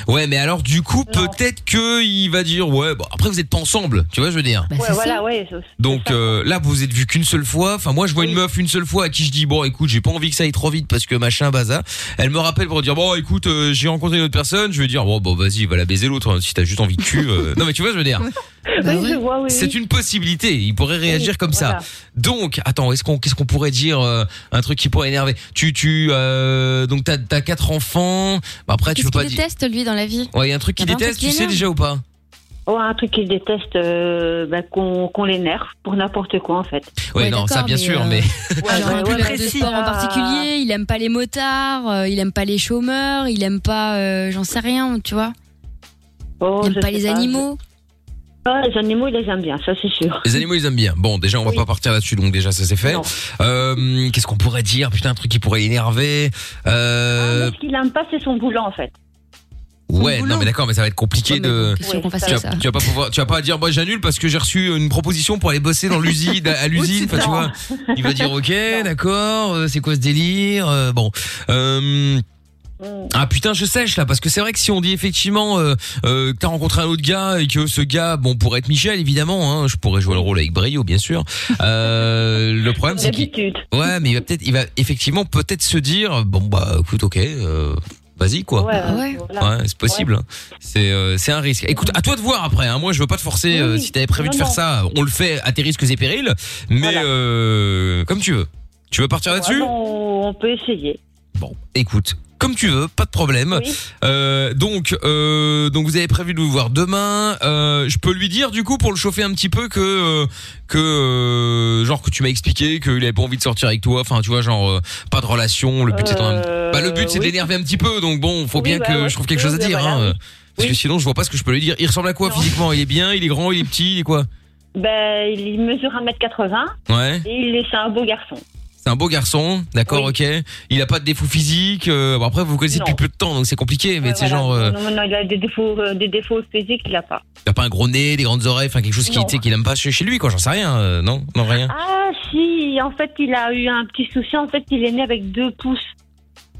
Speaker 1: Ouais, mais alors du coup, peut-être que il va dire ouais. Bon, après vous êtes pas ensemble, tu vois, je veux dire.
Speaker 16: ouais, voilà, ouais. c'est-
Speaker 1: Donc euh, là, vous vous êtes vu qu'une seule fois. Enfin, moi, je vois une meuf une seule fois à qui je dis bon, écoute, j'ai pas envie que ça aille trop vite parce que machin, bazar. Elle me rappelle pour dire bon, écoute, euh, j'ai rencontré une autre personne. Je vais dire bon, bon, vas-y, va la baiser l'autre hein, si t'as juste envie de cul. euh. non, mais tu vois, je
Speaker 2: (laughs)
Speaker 1: veux dire.
Speaker 16: oui, je vois, oui.
Speaker 1: C'est
Speaker 16: oui.
Speaker 1: une possibilité. Il pourrait réagir comme ça. Donc, attends, est-ce qu'on, qu'est-ce qu'on pourrait dire euh, un truc qui pourrait énerver Tu, tu, euh, donc t'as, t'as quatre enfants. Bah, après, tu
Speaker 2: Qu'est-ce
Speaker 1: peux pas
Speaker 2: qu'il
Speaker 1: dire.
Speaker 2: déteste, lui, dans la vie
Speaker 1: Ouais, il y a un truc
Speaker 2: Y a
Speaker 1: qu'il
Speaker 2: pas un truc
Speaker 1: déteste.
Speaker 2: qui
Speaker 1: Tu sais
Speaker 2: énerve
Speaker 1: déjà ou pas
Speaker 16: Ouais, Oh, un truc qu'il déteste, euh, bah, qu'on qu'on l'énerve pour n'importe quoi, en fait.
Speaker 1: Ouais, non, ça
Speaker 2: d'accord,
Speaker 1: bien
Speaker 2: mais,
Speaker 1: sûr,
Speaker 2: euh,
Speaker 1: mais
Speaker 2: Genre un club de
Speaker 16: précis, Ah.
Speaker 2: sport en
Speaker 16: là.
Speaker 2: particulier, il aime pas les motards, euh, il aime pas les chômeurs, il aime pas, euh, j'en sais rien, tu vois. il aime
Speaker 16: Oh, je
Speaker 2: pas
Speaker 16: sais
Speaker 2: les
Speaker 16: pas,
Speaker 2: animaux.
Speaker 16: Ah, les animaux, ils les aiment bien, ça c'est sûr.
Speaker 1: Les animaux, ils aiment bien. Bon, déjà, on va pas partir là-dessus, donc déjà, ça c'est fait. Euh, Qu'est-ce qu'on pourrait dire Putain, un truc qui pourrait l'énerver. Euh,
Speaker 16: Ce qu'il aime pas, c'est son boulot, en fait.
Speaker 1: ouais, non, mais d'accord, mais ça va être compliqué de.
Speaker 16: qu'est-ce qu'on fasse
Speaker 1: tu, vas,
Speaker 16: avec ça
Speaker 1: tu vas pas pouvoir, tu vas pas dire, moi j'annule parce que j'ai reçu une proposition pour aller bosser dans
Speaker 16: (laughs)
Speaker 1: l'usine, à l'usine. Enfin, tu vois, il va dire, ok, d'accord, euh, c'est quoi ce délire Euh, Bon. Euh,
Speaker 16: Mm.
Speaker 1: ah putain je sèche là parce que c'est vrai que si on dit effectivement euh, euh, que t'as rencontré un autre gars et que ce gars bon pourrait être Michel évidemment hein, je pourrais jouer le rôle avec brio bien sûr euh, le problème c'est qu'il ouais mais il va peut-être il va effectivement peut-être se dire bon bah écoute ok euh, vas-y quoi
Speaker 16: Ouais, ouais, voilà.
Speaker 1: Ouais, c'est possible hein. c'est euh, c'est un risque écoute à toi de voir après hein. moi je veux pas te forcer euh, si t'avais prévu
Speaker 16: Non,
Speaker 1: de faire
Speaker 16: non.
Speaker 1: ça on le fait à tes risques et périls mais euh, comme tu veux tu veux partir là-dessus
Speaker 16: Vraiment, on on peut essayer.
Speaker 1: Écoute, comme tu veux, pas de problème. Euh, donc, euh, donc vous avez prévu de vous voir demain. Euh, je peux lui dire du coup pour le chauffer un petit peu que euh, que euh, genre que tu m'as expliqué qu'il avait pas envie de sortir avec toi. Enfin, tu vois, genre euh, pas de relation. Le but c'est quand même. Bah, le but c'est de l'énerver un petit peu. Donc bon, faut
Speaker 16: Euh, Oui,
Speaker 1: bien
Speaker 16: bah,
Speaker 1: que
Speaker 16: ouais,
Speaker 1: je trouve quelque
Speaker 16: oui,
Speaker 1: chose à
Speaker 16: bah,
Speaker 1: dire.
Speaker 16: voilà,
Speaker 1: hein.
Speaker 16: oui.
Speaker 1: Parce que sinon, je vois pas ce que je peux lui dire. Il ressemble à quoi physiquement Il est bien, il est grand, il est petit, il est quoi
Speaker 16: Ben, il mesure 1m80
Speaker 1: Ouais.
Speaker 16: et il est- c'est un beau garçon.
Speaker 1: C'est un beau garçon, d'accord, ok. Il a pas de défaut physique. euh, bon, après, vous vous connaissez depuis peu de temps, donc c'est compliqué. Mais c'est
Speaker 16: Voilà.
Speaker 1: genre. euh,
Speaker 16: Non, non, non, il a des défauts, euh, des défauts physiques qu'il a pas.
Speaker 1: Il a pas un gros nez, des grandes oreilles, enfin quelque chose qui
Speaker 16: Non.
Speaker 1: tu sais, qu'il aime pas chez, chez lui, quoi. J'en sais rien, euh, non, non
Speaker 11: Hein
Speaker 1: rien.
Speaker 16: Ah si, en fait, il a eu un petit souci. En fait, il est né avec deux pouces.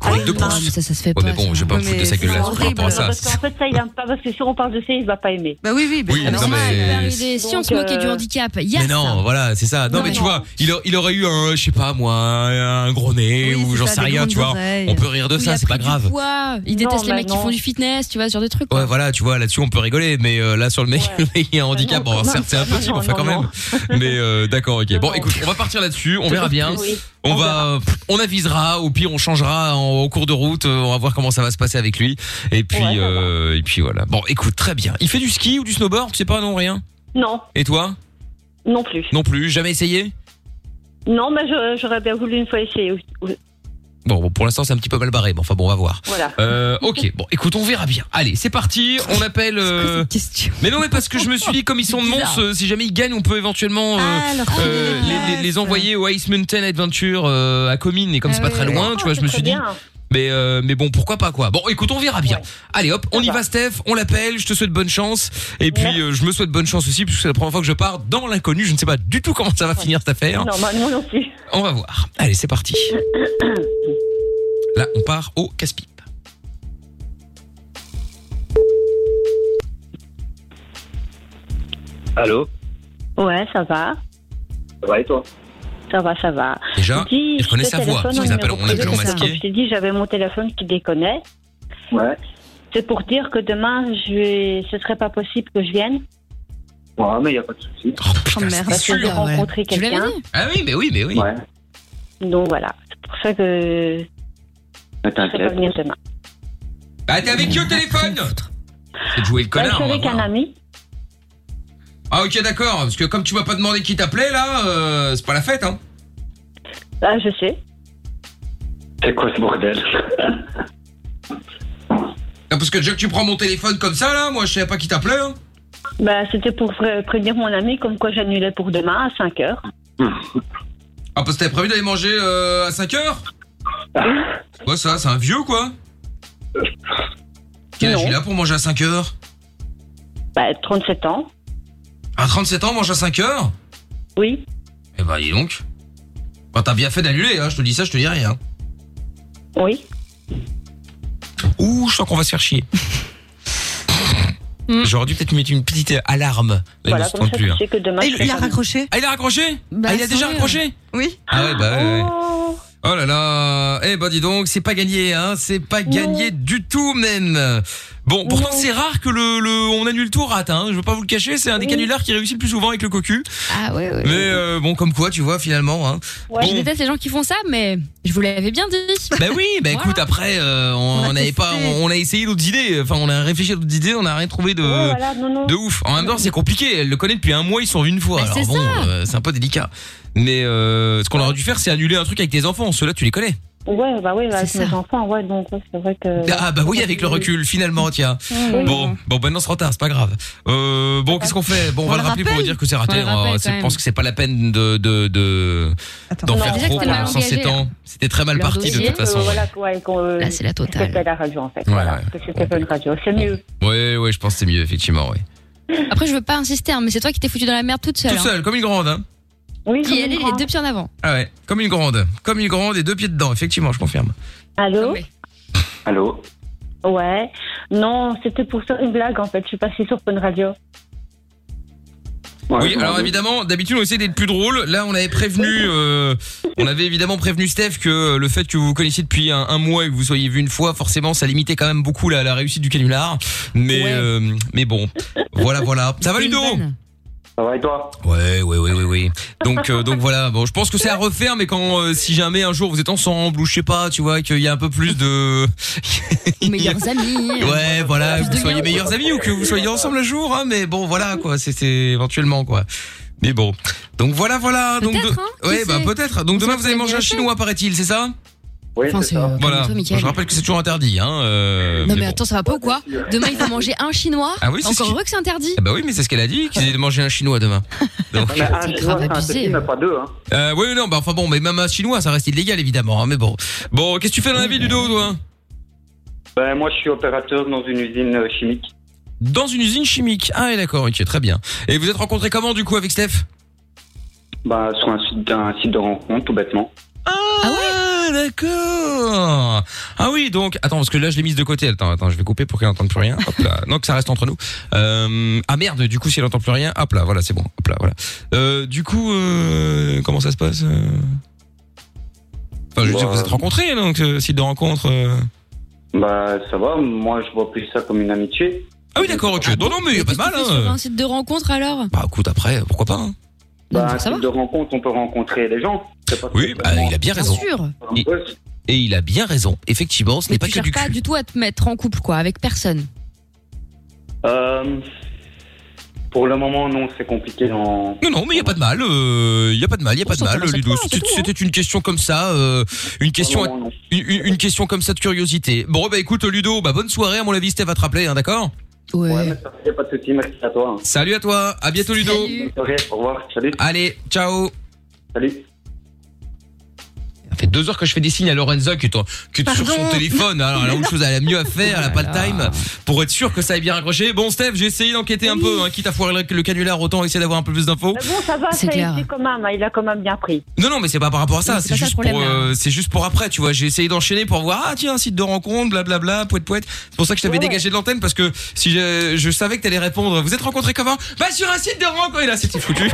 Speaker 1: Avec deux pouces.
Speaker 2: Ça, ça se fait
Speaker 1: ouais, mais bon, je vais pas me foutre de sa gueule là par rapport à ça.
Speaker 16: Parce qu'en fait, ça, il aime pas. Parce que si on parle de ça, il va pas aimer. euh,
Speaker 8: Bah oui, oui.
Speaker 1: bah, Oui, c'est mais non, normal. mais-
Speaker 2: Il peut arriver, Si on se moquait du handicap, il y a
Speaker 1: mais non,
Speaker 2: ça.
Speaker 1: voilà, c'est ça. Non,
Speaker 2: Non,
Speaker 1: mais
Speaker 2: mais
Speaker 1: tu
Speaker 2: non.
Speaker 1: vois, il, a- il aurait eu un, je sais pas moi, un gros nez ou
Speaker 2: c'est
Speaker 1: j'en
Speaker 2: ça,
Speaker 1: sais
Speaker 2: des
Speaker 1: rien,
Speaker 2: grandes
Speaker 1: tu vois.
Speaker 2: oreilles.
Speaker 1: On peut rire de
Speaker 2: Ou il
Speaker 1: ça,
Speaker 2: a
Speaker 1: c'est pas
Speaker 2: pris du
Speaker 1: grave.
Speaker 2: poids, Il
Speaker 16: Non,
Speaker 2: déteste les
Speaker 16: bah
Speaker 2: mecs
Speaker 16: non.
Speaker 2: qui font du fitness, tu vois, ce genre de trucs.
Speaker 1: Ouais, voilà, tu vois, là-dessus on peut rigoler, mais euh, là sur le mec, (laughs) le mec, il y a un handicap.
Speaker 16: non,
Speaker 1: Bon,
Speaker 16: non,
Speaker 1: certes, c'est un
Speaker 16: non,
Speaker 1: petit, mais
Speaker 16: non,
Speaker 1: enfin quand
Speaker 16: non,
Speaker 1: même. Mais euh, d'accord, ok. Bon, écoute, on va partir là-dessus, on verra bien.
Speaker 16: Oui.
Speaker 1: On va, on avisera, au pire on changera en, au cours de route, euh, on va voir comment ça va se passer avec lui. Et puis, euh, et puis voilà. Bon, écoute, très bien. Il fait du ski ou du snowboard, tu sais pas, non, rien.
Speaker 16: Non,
Speaker 1: Et toi
Speaker 16: non plus.
Speaker 1: Non plus, jamais essayé.
Speaker 16: Non, mais je- j'aurais bien voulu une fois essayer. oui. Oui.
Speaker 1: Bon, bon, pour l'instant c'est un petit peu mal barré, mais enfin bon, on va voir.
Speaker 16: Voilà.
Speaker 1: Euh, ok, bon, écoute, on verra bien. Allez, c'est parti. On appelle. euh, Mais non, mais parce que je me suis dit, comme ils sont de Mons, euh, si jamais ils gagnent, on peut éventuellement euh, euh, les, les- les envoyer au Ice Mountain Adventure euh, à Comines. Et comme c'est pas très loin, tu vois, je me suis dit. Mais euh, mais bon, pourquoi pas quoi. Bon, écoute, on verra bien. Allez, hop, on y va, Steph. On l'appelle. Je te souhaite bonne chance. Et puis euh, je me souhaite bonne chance aussi, puisque c'est la première fois que je pars dans l'inconnu. Je ne sais pas du tout comment ça va finir cette affaire.
Speaker 16: Non, bah, moi non plus.
Speaker 1: On va voir. Allez, c'est (coughs) parti. Là, on part au casse-pipe.
Speaker 11: Allô
Speaker 16: Ouais, ça va.
Speaker 11: Ça va et toi
Speaker 16: Ça va, ça va.
Speaker 11: Déjà,
Speaker 16: Dis,
Speaker 11: il reconnaît
Speaker 16: ce
Speaker 11: sa voix,
Speaker 16: téléphone
Speaker 11: parce qu'ils
Speaker 16: au
Speaker 11: appellent-
Speaker 16: numéro
Speaker 11: on appelle en
Speaker 16: privé,
Speaker 11: masqué.
Speaker 16: Comme je t'ai dit, j'avais mon téléphone qui déconnait.
Speaker 11: Ouais.
Speaker 16: C'est pour dire que demain, je vais... ce serait pas possible que je vienne.
Speaker 11: Ouais, hein, mais y a pas de souci.
Speaker 2: Oh,
Speaker 16: Parce que j'ai rencontré quelqu'un.
Speaker 1: Ah oui, mais oui, mais oui.
Speaker 11: Ouais.
Speaker 16: Donc voilà, c'est pour ça que
Speaker 11: Mais
Speaker 16: je ne peux pas
Speaker 11: t'inquiète.
Speaker 16: venir demain.
Speaker 1: Bah, t'es avec qui au téléphone C'est de jouer le
Speaker 16: Bah, je
Speaker 1: connard.
Speaker 16: suis
Speaker 1: on va
Speaker 16: avec
Speaker 1: voir.
Speaker 16: un ami.
Speaker 1: Ah ok d'accord, parce que comme tu m'as pas demandé qui t'appelait là, euh, c'est pas la fête hein.
Speaker 16: Ah, je sais.
Speaker 11: C'est quoi ce bordel
Speaker 1: Ah, parce que déjà que tu prends mon téléphone comme ça là, moi je savais pas qui t'appelait. Hein.
Speaker 16: Bah, c'était pour pré- prévenir mon ami comme quoi j'annulais pour demain à 5 heures.
Speaker 1: Ah parce que t'avais prévu d'aller manger euh, à 5 heures
Speaker 11: Ah.
Speaker 1: Ouais ça, c'est un vieux quoi Quel âge il a pour manger à 5 heures
Speaker 16: Bah, 37 ans.
Speaker 1: À 37 ans, mange à 5 heures
Speaker 16: Oui.
Speaker 1: Eh bah dis donc. Bah t'as bien fait d'annuler, hein. je te dis ça, je te dis rien.
Speaker 16: Oui.
Speaker 1: Ouh, je sens qu'on va se faire chier. J'aurais dû peut-être mettre une petite alarme. Là, il ne
Speaker 16: Voilà,
Speaker 1: se
Speaker 16: comme
Speaker 1: trompe
Speaker 16: ça,
Speaker 1: plus.
Speaker 16: tu
Speaker 1: hein.
Speaker 16: sais que demain.
Speaker 1: Il- il a
Speaker 8: raccroché
Speaker 1: Ah, il a raccroché Ah, il a déjà raccroché
Speaker 8: Oui.
Speaker 1: Ah ouais, bah ouais, ouais. Oh là là Eh ben dis donc, c'est pas gagné, hein C'est pas gagné du tout même Bon, pourtant c'est rare que le, le on annule tout rate, hein Je veux pas vous le cacher, c'est un des canulars qui réussit le plus souvent avec le cocu.
Speaker 2: Ah ouais, ouais.
Speaker 1: Mais euh, bon, comme quoi, tu vois, finalement, hein
Speaker 2: Je
Speaker 1: Bon.
Speaker 2: déteste les gens qui font ça, mais je vous l'avais bien dit.
Speaker 1: Bah oui, bah écoute, après, euh, on
Speaker 2: On a
Speaker 1: n'avait pas,
Speaker 2: testé.
Speaker 1: on, on a essayé d'autres idées, enfin, on a réfléchi à d'autres idées, on n'a rien trouvé de,
Speaker 16: Oh, voilà, non, non.
Speaker 1: Euh, de ouf. En même temps, c'est compliqué, elle le connaît depuis un mois, ils sont venus une fois,
Speaker 16: Bah,
Speaker 1: alors
Speaker 16: c'est
Speaker 1: bon,
Speaker 16: ça.
Speaker 1: euh, c'est un peu délicat. Mais euh, ce qu'on aurait dû faire, c'est annuler un truc avec tes enfants, ceux-là, tu les connais.
Speaker 16: Ouais, bah oui, bah, avec mes enfants, ouais, donc ouais, c'est vrai que.
Speaker 1: Ah bah oui, avec le recul, finalement, tiens.
Speaker 16: Oui.
Speaker 1: Bon, bon, maintenant c'est trop tard, c'est pas grave. Euh, bon, qu'est-ce qu'on fait Bon, on,
Speaker 16: On
Speaker 1: va
Speaker 16: le
Speaker 1: le rappeler pour
Speaker 16: rappelle
Speaker 1: vous dire que c'est
Speaker 16: On
Speaker 1: raté.
Speaker 16: le rappelle
Speaker 1: hein.
Speaker 16: quand
Speaker 1: C'est- Je
Speaker 16: même.
Speaker 1: pense que c'est pas la peine de de de d'en
Speaker 16: Non,
Speaker 1: faire
Speaker 16: déjà que
Speaker 1: trop
Speaker 16: c'était
Speaker 1: pour
Speaker 16: mal
Speaker 1: l'instant.
Speaker 16: engagé,
Speaker 1: C'est temps.
Speaker 16: hein.
Speaker 1: C'était très mal parti de toute façon.
Speaker 16: Voilà, quoi, et qu'on, euh,
Speaker 2: Là, c'est la totale.
Speaker 16: C'était la radio, en fait.
Speaker 1: Ouais,
Speaker 16: voilà,
Speaker 1: ouais.
Speaker 16: que c'était pas une radio, c'est mieux.
Speaker 1: Ouais, ouais, je pense que c'est mieux effectivement. Ouais.
Speaker 2: Après, je veux pas insister, hein, mais c'est toi qui t'es foutu dans la merde toute seule.
Speaker 1: Tout seul, comme une grande. Hein.
Speaker 16: Oui,
Speaker 2: qui allait les deux pieds en avant.
Speaker 1: Ah ouais, comme une grande, comme une grande et deux pieds dedans. Effectivement, je confirme.
Speaker 16: Allô
Speaker 1: Allô.
Speaker 16: Ouais. Non, c'était pour ça une blague, en fait. Je suis passée sur Fun Radio.
Speaker 1: oui, alors évidemment, d'habitude on essaie d'être plus drôle. Là, on avait prévenu, euh, on avait évidemment prévenu Steph que le fait que vous vous connaissiez depuis un, un mois et que vous soyez vu une fois, forcément, ça limitait quand même beaucoup la, la réussite du canular. Mais, euh, mais bon, voilà, voilà. Ça va Ludo
Speaker 11: Ça va et toi
Speaker 1: Ouais, ouais, ouais, ouais, ouais. Donc, euh, donc voilà. Bon, je pense que c'est à refaire, mais quand, euh, si jamais un jour vous êtes ensemble ou je sais pas, tu vois, qu'il y a un peu plus de (laughs)
Speaker 2: Meilleurs amis.
Speaker 1: Ouais, voilà,
Speaker 2: Plus
Speaker 1: que
Speaker 2: de
Speaker 1: vous soyez
Speaker 2: liens.
Speaker 1: meilleurs amis ou que vous soyez ensemble un jour, hein, mais bon, voilà, quoi, c'est c'est éventuellement, quoi. Mais bon. Donc voilà, voilà. Donc
Speaker 2: Peut-être,
Speaker 1: de-
Speaker 2: hein, qui
Speaker 1: ouais, bah
Speaker 2: sait
Speaker 1: peut-être. Donc
Speaker 2: On
Speaker 1: demain,
Speaker 2: sait
Speaker 1: vous allez
Speaker 2: pas
Speaker 1: manger un
Speaker 2: bien fait.
Speaker 1: chinois, paraît-il, c'est ça Oui,
Speaker 2: Enfin, c'est ça. c'est, euh,
Speaker 1: Voilà.
Speaker 2: comme toi,
Speaker 1: Je rappelle que c'est toujours interdit, hein. euh,
Speaker 2: Non,
Speaker 1: mais
Speaker 2: mais
Speaker 1: bon.
Speaker 2: attends, ça va pas ou quoi Demain, il faut manger un chinois.
Speaker 1: Ah oui, c'est ce
Speaker 2: Encore
Speaker 1: qui-
Speaker 2: heureux que c'est interdit.
Speaker 1: Ah bah oui, mais c'est ce qu'elle a dit, qu'ils allaient manger un chinois
Speaker 2: (laughs)
Speaker 1: demain. Donc,
Speaker 11: Mais un chinois, Ah, c'est un
Speaker 2: abusé.
Speaker 11: petit, mais pas deux. Hein.
Speaker 1: euh, oui, non, bah enfin bon, mais même un chinois, ça reste illégal, évidemment, hein, mais bon. Bon, qu'est-ce que tu fais dans la vie, Ludo, toi
Speaker 11: Ben, moi, je suis opérateur dans une usine euh, chimique.
Speaker 1: Dans une usine chimique. Ah, et d'accord, ok, très bien. Et vous êtes rencontrés comment, du coup, avec Steph
Speaker 11: Bah, sur un site, un site de rencontre, tout bêtement.
Speaker 1: Ah ouais d'accord. Ah oui, donc attends parce que là je l'ai mise de côté. Attends, attends, je vais couper pour qu'elle n'entende plus rien. Hop là. Non, que ça reste entre nous. Euh, ah merde, du coup si elle n'entend plus rien, hop là, voilà, c'est bon. Hop là, voilà. Euh, du coup euh, comment ça se passe euh Enfin, je veux dire, vous êtes rencontrés donc euh, site de rencontre. euh.
Speaker 11: Bah, ça va, moi, je vois plus ça comme une amitié.
Speaker 1: Ah oui, d'accord, ok. Non, non, mais y a pas de mal.
Speaker 2: Sur
Speaker 1: Hein.
Speaker 2: un site de rencontre alors
Speaker 1: Bah écoute, après, pourquoi pas hein.
Speaker 11: Bah, un site de rencontre, on peut rencontrer les gens. C'est pas
Speaker 1: Oui, bah, il a bien raison.
Speaker 2: sûr.
Speaker 1: Il- Et il a bien raison. Effectivement, ce n'est
Speaker 2: Mais
Speaker 1: pas
Speaker 2: tu
Speaker 1: que
Speaker 2: cherches
Speaker 1: du
Speaker 2: pas
Speaker 1: cul.
Speaker 2: du tout à te mettre en couple, quoi, avec personne.
Speaker 11: Euh, pour le moment, non, c'est compliqué. Non,
Speaker 1: Non, non, mais il n'y a pas de mal. Il n'y a pas de mal, il a pas de mal, Ludo.
Speaker 16: hein.
Speaker 1: C'était- C'était une question comme ça, euh, une question,
Speaker 11: Ah non, non, non.
Speaker 1: une, une- une question comme ça de curiosité. Bon, bah écoute, Ludo, bah bonne soirée. À mon avis, Steph va te rappeler, hein, d'accord
Speaker 2: Ouais.
Speaker 11: mais ça, y a pas de souci, merci à toi. hein.
Speaker 1: Salut à toi. À bientôt, Ludo.
Speaker 11: Bonne soirée, au revoir, salut.
Speaker 1: Allez, ciao.
Speaker 11: Salut.
Speaker 1: Ça fait deux heures que je fais des signes à Lorenza qui est, en- qui est sur son
Speaker 9: Pardon.
Speaker 1: téléphone. hein. elle a autre chose, elle a mieux à faire, elle a pas le
Speaker 9: Voilà.
Speaker 1: time pour être sûr que ça ait bien raccroché. Bon, Steph, j'ai essayé d'enquêter un peu, hein, quitte à foirer le, le canular, autant essayer d'avoir un peu plus d'infos.
Speaker 16: Mais bon, ça va, ça a été quand même, hein, il a quand même bien pris.
Speaker 1: Non, non, mais c'est pas par rapport à ça.
Speaker 16: Non, c'est
Speaker 1: C'est
Speaker 16: pas ça
Speaker 1: juste
Speaker 16: le
Speaker 1: pour,
Speaker 16: problème,
Speaker 1: euh, c'est juste pour après, tu vois. J'ai essayé d'enchaîner pour voir. Ah tiens, site de rencontre, blablabla, poète poète. C'est pour ça que je t'avais
Speaker 9: Ouais, ouais.
Speaker 1: dégagé de l'antenne parce que si je, je savais que t'allais répondre. Vous êtes rencontrés comment Bah sur un site de rencontre. Et là, c'était foutu.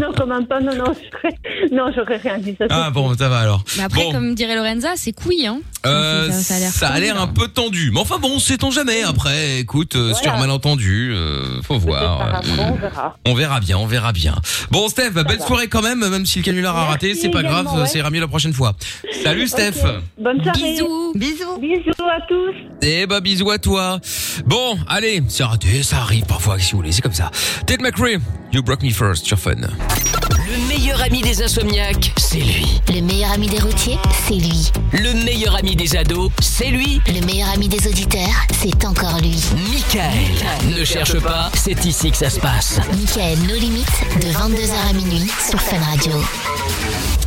Speaker 16: non, quand même pas, non, non, je- non, j'aurais rien dit. Ça, c'est-
Speaker 1: ah bon, ça va alors.
Speaker 2: Mais après,
Speaker 1: bon.
Speaker 2: comme dirait Lorenza, c'est couille, hein.
Speaker 1: Euh,
Speaker 2: ça- ça a l'air
Speaker 1: ça a
Speaker 2: tendu,
Speaker 1: l'air un peu tendu, mais enfin bon, sait-on jamais. Après, écoute, euh, sur
Speaker 16: Voilà.
Speaker 1: malentendu, euh, faut voir. Euh,
Speaker 16: Après, on verra.
Speaker 1: On verra bien, on verra bien. Bon, Steph, belle soirée quand même, même si le canular a raté, c'est pas grave,
Speaker 16: également, ouais.
Speaker 1: ça ira mieux la prochaine fois. Salut, Steph.
Speaker 16: Ok, Bonne soirée. Bisous.
Speaker 8: Bisous.
Speaker 16: Bisous à tous.
Speaker 1: Eh bah bisous à toi. Bon, allez, c'est raté, ça arrive parfois si vous voulez, c'est comme ça. Ted McRae, You Broke Me First, sur Fun.
Speaker 7: Le meilleur ami des insomniaques, c'est lui.
Speaker 6: Le meilleur ami des routiers, c'est lui.
Speaker 7: Le meilleur ami des ados, c'est lui.
Speaker 6: Le meilleur ami des auditeurs, c'est encore lui.
Speaker 7: Michael. Ne cherche pas, c'est ici que ça se passe.
Speaker 6: Michael, nos limites, de 22h à minuit sur Fun Radio.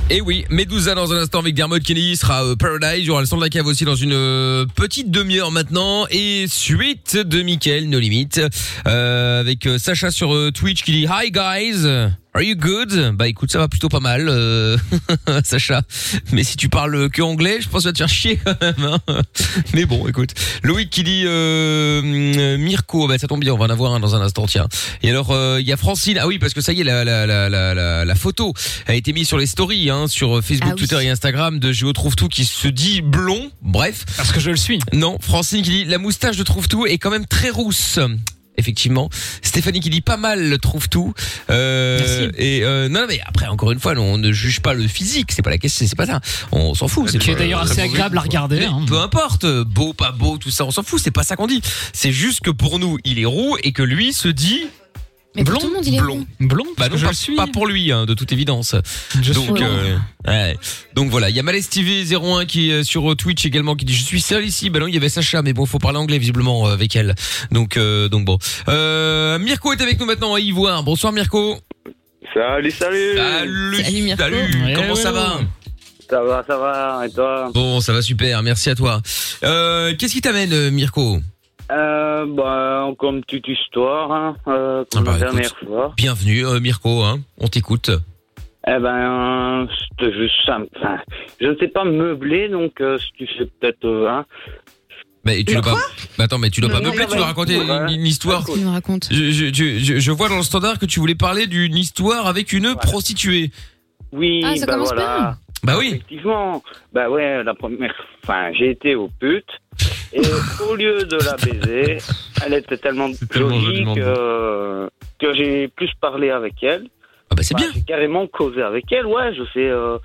Speaker 1: Et Eh oui, Medusa dans un instant avec Dermot Kelly, il sera euh, Paradise, il y aura le son de la cave aussi dans une euh, petite demi-heure maintenant. Et suite de Mickaël, No Limit, euh, avec euh, Sacha sur euh, Twitch qui dit Hi guys Are you good Bah écoute, ça va plutôt pas mal, euh, (laughs) Sacha. Mais si tu parles que anglais, je pense que ça va te faire chier quand même. hein. (laughs) Mais bon, écoute. Loïc qui dit euh, euh, Mirko, bah ça tombe bien, on va en avoir un dans un instant, tiens. Et alors, euh, il y a Francine. Ah oui, parce que ça y est, la, la, la, la, la- la photo a été mise sur les stories, hein, sur Facebook, Twitter et Instagram de Géo Trouve Tout qui se dit blond. Bref. Parce que je le suis. Non, Francine qui dit la moustache de Trouve Tout est quand même très rousse. Effectivement, Stéphanie qui dit pas mal le trouve tout. Euh, Et euh, non, non, mais après encore une fois, on ne juge pas le physique, c'est pas la question, c'est pas ça. On s'en fout.
Speaker 3: Euh, Qui est
Speaker 1: pas-
Speaker 3: d'ailleurs assez
Speaker 1: c'est pas-
Speaker 3: agréable à regarder,
Speaker 1: Mais
Speaker 3: hein.
Speaker 1: Peu importe, beau pas beau, tout ça, on s'en fout. C'est pas ça qu'on dit. C'est juste que pour nous, il est roux et que lui se dit
Speaker 2: Mais pour tout le monde, il est
Speaker 1: blond. Blond Bah non, pas, pas pour lui, hein, de toute évidence.
Speaker 3: Je suis
Speaker 1: Donc,
Speaker 3: blond.
Speaker 1: euh, ouais. Donc voilà, il y a Malaise TV 01 qui est euh, sur Twitch également qui dit je suis seul ici. Bah non, il y avait Sacha, mais bon, faut parler anglais visiblement euh, avec elle. Donc euh, donc bon. Euh, Mirko est avec nous maintenant à Ivoire. Bonsoir Mirko.
Speaker 11: Salut, salut
Speaker 1: Salut, Mirko.
Speaker 11: Eh
Speaker 1: Comment ça va
Speaker 11: Ça va, ça va, et toi
Speaker 1: Bon, ça va super. Merci à toi. Euh, Qu'est-ce qui t'amène, euh, Mirko
Speaker 11: euh, bah, Encore une petite histoire, hein, euh, comme
Speaker 1: bah,
Speaker 11: la
Speaker 1: écoute.
Speaker 11: dernière fois.
Speaker 1: Bienvenue, euh, Mirko. Hein. On t'écoute.
Speaker 11: Eh ben, c'était juste simple. Enfin, je ne sais pas meubler, donc euh, si tu sais peut-être... euh, hein.
Speaker 1: Mais tu dois pas. Mais attends, mais tu dois
Speaker 11: Mais
Speaker 1: pas
Speaker 11: non,
Speaker 1: meubler.
Speaker 11: mais
Speaker 1: Tu dois
Speaker 11: ouais.
Speaker 1: raconter une- une, histoire.
Speaker 2: Il me raconte.
Speaker 1: Je, je- je- je- je vois dans le standard que tu voulais parler d'une histoire avec une prostituée.
Speaker 11: Oui,
Speaker 1: Ah, ça
Speaker 11: bah
Speaker 1: commence
Speaker 11: voilà.
Speaker 1: bien. Bah oui.
Speaker 11: Effectivement. Bah ouais, la première. Enfin, j'ai été aux putes.
Speaker 1: (laughs)
Speaker 11: Et au lieu de la baiser, elle était tellement jolie
Speaker 1: joliment
Speaker 11: que, que j'ai plus parlé avec elle.
Speaker 1: Ah bah c'est
Speaker 11: bien. J'ai carrément causé avec elle. Ouais, je sais. euh,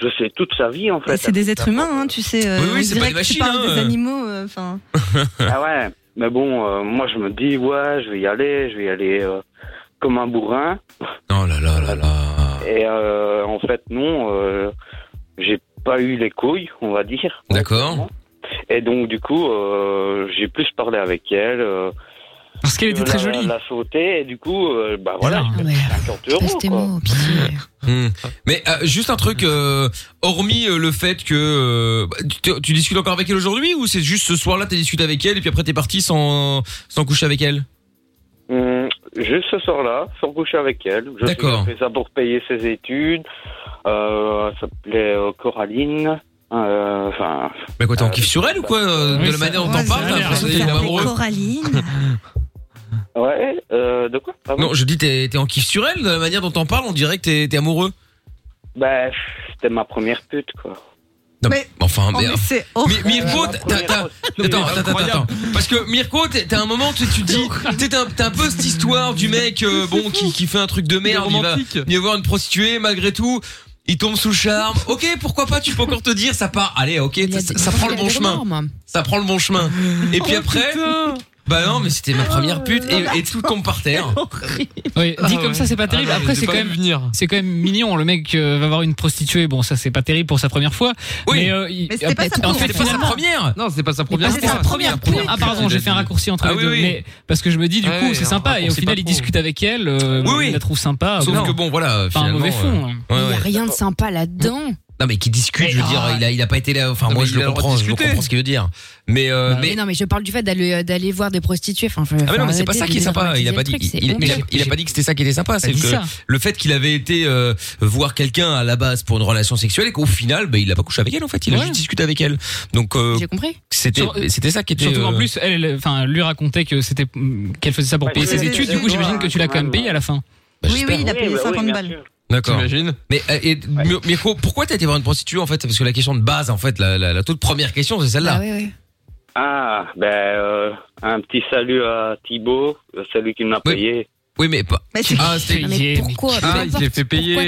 Speaker 11: je sais toute sa vie en fait.
Speaker 8: Bah, C'est des êtres humains, hein, tu sais. euh,
Speaker 11: Oui, oui,
Speaker 8: on
Speaker 11: c'est pas
Speaker 8: dirait
Speaker 11: des
Speaker 8: que tu
Speaker 11: machines,
Speaker 8: parles
Speaker 11: hein.
Speaker 8: des animaux. euh, Enfin,
Speaker 1: (laughs)
Speaker 11: Ah ouais. Mais bon, euh, moi je me dis ouais, je vais y aller, je vais y aller euh, comme un bourrin.
Speaker 1: Oh là là là là.
Speaker 11: Et euh, en fait, non, euh, j'ai pas eu les couilles, on va dire.
Speaker 1: D'accord.
Speaker 11: Et donc, du coup, euh, j'ai plus parlé avec elle. euh,
Speaker 3: Parce qu'elle
Speaker 11: était très jolie. Elle a sauté, et du coup, euh, bah voilà, j'ai perdu 50 euros. Quoi.
Speaker 1: Hmm. Mais euh, juste un truc, euh, hormis euh, le fait que euh, bah, tu, tu- tu discutes encore avec elle aujourd'hui ou c'est juste ce soir-là t'as discuté avec elle et puis après t'es parti sans sans coucher avec elle
Speaker 11: Hum, juste ce soir-là, sans coucher avec elle. Je sais
Speaker 1: D'accord.
Speaker 11: qu'elle fait ça pour payer ses études. Euh, elle s'appelait euh, Coraline. Euh, Enfin.
Speaker 1: Mais quoi, t'es en kiff sur elle ou quoi euh, De la manière dont t'en parles, t'as l'impression d'être amoureux.
Speaker 8: Coraline.
Speaker 11: Ouais, euh, de quoi Pardon
Speaker 1: Non, je dis t'es t'es en kiff sur elle. De la manière dont t'en parles, on dirait que t'es t'es amoureux.
Speaker 11: Bah, c'était ma première pute, quoi.
Speaker 1: Non, mais, enfin,
Speaker 11: Oh,
Speaker 1: mais,
Speaker 11: mais c'est
Speaker 1: mais
Speaker 11: horrible.
Speaker 1: Mirko,
Speaker 11: Ouais,
Speaker 1: t'as-
Speaker 11: la
Speaker 1: t'as- t'as- attends, attends, attends, attends. parce que Mirko, t'es- t'as un moment tu
Speaker 3: (laughs)
Speaker 1: tu dis, t'es- t'as un- t'as un peu cette histoire du mec, euh, bon, qui, qui fait un truc de merde, il va, il va voir une prostituée, malgré tout, il tombe sous le charme. Ok, pourquoi pas, tu peux encore te dire, ça part, allez, ok, ça, ça- ça prend le bon chemin, ça prend le bon chemin. Et puis
Speaker 3: Oh,
Speaker 1: après, bah non, mais c'était ma première pute et, et tout tombe par terre.
Speaker 3: Oui,
Speaker 1: Ah
Speaker 3: dit
Speaker 1: ouais.
Speaker 3: comme ça, c'est pas terrible.
Speaker 1: Ah ouais,
Speaker 3: Après,
Speaker 1: j'ai
Speaker 3: c'est
Speaker 1: pas
Speaker 3: quand même
Speaker 1: vu venir.
Speaker 3: C'est quand même mignon. Le mec euh, va voir une prostituée. Bon, ça, c'est pas terrible pour sa première fois.
Speaker 1: Oui.
Speaker 3: Mais, euh, il-
Speaker 1: Mais c'était pas sa
Speaker 3: en
Speaker 1: première
Speaker 3: fait,
Speaker 1: fois. C'était pas sa
Speaker 3: finalement-
Speaker 1: première. Non, c'était pas sa première
Speaker 3: Mais c'était
Speaker 1: fois.
Speaker 3: sa première
Speaker 1: C'était la première
Speaker 3: Ah,
Speaker 1: pute.
Speaker 3: pardon, j'ai fait un raccourci entre
Speaker 1: Ah
Speaker 3: les
Speaker 1: oui,
Speaker 3: deux.
Speaker 1: oui.
Speaker 3: Mais parce que je me dis, du
Speaker 1: Ah
Speaker 3: coup,
Speaker 1: oui,
Speaker 3: c'est
Speaker 1: un
Speaker 3: sympa. Et au
Speaker 1: raccourci
Speaker 3: final,
Speaker 1: pas
Speaker 3: il
Speaker 1: trop.
Speaker 3: discute avec elle. euh,
Speaker 1: Oui, oui.
Speaker 3: Il la trouve sympa.
Speaker 1: Sauf
Speaker 3: Non.
Speaker 1: que bon, voilà,
Speaker 3: Pas un
Speaker 1: finalement,
Speaker 3: mauvais fond. hein.
Speaker 1: euh, ouais,
Speaker 2: Il n'y
Speaker 1: ouais.
Speaker 2: a rien de sympa là-dedans.
Speaker 1: Non mais qui discute, je veux dire, il a, il a pas été là. Enfin moi
Speaker 3: mais
Speaker 1: je
Speaker 3: il
Speaker 1: le
Speaker 3: a le droit
Speaker 1: comprends,
Speaker 3: de
Speaker 1: je
Speaker 3: discuter.
Speaker 1: comprends ce qu'il veut dire. Mais euh,
Speaker 2: Mais
Speaker 1: mais
Speaker 2: Bah non, mais je parle du fait d'aller euh, d'aller voir des prostituées. Enfin, je-
Speaker 1: ah mais non mais c'est pas
Speaker 2: arrêtez
Speaker 1: ça
Speaker 2: de
Speaker 1: qui est sympa. Il a
Speaker 2: dédramatiser
Speaker 1: pas
Speaker 2: le
Speaker 1: dit,
Speaker 2: truc, c'est
Speaker 1: il, il- il a,
Speaker 2: honteux.
Speaker 1: il a pas dit que c'était ça qui était sympa. C'est
Speaker 2: dit
Speaker 1: que
Speaker 2: ça.
Speaker 1: le fait qu'il avait été euh, voir quelqu'un à la base pour une relation sexuelle et qu'au final, bah, il a pas couché avec elle en fait. Il a
Speaker 3: Ouais.
Speaker 1: juste discuté avec elle. Donc euh,
Speaker 3: J'ai compris.
Speaker 1: C'était
Speaker 3: Sur-
Speaker 1: c'était ça qui était.
Speaker 3: Surtout qu'en
Speaker 1: euh,
Speaker 3: plus, elle, elle- enfin, lui racontait que c'était qu'elle faisait ça pour
Speaker 1: Bah,
Speaker 3: payer
Speaker 1: oui,
Speaker 3: ses
Speaker 1: oui,
Speaker 3: études.
Speaker 1: oui,
Speaker 3: Du coup,
Speaker 1: oui,
Speaker 3: j'imagine
Speaker 1: oui,
Speaker 3: que tu l'as quand même payé à la fin.
Speaker 8: oui, oui, il a
Speaker 3: Bah
Speaker 8: payé 50 balles.
Speaker 1: D'accord. Mais euh, et, Mi- Mirko, pourquoi t'as été voir une prostituée en fait Parce que la question de base en fait, la, la, la toute première question c'est celle-là.
Speaker 11: Ah, ben, euh, un petit salut à Thibaut, euh, celui qui m'a payé.
Speaker 1: Oui, mais pas.
Speaker 11: ah,
Speaker 2: Non, mais pourquoi
Speaker 1: Ah,
Speaker 2: peu importe, Pourquoi t'as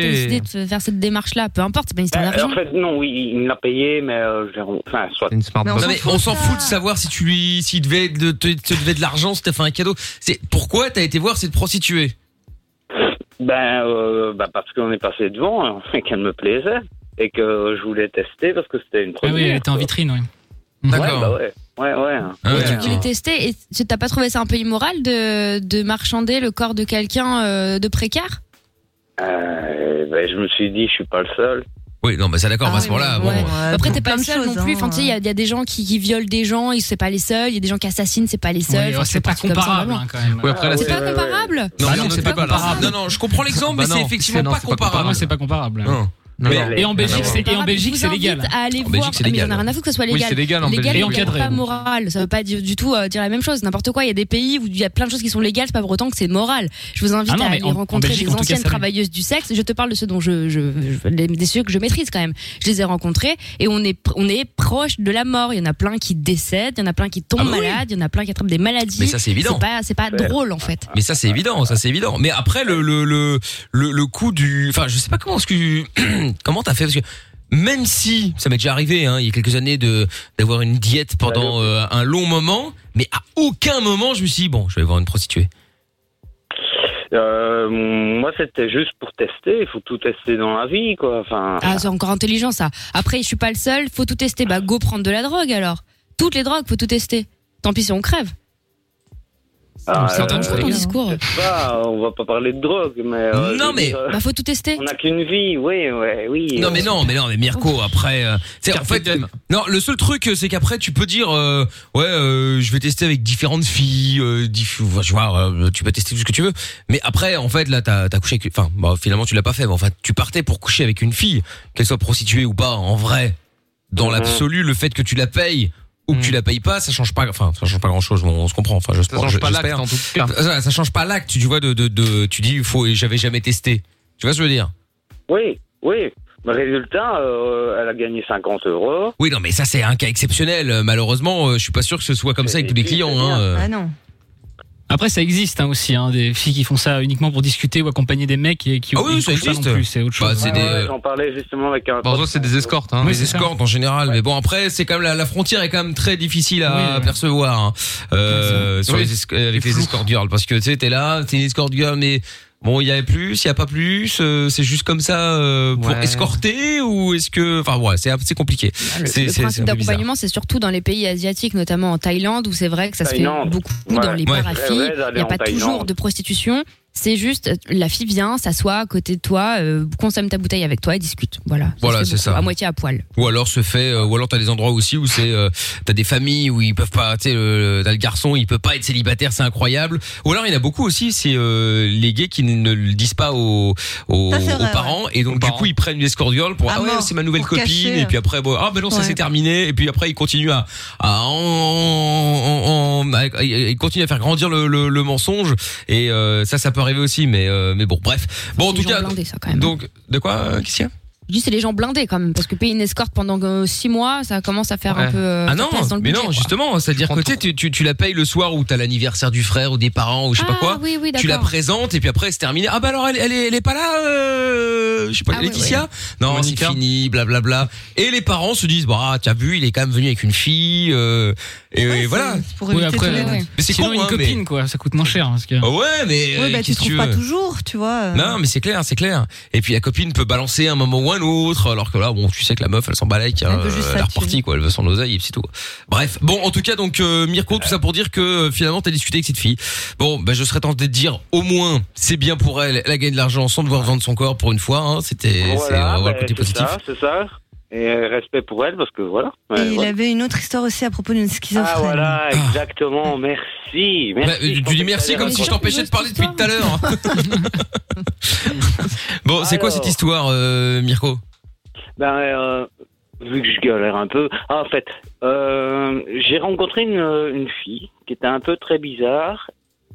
Speaker 2: décidé de te faire cette démarche-là Peu importe, c'est pas une histoire
Speaker 11: en
Speaker 2: d'argent.
Speaker 11: fait, non, oui, il me l'a payé, mais euh, je l'ai rem- Enfin, soit.
Speaker 1: Non, Ah, bah, mais on s'en fout de savoir si tu lui, s'il devait de, te, te devait de l'argent, si t'as fait un cadeau. C'est pourquoi t'as été voir cette prostituée.
Speaker 11: Ben, euh, ben, parce qu'on est passé devant hein, (laughs) et qu'elle me plaisait et que je voulais tester parce que c'était une
Speaker 3: Ah
Speaker 11: première.
Speaker 3: oui, elle était en vitrine. Oui.
Speaker 11: Ouais, bah ouais. Ouais, ouais.
Speaker 1: Ah,
Speaker 2: Et tu voulais tester et tu t'as pas trouvé ça un peu immoral de, de marchander le corps de quelqu'un euh, de précaire
Speaker 11: Euh, ben, je me suis dit, je suis pas le seul.
Speaker 1: Oui, non, mais ça d'accord,
Speaker 2: Ah
Speaker 1: mais à ce
Speaker 2: oui,
Speaker 1: moment-là,
Speaker 2: mais
Speaker 1: bon.
Speaker 2: ouais.
Speaker 1: euh,
Speaker 2: Après, t'es pas
Speaker 8: plein
Speaker 2: le
Speaker 8: de
Speaker 2: seul
Speaker 8: choses,
Speaker 2: non plus.
Speaker 8: hein.
Speaker 2: Enfin, tu sais, il y, a- il y a des gens qui, qui violent des gens, ils c'est pas les seuls. Il y a des gens qui assassinent, c'est pas les seuls.
Speaker 3: Ouais,
Speaker 2: Enfin, tu
Speaker 3: c'est
Speaker 2: peux
Speaker 3: pas
Speaker 2: partir comme ça,
Speaker 3: comparable
Speaker 2: vraiment.
Speaker 3: hein, quand même.
Speaker 1: Ouais, après, là,
Speaker 2: C'est pas
Speaker 1: euh,
Speaker 2: comparable
Speaker 1: Non,
Speaker 3: Bah
Speaker 1: mais
Speaker 3: non,
Speaker 1: on
Speaker 3: c'est
Speaker 1: n'est
Speaker 3: pas
Speaker 1: pas là.
Speaker 3: comparable.
Speaker 1: Non, non, je comprends l'exemple, mais
Speaker 3: Bah
Speaker 1: c'est
Speaker 3: non,
Speaker 1: effectivement
Speaker 3: c'est- non,
Speaker 1: pas
Speaker 3: c'est pas comparable.
Speaker 1: comparable.
Speaker 3: Non, c'est pas comparable.
Speaker 1: Non,
Speaker 3: Mais-
Speaker 1: non.
Speaker 3: et en Belgique,
Speaker 1: Non, non.
Speaker 3: c'est- et en Belgique,
Speaker 2: Je vous
Speaker 3: c'est
Speaker 2: invite
Speaker 3: légal.
Speaker 2: à aller
Speaker 1: En
Speaker 2: voir.
Speaker 1: Belgique, c'est
Speaker 2: Ah, mais
Speaker 1: légal.
Speaker 2: j'en ai rien à foutre que ce soit
Speaker 1: Oui,
Speaker 2: légal.
Speaker 1: c'est légal en Belgique.
Speaker 2: et
Speaker 1: Et
Speaker 2: encadré.
Speaker 1: encadré.
Speaker 2: Pas moral. Ça veut pas dire- du tout euh, dire la même chose. N'importe quoi. Il y a des pays où il y a plein de choses qui sont légales. C'est pas pour autant que c'est moral. Je vous invite
Speaker 3: Ah non,
Speaker 2: à
Speaker 3: mais
Speaker 2: aller
Speaker 3: en- en
Speaker 2: rencontrer
Speaker 3: Belgique, en
Speaker 2: des
Speaker 3: tout cas,
Speaker 2: anciennes
Speaker 3: ça l'est.
Speaker 2: travailleuses du sexe. Je te parle de ceux dont je, je, je- les- des ceux que je maîtrise quand même. Je les ai rencontrés et on est, pr- on est proche de la mort. Il y en a plein qui décèdent. Il y en a plein qui tombent
Speaker 1: Ah bah oui.
Speaker 2: malades. Il y en a plein qui attrapent des maladies.
Speaker 1: Mais ça, c'est évident.
Speaker 2: C'est pas, c'est pas drôle en fait.
Speaker 1: Mais ça c'est évident, ça c'est évident. Mais après le le le le, le coup du, enfin je sais pas comment ce que (clears throat) comment t'as fait parce que même si ça m'est déjà arrivé hein, il y a quelques années de d'avoir une diète pendant euh, un long moment, mais à aucun moment je me suis dit, bon je vais voir une prostituée.
Speaker 11: Euh, moi, c'était juste pour tester. Il faut tout tester dans la vie, quoi. Enfin,
Speaker 2: Ah, c'est encore intelligent ça. Après, je suis pas le seul, faut tout tester. Bah, go prendre de la drogue alors. Toutes les drogues, faut tout tester. Tant pis si on crève.
Speaker 11: ah,
Speaker 2: c'est entendu ton discours.
Speaker 11: je sais pas, on va pas parler de drogue, mais. euh,
Speaker 1: Non,
Speaker 11: je veux
Speaker 1: mais-
Speaker 11: dire, euh,
Speaker 2: Bah, faut tout tester.
Speaker 11: On n'a qu'une vie, oui, ouais, oui.
Speaker 1: Non
Speaker 11: euh,
Speaker 1: mais non mais non mais Mirko après euh, tu sais, en fait non le seul truc euh, c'est qu'après tu peux dire euh, ouais euh, je vais tester avec différentes filles euh, diff- enfin, je vois euh, tu peux tester tout ce que tu veux mais après en fait là t'as as couché avec enfin bah, finalement tu l'as pas fait mais enfin tu partais pour coucher avec une fille qu'elle soit prostituée ou pas en vrai dans l'absolu le fait que tu la payes ou que tu la payes pas ça change pas enfin ça change pas grand chose on, on se comprend enfin je
Speaker 9: Mm. Ça change pas l'acte,
Speaker 1: j'espère.
Speaker 9: en tout cas.
Speaker 1: ça, ça change pas l'acte tu vois de, de, de tu dis il faut et j'avais jamais testé tu vois ce que je veux dire
Speaker 11: Oui, oui. Mais Résultat, euh, elle a gagné 50 euros.
Speaker 1: Oui, non, mais ça, c'est un cas exceptionnel. Euh, Malheureusement, euh, je suis pas sûr que ce soit comme ça avec tous les clients. Hein.
Speaker 3: Ah
Speaker 1: euh.
Speaker 8: non.
Speaker 3: Après, ça existe hein, aussi, hein, des filles qui font ça uniquement pour discuter ou accompagner des mecs et qui
Speaker 1: Ah oui,
Speaker 3: ils
Speaker 1: ça
Speaker 3: couchent pas
Speaker 1: existe.
Speaker 3: non plus, C'est autre chose.
Speaker 1: Bah, c'est des, euh,
Speaker 11: J'en parlais justement avec un.
Speaker 1: Bon, ça, c'est des escortes, hein.
Speaker 3: Oui,
Speaker 1: des
Speaker 3: c'est ça.
Speaker 1: escortes en général. Mais bon, après, c'est quand même la, la frontière est quand même très difficile à percevoir hein. Euh, sur
Speaker 9: Oui.
Speaker 1: les esc- euh, avec les escortes girls, parce que tu sais, t'es là, t'es une escorte girl, mais bon, il y avait plus, il y a pas plus. euh, c'est juste comme ça euh, pour
Speaker 9: Ouais.
Speaker 1: escorter ou est-ce que, enfin, voilà, c'est c'est compliqué.
Speaker 3: Ah,
Speaker 1: C'est
Speaker 2: Le
Speaker 1: c'est- c'est
Speaker 2: principe
Speaker 1: un peu bizarre.
Speaker 2: d'accompagnement, c'est surtout dans les pays asiatiques, notamment en Thaïlande, où c'est vrai que ça se fait
Speaker 1: Thaïlande.
Speaker 2: beaucoup
Speaker 1: Ouais.
Speaker 2: dans les
Speaker 1: Ouais.
Speaker 2: bars à
Speaker 1: Ouais,
Speaker 2: filles.
Speaker 1: ouais,
Speaker 2: Il n'y
Speaker 1: d'aller
Speaker 2: a
Speaker 1: en
Speaker 2: pas toujours
Speaker 1: Thaïlande.
Speaker 2: de prostitution. C'est juste, euh, la fille vient, s'assoit à côté de toi, euh, consomme ta bouteille avec toi et discute. Voilà. se
Speaker 1: Voilà,
Speaker 2: fait
Speaker 1: c'est
Speaker 2: beaucoup,
Speaker 1: ça.
Speaker 2: À moitié à poil.
Speaker 1: Ou alors se fait, euh, ou alors t'as des endroits aussi où c'est, euh, t'as des familles où ils peuvent pas, tu sais, euh, t'as le garçon, il peut pas être célibataire, c'est incroyable. Ou alors il y en a beaucoup aussi, c'est euh, les gays qui ne le disent pas aux, aux,
Speaker 9: Ça, c'est vrai,
Speaker 1: aux parents, et donc du coup ils prennent une escort girl pour
Speaker 9: À
Speaker 1: ah ouais
Speaker 9: mort,
Speaker 1: c'est ma nouvelle
Speaker 9: pour
Speaker 1: copine,
Speaker 9: cacher,
Speaker 1: et puis après bon, ah ben non ça
Speaker 9: Ouais.
Speaker 1: c'est terminé, et puis après ils continuent à, à en- en- en- à- ils continuent à faire grandir le, le- le mensonge, et euh, ça ça peut arriver aussi, mais euh, mais bon bref. Bon en
Speaker 2: Des
Speaker 1: tout
Speaker 2: gens
Speaker 1: cas,
Speaker 2: blindés, ça, quand
Speaker 9: hein.
Speaker 1: donc de quoi, euh, qu'est-ce qu'il y a
Speaker 2: Je dis, c'est les gens blindés quand même, parce que payer une escorte pendant 6 mois, ça commence à faire un
Speaker 1: Ouais.
Speaker 2: peu. euh,
Speaker 1: ah
Speaker 2: ça
Speaker 1: non,
Speaker 2: passe dans le
Speaker 1: mais
Speaker 2: budget,
Speaker 1: non,
Speaker 2: quoi.
Speaker 1: justement, c'est-à-dire que tu sais, tu, tu, tu la payes le soir où t'as l'anniversaire du frère ou des parents ou je sais pas
Speaker 2: Ah,
Speaker 1: quoi.
Speaker 2: oui, oui,
Speaker 1: tu la
Speaker 2: d'accord.
Speaker 1: présentes et puis après c'est terminé. Ah bah alors elle, elle, est, elle est pas là, euh, je sais pas,
Speaker 2: Ah,
Speaker 1: Laetitia. Non, c'est fini, blablabla. Et les parents se disent bah t'as vu, il est quand même venu avec une fille euh, et voilà.
Speaker 8: pour
Speaker 3: Oui,
Speaker 8: éviter
Speaker 3: après,
Speaker 8: de-
Speaker 3: ouais.
Speaker 1: Mais c'est
Speaker 3: Sinon,
Speaker 1: con,
Speaker 3: une
Speaker 1: hein, mais-
Speaker 3: copine, quoi. Ça coûte moins cher. hein, Parce que...
Speaker 1: Ah (laughs) ouais, mais euh,
Speaker 8: Oui, bah, tu
Speaker 1: qu'est-ce que
Speaker 8: trouves pas
Speaker 1: veux
Speaker 8: toujours, tu vois. euh.
Speaker 1: Non, mais c'est clair, c'est clair. Et puis la copine peut balancer un moment ou un autre, alors que là, bon, tu sais que la meuf, elle s'en balèque, elle,
Speaker 9: veut juste
Speaker 1: hein, euh, elle est
Speaker 9: ça, tu
Speaker 1: repartie, quoi, elle veut son oseille et puis c'est tout. Bref, bon, en tout cas, donc euh, Mirko, tout ça pour dire que euh, finalement, t'as discuté avec cette fille. Bon, bah, je serais tenté de dire, au moins, c'est bien pour elle, elle a gagné de l'argent sans devoir vendre son corps pour une fois. Hein, C'était, c'est, on va
Speaker 11: Voilà,
Speaker 1: voir
Speaker 11: bah,
Speaker 1: le côté
Speaker 11: c'est
Speaker 1: positif.
Speaker 11: ça, c'est ça. Et euh, respect pour elle, parce que voilà.
Speaker 8: Et
Speaker 11: ouais,
Speaker 8: il
Speaker 11: voilà.
Speaker 8: avait une autre histoire aussi à propos d'une schizophrène.
Speaker 11: Ah voilà, exactement, merci. merci
Speaker 1: Bah, euh,
Speaker 11: je
Speaker 1: tu
Speaker 11: pensais
Speaker 1: dis
Speaker 11: que
Speaker 1: merci
Speaker 11: t'allais
Speaker 1: comme si je
Speaker 11: raconter.
Speaker 1: t'empêchais de parler depuis tout à
Speaker 11: (laughs)
Speaker 1: l'heure. bon, c'est quoi cette histoire, euh, Mirko
Speaker 11: Ben, euh, vu que je galère un peu. Ah, en fait, euh, j'ai rencontré une, euh, une fille qui était un peu très bizarre.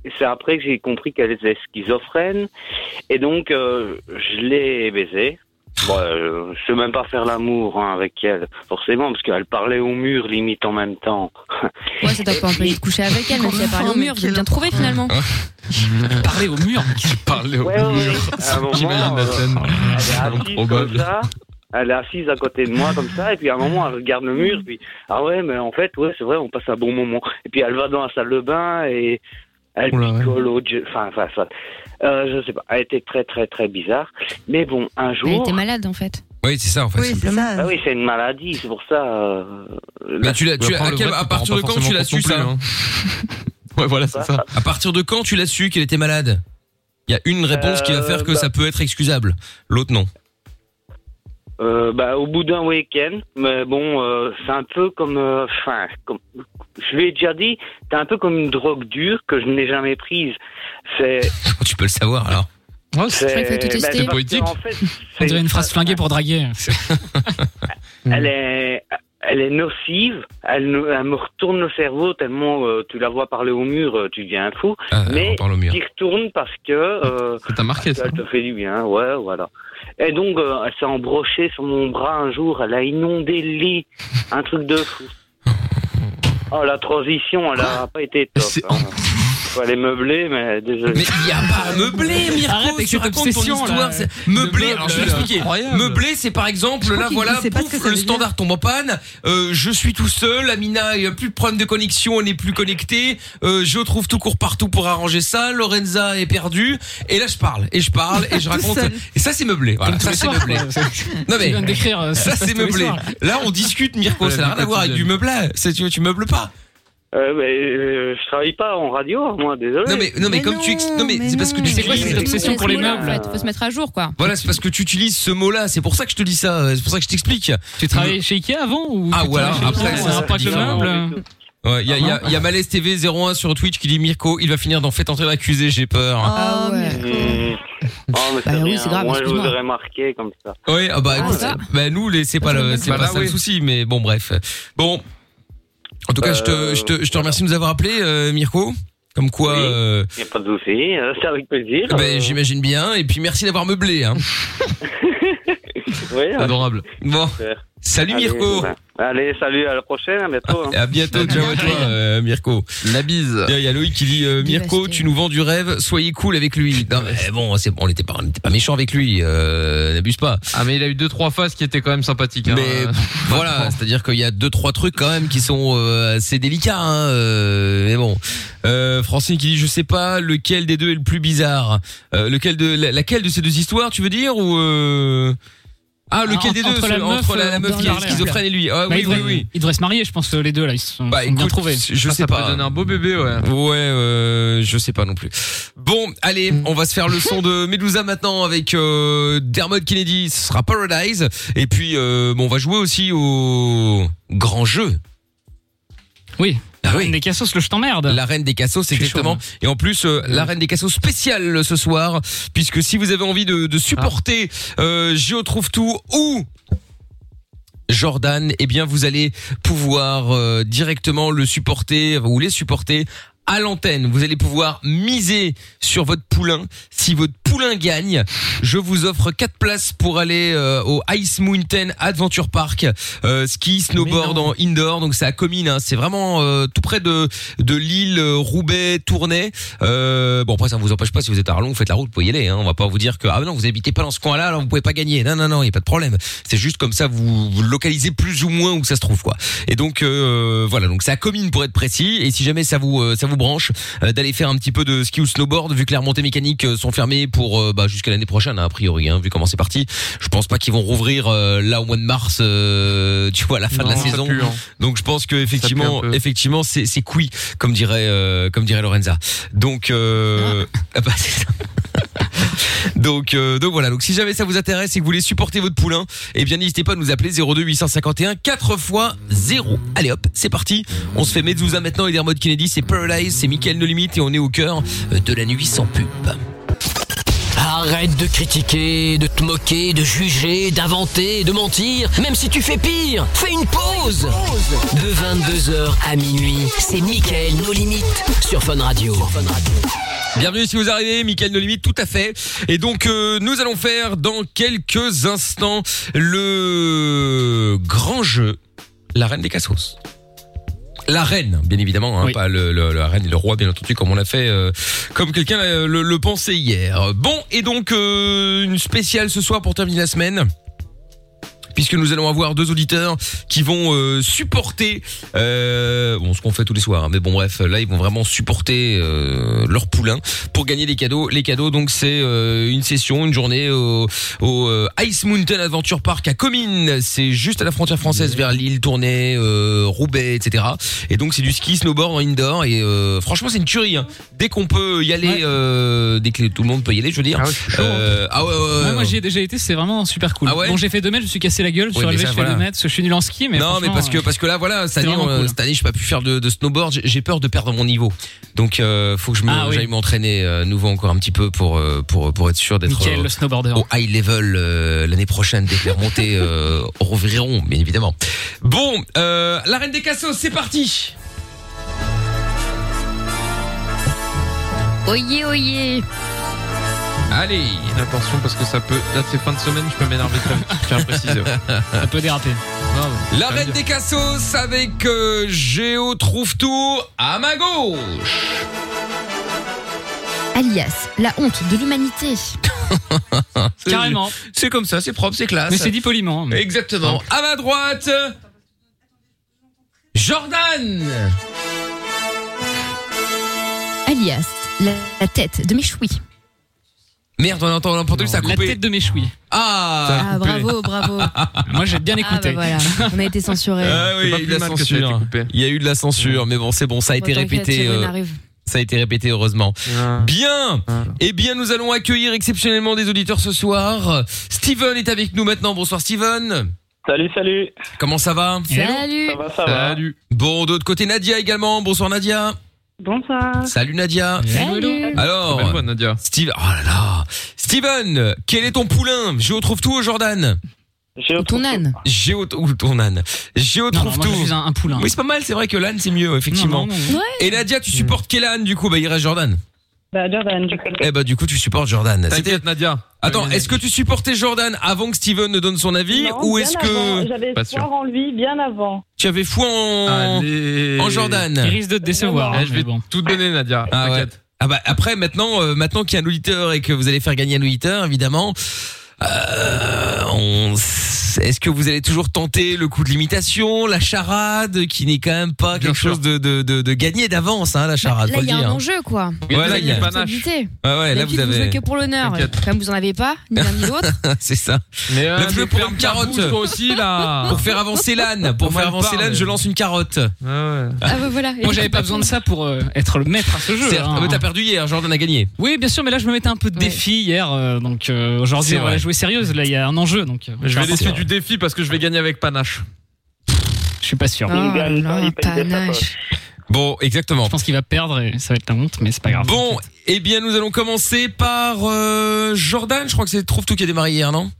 Speaker 11: Et C'est après que j'ai compris qu'elle était schizophrène. Et donc, euh, je l'ai baisée. Bon, euh, je sais même pas faire l'amour hein, avec elle, forcément, parce qu'elle parlait au mur limite en même temps. (laughs)
Speaker 2: Ouais, ça t'a pas empêché de coucher avec elle, même si elle parlait au mur. J'ai bien trouvé finalement.
Speaker 1: Hein
Speaker 3: (laughs) Parler au
Speaker 1: (laughs)
Speaker 3: mur.
Speaker 1: Parler
Speaker 11: au mur.
Speaker 1: (laughs)
Speaker 11: À un moment, euh, elle est assise comme ça. Elle est assise à côté de moi comme ça, et puis à un moment elle regarde le mur, puis ah ouais mais en fait ouais c'est vrai on passe un bon moment. Et puis elle va dans la salle de bain et elle picole au dieu- enfin enfin ça, Euh, je sais pas. Elle était très très très bizarre, mais bon un
Speaker 2: Elle
Speaker 11: jour.
Speaker 2: était malade en fait.
Speaker 1: Oui, c'est ça, en fait.
Speaker 11: Ah oui c'est une maladie, c'est pour ça. euh,
Speaker 1: Mais Bah, tu l'as, tu
Speaker 11: Ouais,
Speaker 1: l'as-
Speaker 11: prends
Speaker 1: à,
Speaker 11: le
Speaker 1: quel-
Speaker 11: vrai,
Speaker 1: à
Speaker 11: tu
Speaker 1: partir de
Speaker 11: prends pas
Speaker 1: quand tu l'as su
Speaker 11: forcément
Speaker 1: ça hein. (laughs) Ouais, voilà, c'est ça. À partir de quand tu l'as su qu'elle était malade Il y a une réponse qui va
Speaker 11: Euh,
Speaker 1: faire que
Speaker 11: bah-
Speaker 1: ça peut être excusable, l'autre non.
Speaker 11: euh, bah, au bout d'un week-end, mais bon, euh, c'est un peu comme, euh, enfin, comme, je l'ai déjà dit, c'est un peu comme une drogue dure que je n'ai jamais prise.
Speaker 1: (laughs)
Speaker 11: C'est,
Speaker 1: Tu peux le savoir alors.
Speaker 11: c'est- bah, c'est parce que,
Speaker 3: poétique.
Speaker 11: en fait,
Speaker 3: On dirait une phrase flinguée pour draguer.
Speaker 1: Mm.
Speaker 11: elle est, elle est nocive, elle, nous- elle me retourne le cerveau tellement euh, tu la vois parler au mur, euh, tu deviens un fou. mais
Speaker 1: parle Ah, au mur.
Speaker 11: t'y retournes parce que. Euh,
Speaker 1: (laughs) t'a marqué,
Speaker 11: ça. te fait du bien, ouais, voilà. Et donc, euh, elle s'est embrochée sur mon bras un jour, elle a inondé le
Speaker 1: (laughs)
Speaker 11: lit. Un truc de fou. Oh, la transition, elle a pas été top. hein. Fallait meubler, mais désolé. Mais
Speaker 1: il y a pas à meubler, Ah bah, Mirko,
Speaker 11: Arrête avec
Speaker 1: tu
Speaker 11: cette
Speaker 1: racontes ton
Speaker 11: obsession, là.
Speaker 1: histoire. c'est-
Speaker 11: Le
Speaker 1: Meubler,
Speaker 11: meuble,
Speaker 1: alors je vais
Speaker 11: là.
Speaker 1: t'expliquer.
Speaker 11: Incroyable.
Speaker 1: Meubler, c'est par exemple,
Speaker 11: Je crois
Speaker 1: là
Speaker 11: qu'il
Speaker 1: voilà,
Speaker 11: sait pas ce
Speaker 1: pouf,
Speaker 11: que ça
Speaker 1: le
Speaker 11: veut dire.
Speaker 1: standard tombe en panne, euh, je suis tout seul, Amina, il n'y a plus de problème de connexion, on n'est plus connecté, euh, je trouve tout court partout pour arranger ça, Lorenza est perdue, et là je parle, et je parle,
Speaker 11: (laughs)
Speaker 1: et je
Speaker 9: Tout
Speaker 1: raconte.
Speaker 9: seul.
Speaker 1: Et ça c'est meublé, voilà,
Speaker 9: Comme tous
Speaker 1: ça
Speaker 9: les
Speaker 1: c'est
Speaker 9: soirs,
Speaker 1: meublé.
Speaker 9: quoi.
Speaker 1: (laughs) Non
Speaker 9: Tu viens de décrire, euh,
Speaker 1: mais,
Speaker 9: ce qui
Speaker 1: ça
Speaker 9: se passe
Speaker 1: c'est
Speaker 9: tous les
Speaker 1: meublé.
Speaker 9: soirs.
Speaker 1: Là on discute, Mirko,
Speaker 9: Ouais,
Speaker 1: ça n'a rien à voir avec du
Speaker 9: quotidienne.
Speaker 1: meublé, C'est- tu, tu meubles pas.
Speaker 11: Euh, mais, euh, je travaille pas en radio, moi, désolé.
Speaker 1: Non, mais- non, mais Mais comme tu expliques. Non, mais mais c'est parce que non. tu
Speaker 11: dis
Speaker 1: C'est quoi cette obsession pour les meubles
Speaker 2: Il faut se mettre à jour, quoi.
Speaker 1: Voilà, c'est parce que tu utilises ce mot-là, c'est pour ça que je te dis ça, euh, c'est pour ça que je t'explique. Tu
Speaker 3: travaillais chez Ikea avant ou
Speaker 1: Ah
Speaker 3: tu
Speaker 1: voilà,
Speaker 3: travaillais chez
Speaker 1: après
Speaker 3: Ikea, ça a un impact le meuble
Speaker 1: Il y a, y
Speaker 11: Ah,
Speaker 1: a- y a Malaise TV 01 sur Twitch qui dit Mirko, il va finir dans Faites entrer l'accusé, j'ai peur.
Speaker 11: Ah ouais. Oh, mais c'est
Speaker 1: Bah oui,
Speaker 11: rien.
Speaker 1: c'est grave,
Speaker 11: Moi, je vous
Speaker 1: excuse-moi.
Speaker 11: aurais marqué comme ça.
Speaker 1: Oui, ah bah
Speaker 11: Ah,
Speaker 1: écoute,
Speaker 11: ça.
Speaker 1: bah, nous, les- c'est pas, le, c'est
Speaker 11: Bah
Speaker 1: pas
Speaker 11: là,
Speaker 1: ça le
Speaker 11: oui.
Speaker 1: souci, mais bon, bref. Bon, en tout cas, je, te,
Speaker 11: Euh,
Speaker 1: je, te, je te remercie de nous avoir appelé, euh, Mirko. Comme quoi, euh,
Speaker 11: Y a pas de souci, euh, c'est avec plaisir.
Speaker 1: bah, j'imagine bien, et puis merci d'avoir meublé. Hein.
Speaker 11: Oui, hein.
Speaker 1: Adorable. Bon, salut
Speaker 11: Allez,
Speaker 1: Mirko. Ah,
Speaker 11: bah, Allez, salut, à la prochaine, à bientôt. hein.
Speaker 1: À bientôt, ciao à toi, euh, Mirko. La bise. Il y a Loïc qui dit euh, Mirko, tu nous vends du rêve, soyez cool avec lui. Non, mais bon, c'est bon, on n'était pas, on était pas méchant avec lui, euh, n'abuse pas.
Speaker 9: Ah mais il a eu deux trois phases qui étaient quand même sympathiques. hein.
Speaker 1: Mais
Speaker 9: (laughs) Euh,
Speaker 1: voilà, c'est-à-dire qu'il y a deux trois trucs quand même qui sont euh, assez délicats. Hein, euh, mais bon, euh, Francine qui dit je sais pas lequel des deux est le plus bizarre. Euh, lequel de la- laquelle de ces deux histoires tu veux dire ou euh, ah lequel
Speaker 3: Ah,
Speaker 1: des deux
Speaker 3: entre la
Speaker 1: ce-
Speaker 3: meuf,
Speaker 1: entre la, la
Speaker 3: euh,
Speaker 1: meuf
Speaker 3: dans
Speaker 1: qui
Speaker 3: le
Speaker 1: est
Speaker 3: parler,
Speaker 1: schizophrène
Speaker 3: ouais.
Speaker 1: et lui. Ah,
Speaker 3: Bah,
Speaker 1: oui
Speaker 3: ils
Speaker 1: oui
Speaker 3: devraient-
Speaker 1: oui.
Speaker 3: Ils devraient se marier, je pense, euh, les deux là. Ils se sont,
Speaker 1: Bah,
Speaker 3: sont bien
Speaker 1: écoute,
Speaker 3: trouvés.
Speaker 1: Je sais pas. un beau bébé, ouais. Ouais, euh, je sais pas non plus. Bon, allez,
Speaker 3: Mm.
Speaker 1: on va se faire le son de Medusa maintenant avec euh, Dermot Kennedy. Ce sera Paradise. Et puis, euh, bon, on va jouer aussi au grand jeu.
Speaker 3: Oui.
Speaker 1: La reine des
Speaker 3: cassos, le je t'emmerde.
Speaker 1: La reine des cassos, exactement. Et en plus, euh, la reine des cassos spéciale euh, ce soir, puisque si vous avez envie de, de supporter
Speaker 3: Ah.
Speaker 1: euh, Gio trouve tout ou Jordan, eh bien vous allez pouvoir euh, directement le supporter ou les supporter à l'antenne. Vous allez pouvoir miser sur votre poulain. Si votre poulain gagne, je vous offre quatre places pour aller euh, au Ice Mountain Adventure Park, euh, ski, snowboard en indoor. Donc c'est à Comines, hein. c'est vraiment euh, tout près de de Lille, euh, Roubaix, Tournai. Euh, bon après ça ne vous empêche pas si vous êtes à Arlon, vous faites la route, vous pouvez y aller. Hein. On va pas vous dire que ah non vous habitez pas dans ce coin-là, alors vous pouvez pas gagner. Non non non, il y a pas de problème. C'est juste comme ça vous, vous localisez plus ou moins où ça se trouve quoi. Et donc euh, voilà donc c'est à Comines pour être précis. Et si jamais ça vous euh, ça vous branche euh, d'aller faire un petit peu de ski ou snowboard vu que les remontées mécaniques euh, sont fermées pour euh, bah, jusqu'à l'année prochaine hein, a priori hein, vu comment c'est parti. Je pense pas qu'ils vont rouvrir euh, là au mois de mars. euh, tu vois à la fin de la
Speaker 9: Non, ça
Speaker 1: saison.
Speaker 9: pue, hein.
Speaker 1: Donc je pense que effectivement,
Speaker 9: Ça pue un peu.
Speaker 1: effectivement, c'est c'est cuit, comme dirait, euh, comme dirait Lorenza. Donc, euh, ah bah, c'est ça. (laughs) Donc, euh, donc voilà. Donc si jamais ça vous intéresse et que vous voulez supporter votre poulain, eh bien n'hésitez pas à nous appeler 02 851 4 x 0. Allez hop, c'est parti. On se fait Mezouza maintenant et Dermot Kennedy, c'est Paralyze, c'est Michael No Limite et on est au cœur euh, de la nuit sans pub.
Speaker 7: Arrête de critiquer, de te moquer, de juger, d'inventer, de mentir, même si tu fais pire. Fais une pause. De 22h à minuit, c'est Mickaël nos limites sur Fun Radio.
Speaker 1: Bienvenue si vous arrivez, Mickaël No Limite, tout à fait. Et donc, euh, nous allons faire dans quelques instants le grand jeu, la reine des cassos. La reine, bien évidemment, hein, pas le, le- la reine et le roi, bien entendu, comme on l'a fait, euh, comme quelqu'un euh, le, le pensait hier. Bon, et donc, euh, une spéciale ce soir pour terminer la semaine puisque nous allons avoir deux auditeurs qui vont euh, supporter euh, bon ce qu'on fait tous les soirs, hein, mais bon bref, là ils vont vraiment supporter euh, leur poulain pour gagner les cadeaux. Les cadeaux donc c'est euh, une session, une journée au, au, euh, Ice Mountain Adventure Park à Comines, c'est juste à la frontière française vers Lille, Tournai, euh, Roubaix, etc. Et donc c'est du ski, snowboard, indoor et euh, franchement c'est une tuerie. hein. Dès qu'on peut y aller, euh, dès que tout le monde peut y aller, je veux dire. Euh, ah ouais, ouais, ouais,
Speaker 3: Ouais, moi
Speaker 1: ouais.
Speaker 3: j'ai déjà été, c'est vraiment super cool.
Speaker 1: Ah ouais
Speaker 3: bon, j'ai fait 2 mètres, je me suis cassé la gueule, je
Speaker 1: Oui,
Speaker 3: suis relevé,
Speaker 1: mais ça,
Speaker 3: je fais 2
Speaker 1: voilà.
Speaker 3: mètres, je suis nul en ski, mais.
Speaker 1: non, mais
Speaker 3: franchement,
Speaker 1: parce que
Speaker 3: euh,
Speaker 1: parce que là voilà cette
Speaker 3: c'est
Speaker 1: année
Speaker 3: vraiment
Speaker 1: euh,
Speaker 3: cool.
Speaker 1: cette année je peux pas pu faire de, de snowboard j'ai- j'ai peur de perdre mon niveau donc euh, faut que je me
Speaker 3: Ah oui.
Speaker 1: j'aille m'entraîner euh, à nouveau encore un petit peu pour euh, pour pour être sûr d'être
Speaker 3: Nickel,
Speaker 1: euh,
Speaker 3: le snowboarder.
Speaker 1: au high level euh, l'année prochaine dès que les
Speaker 3: (laughs)
Speaker 1: remontées euh, rouvriront bien évidemment bon euh, la reine des cassos c'est parti
Speaker 2: Oyez, oyez.
Speaker 1: allez
Speaker 9: attention parce que ça peut là c'est fin de semaine je peux m'énerver très vite je tiens à
Speaker 1: (laughs)
Speaker 9: préciser
Speaker 3: ça peut déraper
Speaker 1: la reine des cassos avec euh, Géo trouve tout à ma gauche
Speaker 2: Alias, la honte
Speaker 1: (laughs)
Speaker 2: de l'humanité.
Speaker 1: Carrément. C'est comme ça, c'est propre, c'est classe.
Speaker 3: Mais c'est dit poliment. hein.
Speaker 1: Exactement. À ma droite, Jordan.
Speaker 2: Alias, la, la tête de mes chouilles.
Speaker 1: Merde, on entend, on a entendu, ça a coupé. La tête
Speaker 3: de mes chouilles.
Speaker 1: Ah,
Speaker 2: Ah,
Speaker 1: (laughs)
Speaker 2: bravo, bravo.
Speaker 3: Moi j'ai bien
Speaker 2: Ah, bah voilà, on a été censuré.
Speaker 1: Ah oui, il y a eu de la censure. Il y a eu de la censure, mais bon, c'est bon, ça a
Speaker 2: Bon,
Speaker 1: été
Speaker 2: t'inquiète,
Speaker 1: répété.
Speaker 2: Cyril
Speaker 1: euh,
Speaker 2: arrive.
Speaker 1: Ça a été répété heureusement. Bien. Eh bien, nous allons accueillir exceptionnellement des auditeurs ce soir. Steven est avec nous maintenant. Bonsoir Steven.
Speaker 17: Salut, salut.
Speaker 1: Comment ça va
Speaker 17: Salut. Ça va, ça va.
Speaker 1: Salut. Bon, de l'autre côté Nadia également. Bonsoir Nadia.
Speaker 17: Bonsoir.
Speaker 1: Salut Nadia.
Speaker 17: Salut.
Speaker 1: Alors,
Speaker 9: Très belle voix,
Speaker 1: Nadia. Steve, oh là là. Steven, quel est ton poulain Géo trouve tout au Jordan.
Speaker 17: Géo
Speaker 2: ton âne.
Speaker 1: Géo ou ton âne. Géo
Speaker 3: Non,
Speaker 1: trouve
Speaker 3: non, moi,
Speaker 1: tout.
Speaker 3: je suis un- un poulain.
Speaker 1: Oui, c'est pas mal, c'est vrai que l'âne c'est mieux effectivement.
Speaker 3: Non, non, non, non.
Speaker 1: Et Nadia, tu supportes quel âne du coup Bah, il reste Jordan.
Speaker 17: Bah, Jordan, du coup.
Speaker 1: Eh bah du coup, tu supportes Jordan. C'était
Speaker 9: t'inquiète Nadia
Speaker 1: Attends, est-ce que tu supportais Jordan avant que Steven ne donne son avis
Speaker 17: Non,
Speaker 1: ou
Speaker 17: bien
Speaker 1: est-ce
Speaker 17: avant.
Speaker 1: que
Speaker 17: J'avais espoir en lui bien avant.
Speaker 1: tu avais foi en, en Jordan
Speaker 3: Il risque de te décevoir.
Speaker 1: je vais
Speaker 9: Eh, tout donner Nadia.
Speaker 1: Ah, ouais. Ah bah après maintenant euh, maintenant qu'il y a un auditeur et que vous allez faire gagner un auditeur évidemment euh, on s- est-ce que vous allez toujours tenter le coup de l'imitation, la charade qui n'est quand même pas quelque chose de de de, de gagné d'avance hein la charade
Speaker 2: Bah, Là,
Speaker 1: faut
Speaker 2: il y a
Speaker 1: le
Speaker 2: un
Speaker 1: dire.
Speaker 2: enjeu, quoi.
Speaker 1: Oui, là, il y a-
Speaker 2: responsabilité.
Speaker 1: Ouais ouais, là
Speaker 2: D'habitude,
Speaker 1: vous avez
Speaker 2: jouez que pour l'honneur.
Speaker 1: T'inquiète.
Speaker 2: Comme vous en avez pas,
Speaker 1: (laughs)
Speaker 2: ni l'un ni l'autre.
Speaker 1: c'est ça. Mais
Speaker 9: euh,
Speaker 1: je
Speaker 9: mais
Speaker 1: pour
Speaker 9: ferme
Speaker 1: une
Speaker 9: ta
Speaker 1: carotte.
Speaker 9: bouche, toi aussi, là.
Speaker 1: (laughs) Pour faire avancer l'âne, pour
Speaker 9: Comment
Speaker 1: faire
Speaker 9: elle
Speaker 1: avancer
Speaker 9: parle,
Speaker 1: l'âne,
Speaker 9: elle.
Speaker 1: je lance une carotte.
Speaker 2: Ah, bah voilà.
Speaker 3: Moi j'avais pas besoin de ça pour euh, être le maître à ce jeu.
Speaker 1: C'est-
Speaker 3: hein.
Speaker 1: ah, mais t'as perdu hier, Jordan a gagné.
Speaker 3: Oui, bien sûr, mais là je me mettais un peu de défi hier, euh, donc euh, aujourd'hui
Speaker 9: C'est
Speaker 3: on va
Speaker 9: vrai.
Speaker 3: jouer sérieuse. Là il y a un enjeu, donc euh,
Speaker 9: je vais
Speaker 3: c'est
Speaker 9: laisser
Speaker 3: important.
Speaker 9: du défi parce que je vais gagner avec panache
Speaker 3: Je suis pas sûr.
Speaker 2: Oh, non, panache.
Speaker 1: Bon, exactement.
Speaker 3: Je pense qu'il va perdre et ça va être la honte, mais c'est pas grave.
Speaker 1: Bon, eh bien nous allons commencer par euh, Jordan, je crois que c'est Trouve tout qui a démarré hier, non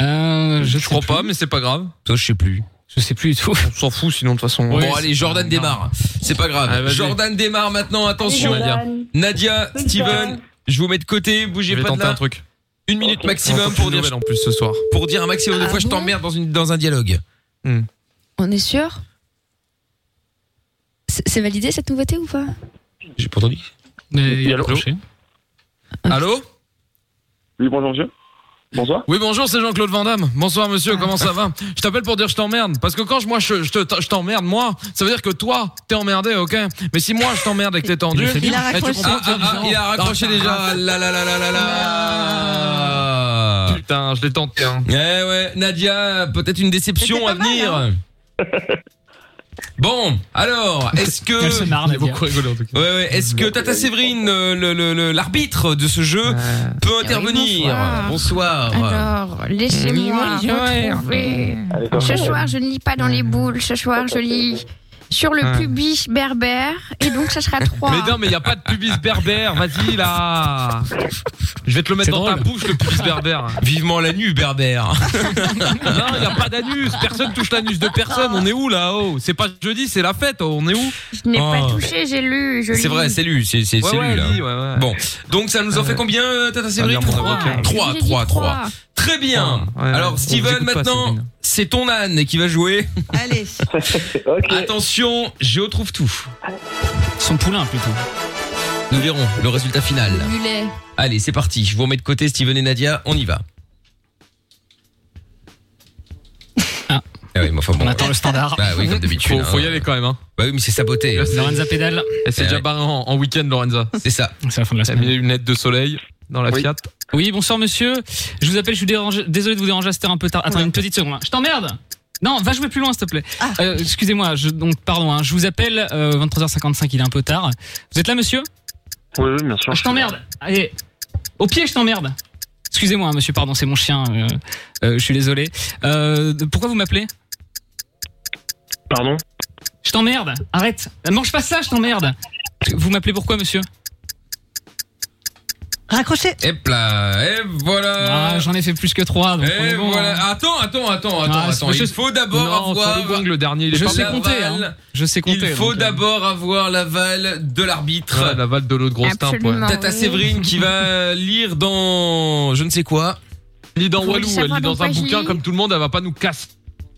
Speaker 3: je
Speaker 9: crois pas mais c'est pas grave
Speaker 1: toi je sais plus
Speaker 3: je sais plus du tout
Speaker 9: on s'en fout sinon de toute façon
Speaker 1: bon allez, Jordan démarre. C'est pas grave.
Speaker 9: Ah, vas-y.
Speaker 1: Jordan démarre maintenant. Attention.
Speaker 9: Allez, Jordan.
Speaker 1: Nadia,
Speaker 9: Good
Speaker 1: Steven,
Speaker 9: job.
Speaker 1: je vous mets de côté. Bougez
Speaker 9: Je vais
Speaker 1: pas de
Speaker 9: tenter
Speaker 1: là.
Speaker 9: un truc.
Speaker 1: Une minute maximum
Speaker 9: Raconte
Speaker 1: pour
Speaker 9: une
Speaker 1: dire
Speaker 9: nouvelle en plus ce soir.
Speaker 1: pour dire un maximum de fois je t'emmerde dans une dans un dialogue.
Speaker 9: Hmm.
Speaker 2: On est sûr C'est c'est validé cette nouveauté ou pas
Speaker 1: J'ai pas entendu.
Speaker 3: Mais
Speaker 9: allô
Speaker 1: Allô
Speaker 17: Oui, bonjour, monsieur. Bonsoir.
Speaker 9: Oui, bonjour, c'est Jean-Claude Van Damme. Bonsoir, monsieur, comment ça va Je t'appelle pour dire je t'emmerde. Parce que quand je, moi, je, je te- je t'emmerde, moi, ça veut dire que toi, t'es emmerdé, ok Mais si moi, je t'emmerde et que t'es tendu.
Speaker 1: Il a
Speaker 9: eh, tu
Speaker 1: raccroché.
Speaker 9: comprends que c'est
Speaker 1: Ah, ah, ah,
Speaker 9: différent.
Speaker 1: il a raccroché
Speaker 9: Ah,
Speaker 1: déjà.
Speaker 9: ah,
Speaker 1: La, la, la, la, la, la.
Speaker 9: Putain, je l'ai tenté, hein.
Speaker 1: Eh ouais, Nadia, peut-être une déception à venir. Bon, alors, est-ce que
Speaker 9: Elle se marre, Elle est Nadia. beaucoup rigolo, en tout
Speaker 1: Ouais, ouais, Est-ce que Tata Séverine, euh, le- le- le- l'arbitre de ce
Speaker 9: Euh,
Speaker 1: jeu, peut intervenir Bonsoir.
Speaker 18: Alors, laissez-moi
Speaker 6: Bonjour.
Speaker 18: retrouver.
Speaker 1: Allez, comme
Speaker 18: Ce
Speaker 1: ça.
Speaker 18: soir, je ne lis pas dans les boules. Ce soir, je lis sur le
Speaker 9: Ah.
Speaker 18: pubis berbère. Et donc, ça
Speaker 1: (laughs)
Speaker 18: sera 3.
Speaker 9: Mais non, mais y a pas de pubis berbère, vas-y là Je vais te le mettre dans ta bouche, le pubis berbère.
Speaker 1: Vivement l'anus berbère.
Speaker 9: non, y a pas d'anus, personne touche l'anus de personne, on est où là oh C'est pas jeudi, c'est la fête, oh, on est où
Speaker 18: Je n'ai pas
Speaker 1: Oh.
Speaker 18: touché, j'ai lu. je
Speaker 1: C'est
Speaker 18: lis.
Speaker 1: vrai, c'est lui, c'est c'est
Speaker 9: Ouais,
Speaker 1: c'est
Speaker 9: ouais,
Speaker 1: lui là.
Speaker 9: lui, ouais, ouais.
Speaker 1: Bon, donc ça nous en fait combien euh, Tata Séverine
Speaker 9: bien, mon avocat.
Speaker 1: 3
Speaker 18: J'ai dit
Speaker 1: 3 3.
Speaker 18: trois.
Speaker 1: Très bien. Alors Steven maintenant, c'est ton âne qui
Speaker 18: (laughs)
Speaker 1: va jouer.
Speaker 8: Allez.
Speaker 1: Attention, je retrouve tout.
Speaker 3: Son poulain plutôt.
Speaker 1: Nous verrons le résultat final.
Speaker 2: Mulet.
Speaker 1: Allez, c'est parti. Je vous remets de côté Steven et Nadia, on y va. Ah mais enfin bon.
Speaker 3: On attend le standard.
Speaker 1: Bah oui, comme d'habitude.
Speaker 3: Faut- faut y aller
Speaker 1: quand même. Hein. Bah oui, mais c'est saboté.
Speaker 3: Lorenza pédale.
Speaker 5: Elle s'est déjà barrée en, en week-end, Lorenza.
Speaker 1: Eh (laughs) C'est ça.
Speaker 3: C'est la fin de la
Speaker 5: semaine. Elle a mis les lunettes de soleil dans la
Speaker 3: Oui.
Speaker 5: Fiat.
Speaker 3: Oui, bonsoir monsieur. Je vous appelle, je suis dérange- désolé de vous déranger, c'était un peu tard. Attends une petite seconde. hein. Je t'emmerde Non, va jouer plus loin s'il te plaît. Euh, Excusez-moi, je- donc pardon, hein. je vous appelle euh, 23h55, il est un peu tard. Vous êtes là monsieur
Speaker 19: Oui, oui, bien sûr.
Speaker 3: Ah, Je t'emmerde Allez, au pied je t'emmerde Excusez-moi hein, monsieur, pardon, c'est mon chien, euh, euh, je suis désolé. Euh, pourquoi vous m'appelez
Speaker 19: Pardon
Speaker 3: Je t'emmerde Arrête Mange pas ça, je t'emmerde Vous m'appelez pourquoi monsieur
Speaker 1: Raccroché. Et là, et voilà.
Speaker 3: Ah, j'en ai fait plus que trois. donc on
Speaker 1: Et
Speaker 3: est bon, hein.
Speaker 1: Eh, voilà. Attends, attends, attends, attends,
Speaker 3: Ah, c'est
Speaker 1: attends.
Speaker 3: parce que
Speaker 1: Il
Speaker 3: je-
Speaker 1: faut d'abord
Speaker 3: Non, sur
Speaker 1: avoir
Speaker 3: le gong, le dernier, il est
Speaker 1: Je
Speaker 3: pas
Speaker 1: sais
Speaker 3: bon.
Speaker 1: compter.
Speaker 3: L'aval.
Speaker 1: hein.
Speaker 3: Je sais compter,
Speaker 1: Il faut
Speaker 3: donc, euh.
Speaker 1: d'abord avoir l'aval de l'arbitre.
Speaker 5: Ouais, l'aval de l'autre grosse timbre.
Speaker 1: Absolument, Tata
Speaker 5: oui.
Speaker 1: Séverine qui va lire dans je ne sais quoi.
Speaker 5: Ni dans
Speaker 2: Vous voulez
Speaker 5: Walou, elle
Speaker 2: savoir
Speaker 5: lit dans
Speaker 2: pourquoi
Speaker 5: un
Speaker 2: je
Speaker 5: bouquin
Speaker 2: lis
Speaker 5: comme tout le monde, elle va pas nous casser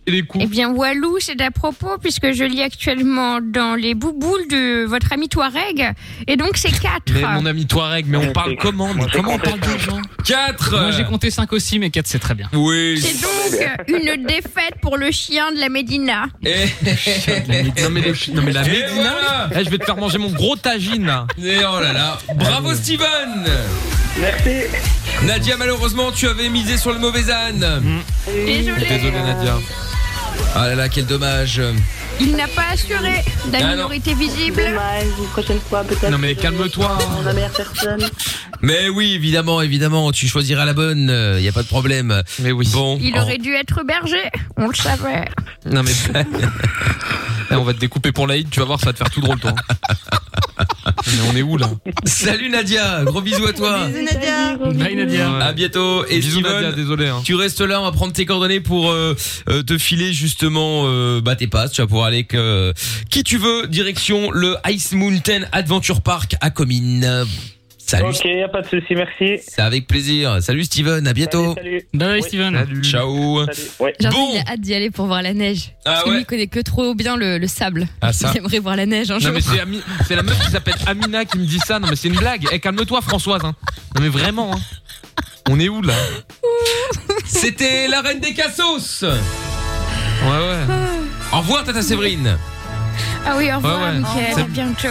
Speaker 5: les coups.
Speaker 2: Eh bien, Walou, c'est d'à propos, puisque je lis actuellement dans les bouboules de votre ami Touareg. Et donc, c'est 4.
Speaker 5: Mais mon ami Touareg, mais on parle comment mais Comment on parle de gens
Speaker 1: 4
Speaker 3: Moi j'ai compté 5 aussi, mais 4 c'est très bien.
Speaker 1: euh, Oui.
Speaker 2: C'est donc une défaite pour le chien de la Médina.
Speaker 1: (laughs)
Speaker 5: non, mais les- non, mais la
Speaker 1: Et
Speaker 5: Médina,
Speaker 1: Eh. voilà.
Speaker 5: eh, je vais te faire manger mon gros tagine là.
Speaker 1: Et oh là là, bravo Steven Merci Nadia, malheureusement, tu avais misé sur le mauvais âne
Speaker 5: Hmm.
Speaker 2: Désolé.
Speaker 1: Désolé Nadia. Ah là là, quel dommage
Speaker 2: Il n'a pas assuré la
Speaker 1: Ah non.
Speaker 2: minorité visible. une prochaine fois, peut-être.
Speaker 1: Non, mais calme-toi.
Speaker 2: La meilleure
Speaker 8: (laughs)
Speaker 2: personne.
Speaker 1: Mais oui, évidemment, évidemment, tu choisiras la bonne, il n'y a pas de problème. Mais oui. Bon.
Speaker 2: Il
Speaker 5: ah.
Speaker 2: aurait dû être berger, on le savait.
Speaker 5: Oh. Non mais
Speaker 1: (laughs)
Speaker 5: Eh, on va te découper pour l'Aïd, tu vas voir, ça va te faire tout
Speaker 1: (laughs)
Speaker 5: drôle toi. mais on est où là
Speaker 1: Salut Nadia, gros bisous à toi
Speaker 8: Nadia.
Speaker 1: À bientôt. Et
Speaker 5: Bisous,
Speaker 1: Steven,
Speaker 5: Nadia, désolé, hein.
Speaker 1: tu restes là, on va prendre tes coordonnées pour euh, euh, te filer justement euh, bah, tes passes. Tu vas pouvoir aller avec euh, qui tu veux, direction le Ice Mountain Adventure Park à Comines. Salut.
Speaker 20: Ok, y a pas de souci, merci.
Speaker 1: C'est avec plaisir. Salut Steven, à bientôt.
Speaker 20: Salut.
Speaker 3: Bye Steven.
Speaker 1: Ciao.
Speaker 14: J'ai envie,
Speaker 1: Bon,
Speaker 14: il a hâte d'y aller pour voir la neige.
Speaker 1: Ah
Speaker 14: Parce que
Speaker 1: ouais.
Speaker 14: lui, il connaît que trop bien le, le sable.
Speaker 1: Ah,
Speaker 14: (laughs)
Speaker 1: ça.
Speaker 14: J'aimerais voir la neige un
Speaker 5: Non
Speaker 14: jour.
Speaker 5: mais c'est Ami- c'est la meuf qui s'appelle Amina qui me dit ça. Non mais c'est une blague. Eh calme-toi Françoise. hein. Non mais vraiment. hein. On
Speaker 3: (laughs)
Speaker 5: est où là
Speaker 1: c'était la reine des cassos. Ouais ouais.
Speaker 3: Ah.
Speaker 1: Au revoir Tata Séverine.
Speaker 2: Ah oui, au revoir,
Speaker 5: Ouais, ouais.
Speaker 2: Mickaël,
Speaker 5: C'est-
Speaker 2: à bientôt.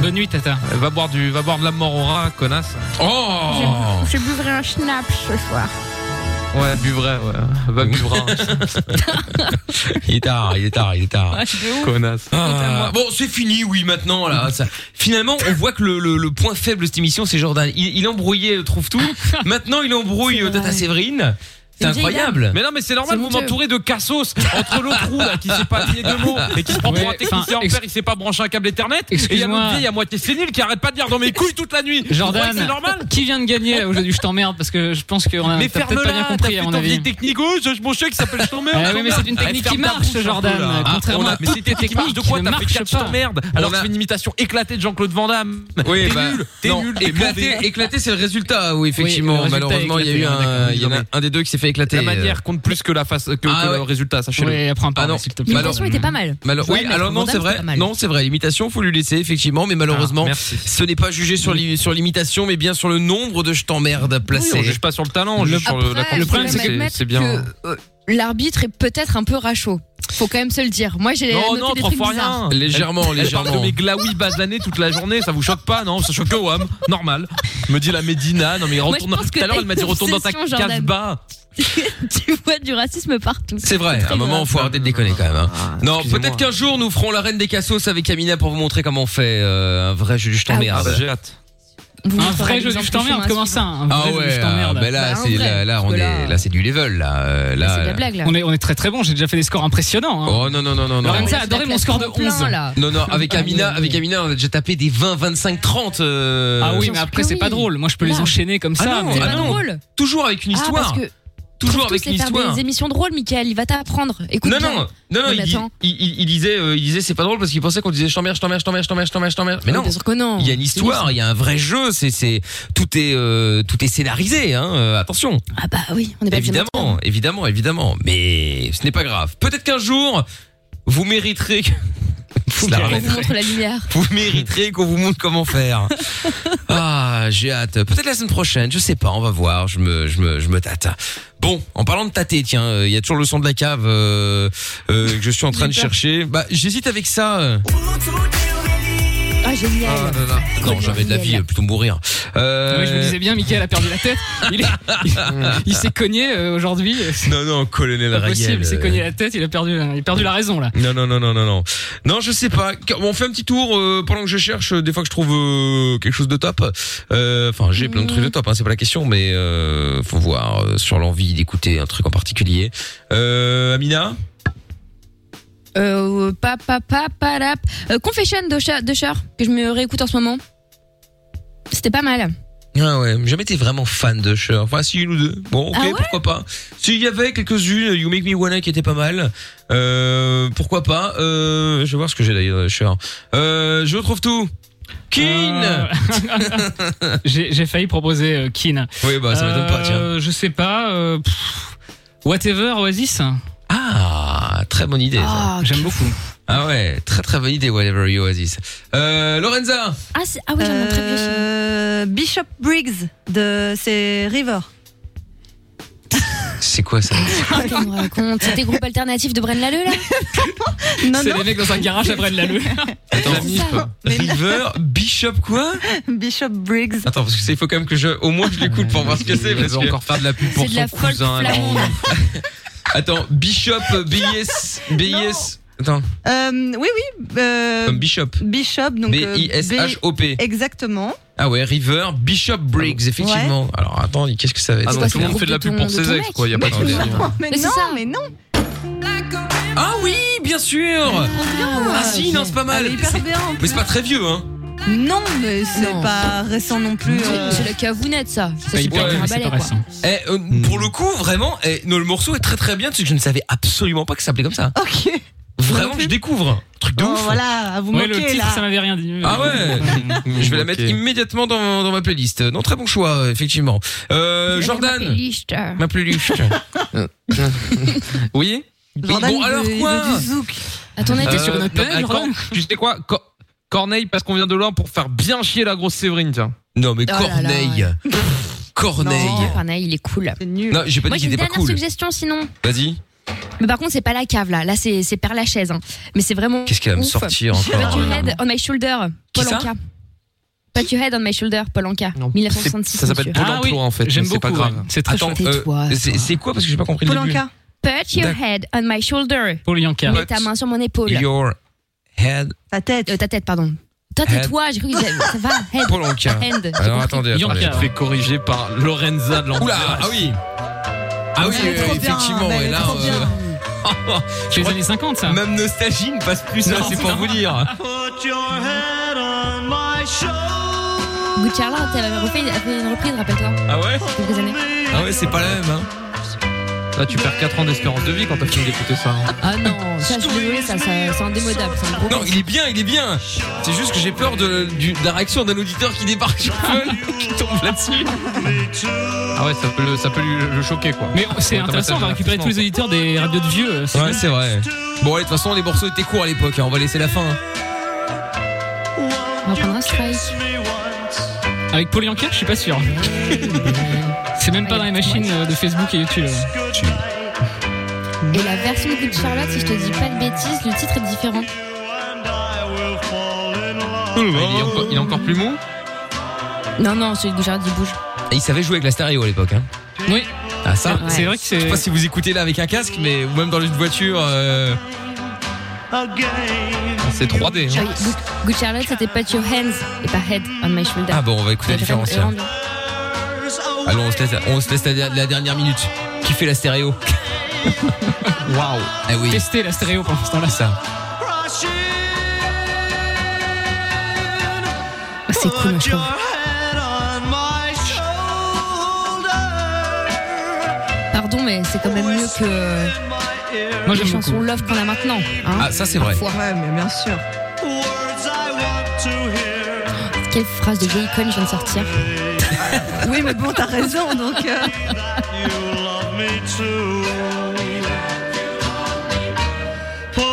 Speaker 3: Bonne nuit Tata.
Speaker 5: Euh, Va boire du, va boire de la mort au rat, connasse.
Speaker 2: Oh Je buvrai un schnapp ce soir.
Speaker 5: Ouais, buvrai,
Speaker 3: (laughs)
Speaker 5: ouais. Va buvra. (laughs)
Speaker 1: (laughs) il est tard, il est tard, il est tard.
Speaker 5: Connasse.
Speaker 1: Ah, bon, c'est fini, oui, maintenant, là. Ça- Finalement, on voit que le, le- le point faible de cette émission, c'est Jordan. Il, il embrouillait euh,
Speaker 3: (laughs)
Speaker 1: Trouve Tout. Maintenant, il embrouille euh, Tata Séverine. C'est
Speaker 5: Une vieille
Speaker 1: incroyable.
Speaker 5: dame. Mais non, mais c'est normal, vous m'entourez de cassos entre l'autre roue là qui sait pas lier deux mots et qui se prend pour un
Speaker 3: Ouais,
Speaker 5: technicien
Speaker 3: enfin,
Speaker 5: en
Speaker 3: ex-
Speaker 5: fer, il sait pas brancher un câble Ethernet. Et il y a
Speaker 3: Excuse-moi.
Speaker 5: l'autre vieille à moitié sénile qui arrête pas de dire dans mes couilles toute la nuit. Vous croyez
Speaker 3: Jordan,
Speaker 5: que C'est normal.
Speaker 3: qui vient de gagner aujourd'hui Je t'emmerde parce que je pense qu'on a
Speaker 5: Mais
Speaker 3: t'as peut-être pas
Speaker 5: ferme-la,
Speaker 3: bien
Speaker 5: t'as
Speaker 3: compris
Speaker 5: fait
Speaker 3: à mon
Speaker 5: ton
Speaker 3: avis.
Speaker 5: vieil technique, oh, je- mon chien qui s'appelle je t'emmerde.
Speaker 3: Eh oui,
Speaker 5: je
Speaker 3: mais
Speaker 5: t'emmerde.
Speaker 3: c'est une technique
Speaker 5: Eh,
Speaker 3: qui
Speaker 5: ferme ta
Speaker 3: marche,
Speaker 5: bouche,
Speaker 3: Jordan,
Speaker 5: un peu, là.
Speaker 3: contrairement
Speaker 5: Ah, on a-
Speaker 3: à
Speaker 5: Mais
Speaker 3: toutes
Speaker 5: c'est
Speaker 3: tes
Speaker 5: une technique qui marche de
Speaker 3: techniques
Speaker 5: quoi
Speaker 3: qui
Speaker 5: T'as
Speaker 3: ne
Speaker 5: fait 4 je
Speaker 3: marchent pas.
Speaker 5: t'emmerde alors
Speaker 1: On
Speaker 5: que
Speaker 1: a-
Speaker 5: c'est une imitation éclatée de Jean-Claude Van Damme.
Speaker 1: Oui,
Speaker 5: T'es
Speaker 1: bah,
Speaker 5: nul, t'es
Speaker 1: non,
Speaker 5: nul, t'es
Speaker 1: éclaté,
Speaker 5: mauvais.
Speaker 1: éclaté, c'est le résultat. Oui,
Speaker 5: Oui,
Speaker 1: effectivement.
Speaker 5: le résultat est
Speaker 1: Malheureusement, il y a eu
Speaker 5: éclaté,
Speaker 1: un,
Speaker 5: d'accord.
Speaker 1: il y en a un des deux qui s'est fait éclater.
Speaker 5: La manière compte plus que la face, que,
Speaker 1: Ah,
Speaker 5: que
Speaker 1: ouais.
Speaker 5: le résultat, sachez-le.
Speaker 1: Ah non,
Speaker 14: Mais
Speaker 1: malheure-
Speaker 14: l'impression était pas mal.
Speaker 1: Malheure-
Speaker 14: Ouais,
Speaker 1: oui,
Speaker 14: mais
Speaker 1: alors non,
Speaker 14: Van Damme,
Speaker 1: c'est
Speaker 14: pas
Speaker 1: vrai.
Speaker 14: mal.
Speaker 1: Non, c'est vrai. L'imitation, faut lui laisser effectivement,
Speaker 5: Ah,
Speaker 1: mais malheureusement, ce n'est pas jugé sur l'i- sur l'imitation, mais bien sur le nombre de je t'emmerde placés.
Speaker 5: Oui, on juge pas sur le talent, on juge sur le- la Après,
Speaker 1: Le
Speaker 5: compétence.
Speaker 1: problème, c'est
Speaker 5: faut quand même
Speaker 1: que
Speaker 5: admettre c'est bien.
Speaker 14: que, euh, L'arbitre est peut-être un peu rachaud. Faut quand même se le dire. Moi, j'ai
Speaker 5: Non,
Speaker 14: noté
Speaker 5: non,
Speaker 14: des
Speaker 5: trois
Speaker 14: trucs
Speaker 5: fois
Speaker 14: bizarres. (laughs)
Speaker 5: rien.
Speaker 1: Légèrement,
Speaker 5: Elle- elle parle
Speaker 1: légèrement.
Speaker 5: de mes glaouis basanés toute la journée, ça vous choque pas, non Ça choque au homme, normal. Me dit la Médina, non mais
Speaker 14: Moi, je
Speaker 5: retourne.
Speaker 14: pense que
Speaker 5: Tout à l'heure,
Speaker 14: t'as
Speaker 5: elle m'a dit
Speaker 14: une
Speaker 5: retourne dans ta
Speaker 14: obsession, Jordan.
Speaker 5: casse-bas.
Speaker 14: tu vois du racisme partout.
Speaker 1: C'est vrai, à un moment, faut arrêter de déconner quand même. hein.
Speaker 3: Ah.
Speaker 1: non, peut-être qu'un jour, nous ferons la reine des cassos avec Amina pour vous montrer comment on fait euh, un vrai jeu je t'emmerde.
Speaker 5: J'ai hâte.
Speaker 3: Un vrai jeu du je t'emmerde, comment ça hein? Un
Speaker 1: Ah
Speaker 3: vrai jeu du
Speaker 1: ouais,
Speaker 3: je t'emmerde.
Speaker 1: ben là,
Speaker 3: Bah, un
Speaker 1: c'est
Speaker 3: vrai,
Speaker 1: là, là,
Speaker 3: parce
Speaker 1: on
Speaker 3: que
Speaker 1: est, là, c'est du level là. euh, là, là.
Speaker 3: On est, on est très très bon, j'ai déjà fait des scores impressionnants. hein.
Speaker 1: Oh non non non non. non.
Speaker 3: Lorenza a adoré mon score de 11.
Speaker 1: Non, non, avec Amina, avec Amina, on a déjà tapé des 20, 25, 30. euh,
Speaker 3: Ah oui, mais après c'est pas drôle. Moi je peux les enchaîner comme
Speaker 1: Ah
Speaker 3: ça.
Speaker 1: non,
Speaker 3: mais-
Speaker 1: ah non. Toujours avec une
Speaker 14: Ah,
Speaker 1: histoire.
Speaker 14: parce que-
Speaker 1: Toujours
Speaker 14: Trouve
Speaker 1: avec
Speaker 14: tous
Speaker 1: une
Speaker 14: et faire
Speaker 1: histoire.
Speaker 14: des émissions drôles, Michael. Il va t'apprendre. Écoute
Speaker 1: Non,
Speaker 14: bien.
Speaker 1: non, non, non,
Speaker 14: mais
Speaker 1: il, dit-
Speaker 14: attends.
Speaker 1: il, il- il disait, euh, il disait, c'est pas drôle parce qu'il pensait qu'on disait je t'emmerde, je t'emmerde, je t'emmerde, je t'emmerde, je t'emmerde, je t'emmerde. Mais
Speaker 14: Oui,
Speaker 1: non.
Speaker 14: Ah, bien sûr que non.
Speaker 1: Il y a une histoire, il y a un vrai jeu, c'est, c'est, tout est, euh, tout est scénarisé, hein, euh, attention.
Speaker 14: Ah bah oui, on est pas
Speaker 1: Évidemment, évidemment, évidemment. Mais ce n'est pas grave. Peut-être qu'un jour, vous mériterez. que- (laughs) se la
Speaker 2: On vous
Speaker 1: remettra.
Speaker 2: montre la lumière.
Speaker 1: Vous mériterez qu'on vous montre
Speaker 3: (laughs)
Speaker 1: comment faire. Ah, j'ai hâte. Peut-être la semaine prochaine, je sais pas, on va voir. Je me, je me, je me tâte. Bon, en parlant de tâter, tiens, euh, il y a toujours le son de la cave euh, euh, que je suis en train de chercher. Bah, j'hésite avec ça. euh.
Speaker 2: Ah, génial.
Speaker 1: Ah, là, là. Non, j'avais de la vie, euh, plutôt mourir. Euh,
Speaker 3: Oui, je me disais bien, Michael a perdu la
Speaker 1: (laughs)
Speaker 3: tête. Il, est- il s'est cogné euh, aujourd'hui. C'est
Speaker 1: Non, non, colonel
Speaker 3: pas possible,
Speaker 1: Ragel.
Speaker 3: il s'est
Speaker 1: euh,
Speaker 3: cogné la tête, il a perdu, euh, il a perdu la raison là.
Speaker 1: Non, non, non, non, non, non. Non, je sais pas. Qu- On fait un petit tour euh, pendant que je cherche. euh, Des fois que je (laughs) trouve euh, quelque chose de top. Euh, Enfin, j'ai plein de trucs de
Speaker 2: Mhm.
Speaker 1: top. Hein, c'est pas la question, mais euh, faut voir euh, sur l'envie d'écouter un truc en particulier. Euh, Amina.
Speaker 2: Euh, pa, pa, pa, pa, la- euh, Confession de Cher, de Cher, que je me réécoute en ce moment. C'était pas mal.
Speaker 1: Ah ouais, j'ai jamais été vraiment fan de Cher. Enfin, si une ou deux. Bon, ok,
Speaker 2: Ah ouais
Speaker 1: pourquoi pas. S'il y avait quelques-unes, You Make Me Wanna qui était pas mal. Euh, pourquoi pas. Euh, je vais voir ce que j'ai d'ailleurs de Cher. Euh, je retrouve tout. Keane.
Speaker 2: Ah.
Speaker 3: Euh, (laughs) J'ai j'ai failli proposer euh, Keane.
Speaker 1: Oui, bah, ça m'étonne pas, tiens.
Speaker 3: Je sais pas. euh, pff, whatever, Oasis.
Speaker 1: Ah, très bonne idée. ça.
Speaker 3: J'aime beaucoup.
Speaker 1: Ah ouais, très très bonne idée, Whatever You Oasis. Euh, Lorenza
Speaker 8: Ah, ah oui, j'aime très bien. Euh, Bishop Briggs, de... c'est River.
Speaker 1: C'est quoi ça
Speaker 2: Qu'est-ce qu'on me raconte C'était groupe alternatif de Bren Lalleux,
Speaker 1: Euh,
Speaker 2: là
Speaker 3: C'est les mecs dans un garage après de la
Speaker 1: (laughs)
Speaker 3: lue.
Speaker 1: River Bishop quoi
Speaker 8: Ah, Bishop Briggs.
Speaker 1: Attends, parce que c'est- il faut quand même que je, au moins je l'écoute pour voir ce que c'est.
Speaker 12: Elle
Speaker 1: Parce
Speaker 12: veut
Speaker 1: que...
Speaker 12: encore faire de la pub
Speaker 2: pour C'est de son la folk cousin, elle a flamande.
Speaker 1: (laughs) Attends, Bishop, BIS, BIS. Attends,
Speaker 8: Euh, oui, oui. euh,
Speaker 1: comme Bishop.
Speaker 8: Bishop, donc. euh,
Speaker 1: B-I-S-H-O-P.
Speaker 8: B- Exactement.
Speaker 1: Ah ouais, River, Bishop Briggs, effectivement. Alors attends, qu'est-ce que ça va être
Speaker 12: Ah non, tout le monde fait de la pub pour ses ex, quoi. Y a pas de
Speaker 1: Ouais.
Speaker 12: souci.
Speaker 8: Mais, non, mais non.
Speaker 1: Ah oui, bien sûr Ah si, non, c'est pas mal.
Speaker 8: Elle est hyper bien.
Speaker 1: Mais c'est pas très vieux, hein.
Speaker 8: Non, mais c'est pas récent non plus. euh.
Speaker 2: C'est la cavounette, ça.
Speaker 1: Ah,
Speaker 2: C'est super
Speaker 1: Ouais.
Speaker 12: Ah,
Speaker 2: dur à balayer, quoi.
Speaker 1: Eh, euh, Pour le coup, vraiment, eh, non, le morceau est très très bien, parce que je ne savais absolument pas que ça s'appelait comme ça.
Speaker 8: Ok.
Speaker 1: Vraiment, je découvre. Truc
Speaker 2: Oh,
Speaker 1: de
Speaker 8: Bon,
Speaker 1: ouf.
Speaker 8: voilà, à vous
Speaker 3: Ouais,
Speaker 8: moquer,
Speaker 3: le titre,
Speaker 8: là.
Speaker 3: ça m'avait rien dit.
Speaker 1: Ah ouais Je vais la mettre immédiatement dans, dans ma playlist. Non, très bon choix, euh, effectivement. Euh, Jordan Ma playlist. (laughs) oui
Speaker 12: Jordan,
Speaker 1: Bon,
Speaker 12: il
Speaker 1: alors
Speaker 12: veut- il
Speaker 1: quoi
Speaker 12: veut du
Speaker 2: Attends,
Speaker 12: Euh,
Speaker 1: sur notre
Speaker 12: non,
Speaker 1: page,
Speaker 12: attends,
Speaker 1: Jordan
Speaker 12: Tu sais quoi Cor- Corneille, parce qu'on vient de loin pour faire bien chier la grosse Séverine, tiens.
Speaker 1: Non, mais Corneille. Corneille.
Speaker 2: Non, Corneille, il est cool.
Speaker 1: Non, j'ai pas
Speaker 2: Moi,
Speaker 1: dit qu'il
Speaker 2: j'ai une
Speaker 1: était pas
Speaker 2: dernière
Speaker 1: cool.
Speaker 2: suggestion, sinon.
Speaker 1: Vas-y.
Speaker 2: Mais par contre, c'est pas la cave, là. Là, c'est c'est Père Lachaise. Hein. Mais c'est vraiment.
Speaker 1: Qu'est-ce qu'elle va me
Speaker 2: ouf.
Speaker 1: sortir encore,
Speaker 2: Pat Your
Speaker 1: euh,
Speaker 2: Head on My Shoulder, Paul
Speaker 1: ça
Speaker 2: Anka. Pat Your Head on My Shoulder, Paul Anka. 1966.
Speaker 12: ça s'appelle
Speaker 2: monsieur.
Speaker 12: Pôle Ah oui, emploi, en fait, j'aime mais c'est pas beaucoup, grave. ouais.
Speaker 1: C'est
Speaker 12: très
Speaker 1: Attends,
Speaker 12: chouette.
Speaker 1: euh,
Speaker 12: Tais-toi,
Speaker 1: c'est-
Speaker 12: toi.
Speaker 1: C'est quoi Parce que j'ai pas compris le début.
Speaker 2: Put your
Speaker 1: D'accord.
Speaker 2: head on my shoulder.
Speaker 3: Paul Yanka.
Speaker 2: Mets ta main sur mon épaule.
Speaker 1: Your head.
Speaker 2: Ta tête. ta tête, pardon. Toi,
Speaker 1: Head.
Speaker 2: tais-toi, j'ai cru que j'avais- ça va. Head. Hand. J'ai
Speaker 1: Alors
Speaker 2: compris.
Speaker 1: attendez, attendez.
Speaker 12: Yanka.
Speaker 1: fais corriger par Lorenza de
Speaker 12: l'Enfer.
Speaker 1: Oula, ah oui. Ah oui,
Speaker 12: Elle est
Speaker 1: euh,
Speaker 12: trop bien, mais
Speaker 1: effectivement,
Speaker 12: elle
Speaker 1: ouais,
Speaker 12: est
Speaker 1: là.
Speaker 12: trop
Speaker 1: euh, (laughs) je
Speaker 3: les
Speaker 1: crois
Speaker 3: années 50, ça.
Speaker 1: Même nostalgie ne passe plus, ça,
Speaker 3: Non,
Speaker 1: c'est pour
Speaker 3: non.
Speaker 1: vous dire.
Speaker 21: Put your head on my shoulder.
Speaker 2: Good Charlotte, elle avait refait elle avait une reprise, rappelle-toi.
Speaker 1: Ah ouais
Speaker 2: Quelques années.
Speaker 1: Ah ouais, c'est pas la même, hein.
Speaker 12: Là, Ah, tu perds 4 ans d'espérance de vie quand t'as fini d'écouter ça. hein.
Speaker 2: Ah non, ça, je suis désolée, ça, ça- c'est indémodable. c'est un gros-
Speaker 1: Non, il est bien, il est bien. C'est juste que j'ai peur de, du- de la réaction d'un auditeur qui débarque
Speaker 12: (laughs)
Speaker 1: sur Fun, qui tombe là-dessus.
Speaker 12: Ah ouais, ça peut, le- ça peut lui- le choquer, quoi.
Speaker 3: Mais c'est
Speaker 12: Ouais, t'as
Speaker 3: intéressant,
Speaker 12: pas
Speaker 3: on va
Speaker 12: ça,
Speaker 3: récupérer tous les auditeurs des radios de vieux. euh,
Speaker 1: Ouais, c'est vrai. Bon, allez, de toute façon, les morceaux étaient courts à l'époque, hein, on va laisser la fin. hein.
Speaker 2: On va prendre un strike.
Speaker 3: Avec Paul Yanka, je suis pas
Speaker 2: (laughs)
Speaker 3: sûr. c'est même pas dans les machines euh, de Facebook et YouTube.
Speaker 2: Et la version de Good Charlotte, si je te dis pas de bêtises, le titre est différent.
Speaker 12: Ah, Il est, encore, il est encore plus mou
Speaker 2: Non, non, celui de Good Charlotte, il bouge.
Speaker 1: Et ils savaient jouer avec la stéréo à l'époque. Hein.
Speaker 3: Oui.
Speaker 1: Ah ça
Speaker 2: Ouais. C'est vrai que c'est-
Speaker 1: Je sais pas si vous écoutez là avec un casque, mais ou même dans une voiture. euh, C'est 3D. hein.
Speaker 2: Ah oui, Good, Good Charlotte, c'était Put Your Hands et pas Head on My Shoulder.
Speaker 1: Ah bon, on va écouter la
Speaker 2: C'est vraiment-
Speaker 1: différence. tiens.
Speaker 2: vraiment bien.
Speaker 1: Allons, Ah on se laisse, on se laisse la, la dernière minute. Qui fait la
Speaker 6: (laughs)
Speaker 1: stéréo Waouh. Eh oui.
Speaker 3: Tester la stéréo pendant ce temps-là.
Speaker 1: Ça.
Speaker 2: Ah, C'est cool, je trouve. Pardon, mais c'est quand même mieux que euh,
Speaker 1: Moi,
Speaker 2: les
Speaker 1: j'aime
Speaker 2: chansons
Speaker 1: beaucoup.
Speaker 2: love qu'on a maintenant. hein.
Speaker 1: Ah, ça, c'est vrai.
Speaker 2: Parfois.
Speaker 8: Ouais, mais bien sûr.
Speaker 2: Quelle phrase de vieille conne je viens de sortir.
Speaker 8: (laughs) oui, mais bon, t'as raison, donc. euh,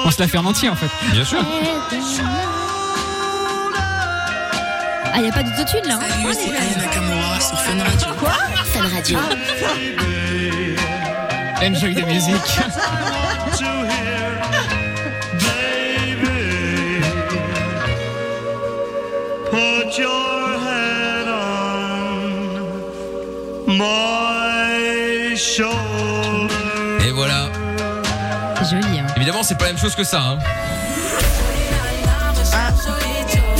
Speaker 3: On se se la faire en entier en fait.
Speaker 1: Bien sûr.
Speaker 2: Ah, y a pas d'autotune là. hein Quoi
Speaker 4: Fun Radio.
Speaker 1: Ah,
Speaker 3: Enjoy the music.
Speaker 11: Ah, Put your head on my shoulder.
Speaker 1: Et voilà.
Speaker 2: Joli, hein.
Speaker 1: Évidemment, c'est pas la même chose que ça. Hein.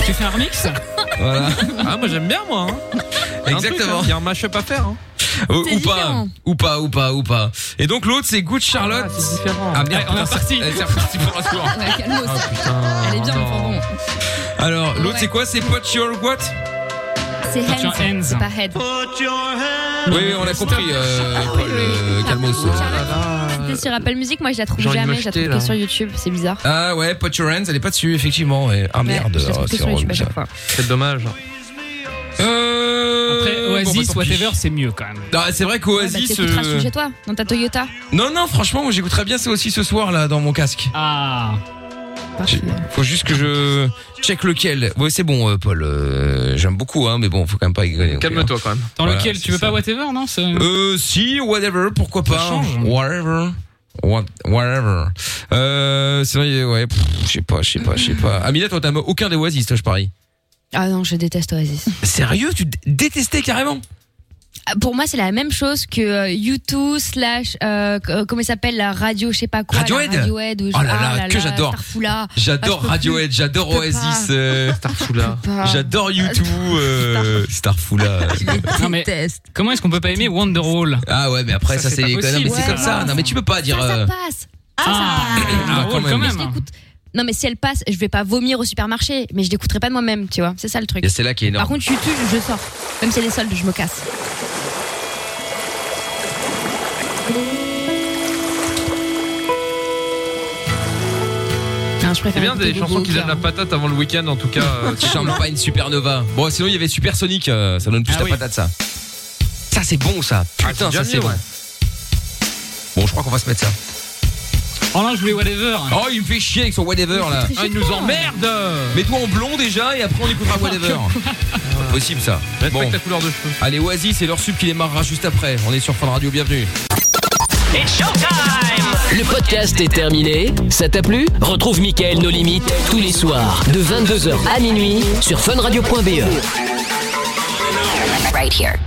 Speaker 3: Tu fais un remix
Speaker 1: Voilà.
Speaker 6: Ah, moi j'aime bien, moi. hein. Il y a un truc,
Speaker 1: Exactement.
Speaker 6: hein. Il y a un mashup à faire. hein.
Speaker 1: Ou,
Speaker 6: C'est
Speaker 1: ou pas,
Speaker 6: différent.
Speaker 1: ou pas, ou pas, ou pas. Et donc l'autre c'est Good Charlotte. Ah,
Speaker 6: c'est différent.
Speaker 1: merde,
Speaker 6: on est
Speaker 1: putain, c'est-
Speaker 6: reparti.
Speaker 1: eh, c'est
Speaker 12: (laughs)
Speaker 1: reparti pour un tour.
Speaker 11: Ouais, calmos.
Speaker 1: Elle
Speaker 11: est bien, mais enfin bon.
Speaker 1: Alors l'autre
Speaker 11: Ouais.
Speaker 1: c'est quoi C'est Put Your What
Speaker 2: C'est
Speaker 1: Put your hands.
Speaker 2: Hands, c'est pas Head.
Speaker 1: Oui, oui, on a compris. euh, Paul, euh, calmos.
Speaker 2: Ah, C'était sur Apple Music, moi je la trouve
Speaker 1: J'ai envie de
Speaker 2: jamais,
Speaker 1: me
Speaker 2: je la
Speaker 1: jeter,
Speaker 2: trouve
Speaker 1: là.
Speaker 2: que sur YouTube, c'est bizarre.
Speaker 1: Ah ouais, Put Your Hands, elle est pas dessus effectivement. ouais. Ah merde,
Speaker 2: je la trouve
Speaker 1: ah,
Speaker 2: que
Speaker 1: c'est
Speaker 2: sur YouTube
Speaker 1: relou,
Speaker 2: à
Speaker 1: ça.
Speaker 2: chaque fois.
Speaker 6: C'est dommage.
Speaker 1: Euh...
Speaker 3: Après,
Speaker 1: bon, bah,
Speaker 3: Oasis,
Speaker 1: tant pis.
Speaker 3: Whatever, c'est mieux quand même.
Speaker 1: Ah, c'est vrai qu'Oasis.
Speaker 2: bah, Tu
Speaker 1: euh,
Speaker 2: chez toi, dans ta Toyota.
Speaker 1: Non, non, franchement, moi j'écouterais bien ça aussi ce soir là dans mon casque.
Speaker 3: Ah.
Speaker 1: Faut juste que je check lequel. Ouais, c'est bon, euh, Paul. euh, J'aime beaucoup, hein, mais bon, faut quand même pas rigoler.
Speaker 6: Calme-toi, quand même.
Speaker 3: Dans
Speaker 1: Voilà,
Speaker 3: lequel tu veux pas Whatever, non c'est-
Speaker 1: Euh, si, whatever, pourquoi
Speaker 3: Ça
Speaker 1: pas. hein.
Speaker 3: change.
Speaker 1: Whatever. What, whatever. Euh, sinon, il y a- ouais, pff, je sais pas, je sais pas, je sais pas. Amina, toi, t'aimes aucun des Oasis, toi, je parie.
Speaker 2: Ah non, je déteste Oasis.
Speaker 1: Sérieux, tu dé- détestais carrément
Speaker 2: Ah, Pour moi, c'est la même chose que euh, U2 slash euh, c- euh, comment il s'appelle la radio, je sais pas quoi. la
Speaker 1: Radiohead
Speaker 2: Radiohead. ou je-
Speaker 1: Oh là là,
Speaker 2: ah
Speaker 1: que j'adore.
Speaker 2: Starfoula.
Speaker 1: J'adore
Speaker 2: Ah, je peux
Speaker 1: Radiohead,
Speaker 2: plus.
Speaker 1: j'adore
Speaker 2: Je peux
Speaker 1: Oasis,
Speaker 2: pas.
Speaker 1: euh,
Speaker 2: pas.
Speaker 1: j'adore U2, euh, Starfoula.
Speaker 3: Non, mais comment est-ce qu'on peut pas aimer Wonderwall
Speaker 1: Ah ouais, mais Après, ça, c'est les
Speaker 3: pas
Speaker 1: non, mais
Speaker 3: possible,
Speaker 1: c'est comme ça. Non, mais tu peux pas dire. euh,
Speaker 2: Passe. Ah, ça passe.
Speaker 1: Ah, quand même.
Speaker 2: Je l'écoute. Non mais si elle passe, je vais pas vomir au supermarché, mais je l'écouterai pas de moi-même, tu vois. C'est ça le truc.
Speaker 1: Et c'est là qui est énorme.
Speaker 2: Par contre, U2, je, je sors. Même si elle est solde, je me casse. Non, je préfère
Speaker 6: C'est bien
Speaker 2: écouter
Speaker 6: des chansons
Speaker 2: Bobo
Speaker 6: qui donnent la patate avant le week-end, en tout cas. euh, c'est cool, hein.
Speaker 1: Champagne Supernova. Bon, sinon il y avait Supersonic, euh, ça donne plus
Speaker 6: Ah
Speaker 1: la
Speaker 6: oui. Ah,
Speaker 1: patate ça. Ça c'est bon ça. Putain,
Speaker 6: déjà
Speaker 1: ça
Speaker 6: mieux,
Speaker 1: c'est bon.
Speaker 6: ouais.
Speaker 1: Bon, je crois qu'on va se mettre ça.
Speaker 3: Oh non, je voulais Whatever.
Speaker 1: Oh, il me fait chier avec son whatever là.
Speaker 3: Ah, il nous emmerde
Speaker 1: Mets-toi en blond déjà et après on
Speaker 6: (laughs)
Speaker 1: écoutera whatever. C'est pas possible ça. Bon.
Speaker 6: ta couleur de cheveux.
Speaker 1: Allez, Oasis, c'est leur sub qui démarrera juste après. On est sur Fun Radio, bienvenue.
Speaker 7: Le podcast est terminé. Ça t'a plu Retrouve Mickaël nos limites tous les soirs E. de 22h à minuit sur funradio.be.
Speaker 4: Right here.